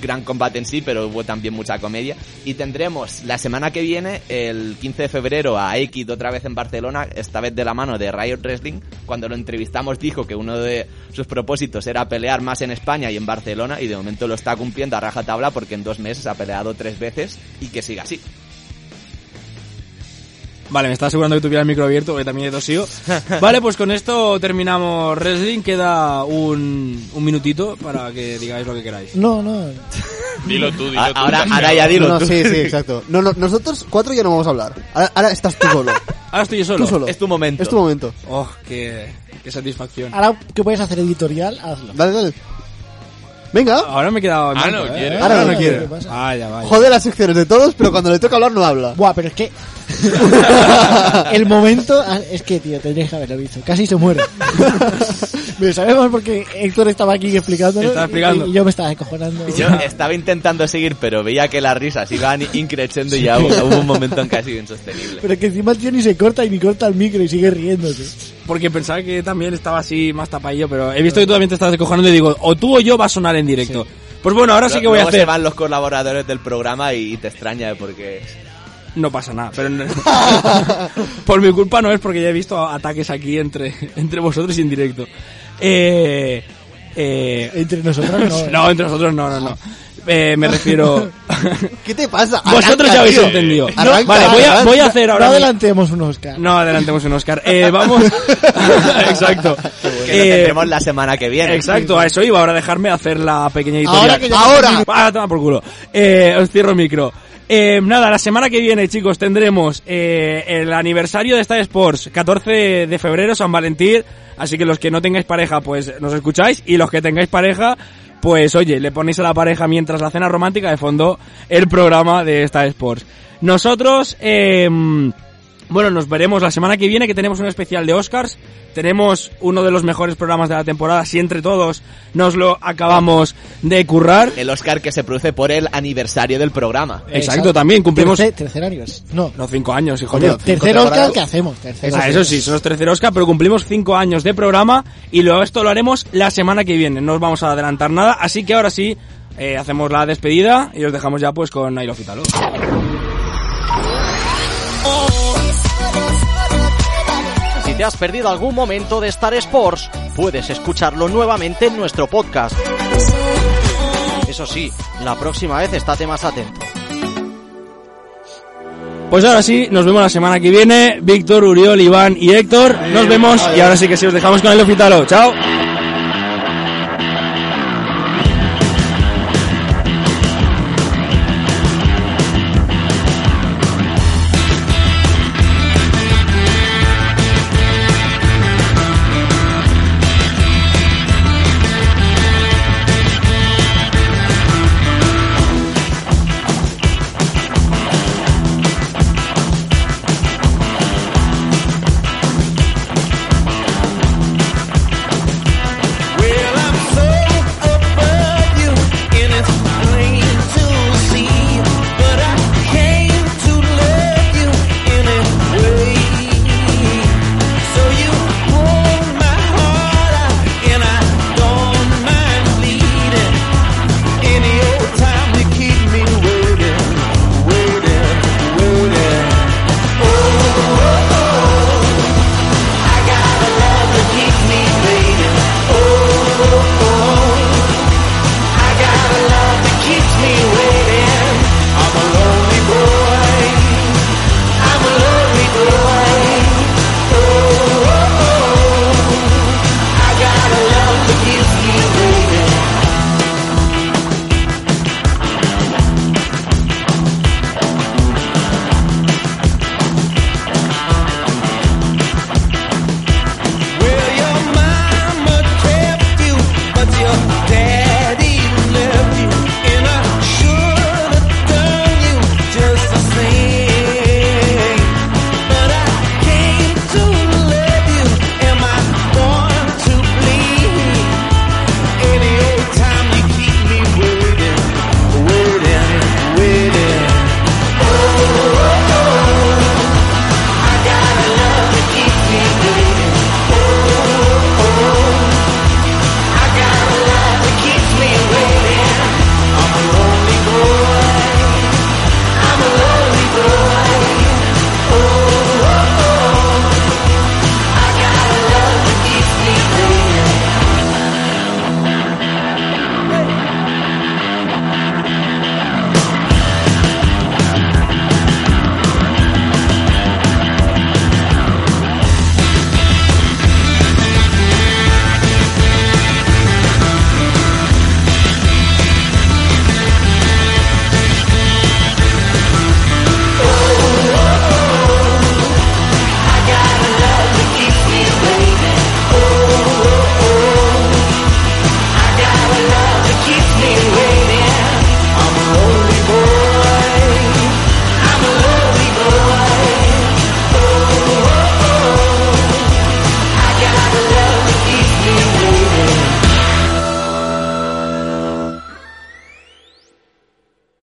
E: gran combate en sí, pero hubo también mucha comedia. Y tendremos la semana que viene, el 15 de febrero, a Aikid otra vez en Barcelona, esta vez de la mano de Riot Wrestling. Cuando lo entrevistamos dijo que uno de sus propósitos era pelear más en España y en Barcelona, y de momento lo está cumpliendo a rajatabla porque en dos meses ha peleado tres veces y que siga así.
C: Vale, me estaba asegurando que tuviera el micro abierto, que también he tosido. Vale, pues con esto terminamos wrestling. Queda un, un minutito para que digáis lo que queráis.
D: No, no.
J: Dilo tú, dilo
E: A-
J: tú.
E: Ahora,
J: campeón.
E: ahora ya dilo
F: No, no,
E: tú.
F: sí, sí, exacto. No, no, nosotros cuatro ya no vamos a hablar. Ahora, ahora estás tú solo.
C: Ahora estoy yo solo.
F: Tú solo.
E: Es tu momento.
F: Es tu momento.
C: Oh, qué, qué satisfacción.
F: Ah,
D: Ahora que puedes hacer editorial, hazlo.
F: Dale, dale. Venga.
C: Ahora me he quedado... en
J: Ah,
C: blanco,
J: no
C: ¿eh?
J: quiere.
F: Ahora no
D: quiere.
C: Vaya, vaya.
F: Jode las secciones de todos, pero cuando le toca hablar no habla.
D: Buah, pero es que. el momento. ah, Es que, tío, tendrías que haberlo visto. Casi se muere. pero sabemos porque Héctor estaba aquí explicándolo.
C: Estaba
D: y-
C: explicando.
D: Y, yo me estaba descojonando.
E: Yo estaba intentando seguir, pero veía que las risas iban increciendo y ya hubo, hubo un momento en que ha sido insostenible.
D: Pero es que encima el tío ni se corta y ni corta el micro y sigue riéndose.
C: Porque pensaba que también estaba así más tapadillo, pero he visto que tú también te estás descojonando y digo, o tú o yo va a sonar en directo. Pues bueno, ahora sí que voy a
E: Luego se
C: hacer...
E: van los colaboradores del programa y, y te extraña eh, porque...
C: No pasa nada, pero no- por mi culpa no es porque ya he visto ataques aquí entre, entre vosotros y en directo. Eh, eh,
D: Entre nosotros no. ¿eh?
C: no, entre nosotros no, no, no. Eh, me refiero...
F: ¿Qué te pasa?
C: vosotros ya
F: Arranca,
C: habéis
F: tío.
C: entendido.
F: Arranca,
C: No, vale, voy a,
F: arranca.
C: voy a hacer
D: No
C: ahora... mi-
D: adelantemos un Oscar.
C: No, adelantemos un Oscar. Eh, vamos... Exacto.
E: Que lo
C: Eh,
E: tendremos la semana que viene.
C: Exacto, a eso iba. Ahora dejarme hacer la pequeña editorial.
F: Ahora que ya-
C: ¡Ahora! Ah, toma por culo. Eh, os cierro el micro. Eh, nada, la semana que viene, chicos, tendremos eh, el aniversario de Star Sports, 14 de febrero, San Valentín. Así que los que no tengáis pareja, pues nos escucháis. Y los que tengáis pareja, pues oye, le ponéis a la pareja mientras la cena romántica de fondo el programa de Star Sports. Nosotros, eh, bueno, nos veremos la semana que viene que tenemos un especial de Oscars. Tenemos uno de los mejores programas de la temporada, si entre todos nos lo acabamos de currar.
E: El Oscar que se produce por el aniversario del programa.
C: Exacto, también cumplimos
D: Tercer, tercer aniversario. No.
C: los cinco años, hijo
F: Coño,
C: mío.
F: cinco
D: Tercer
F: temporadas.
D: Oscar que hacemos. Tercer
C: Ah,
D: Oscar.
C: eso sí, son los tercer Oscar, pero cumplimos cinco años de programa y luego esto lo haremos la semana que viene. No os vamos a adelantar nada, así que ahora sí eh, hacemos la despedida y os dejamos ya pues con Nairo Fitalo.
B: Si te has perdido algún momento de Star Sports, puedes escucharlo nuevamente en nuestro podcast. Eso sí, la próxima vez estate más atento.
C: Pues ahora sí, nos vemos la semana que viene. Víctor, Uriol, Iván y Héctor, nos vemos y ahora sí que sí, os dejamos con el Ofitalo. Chao.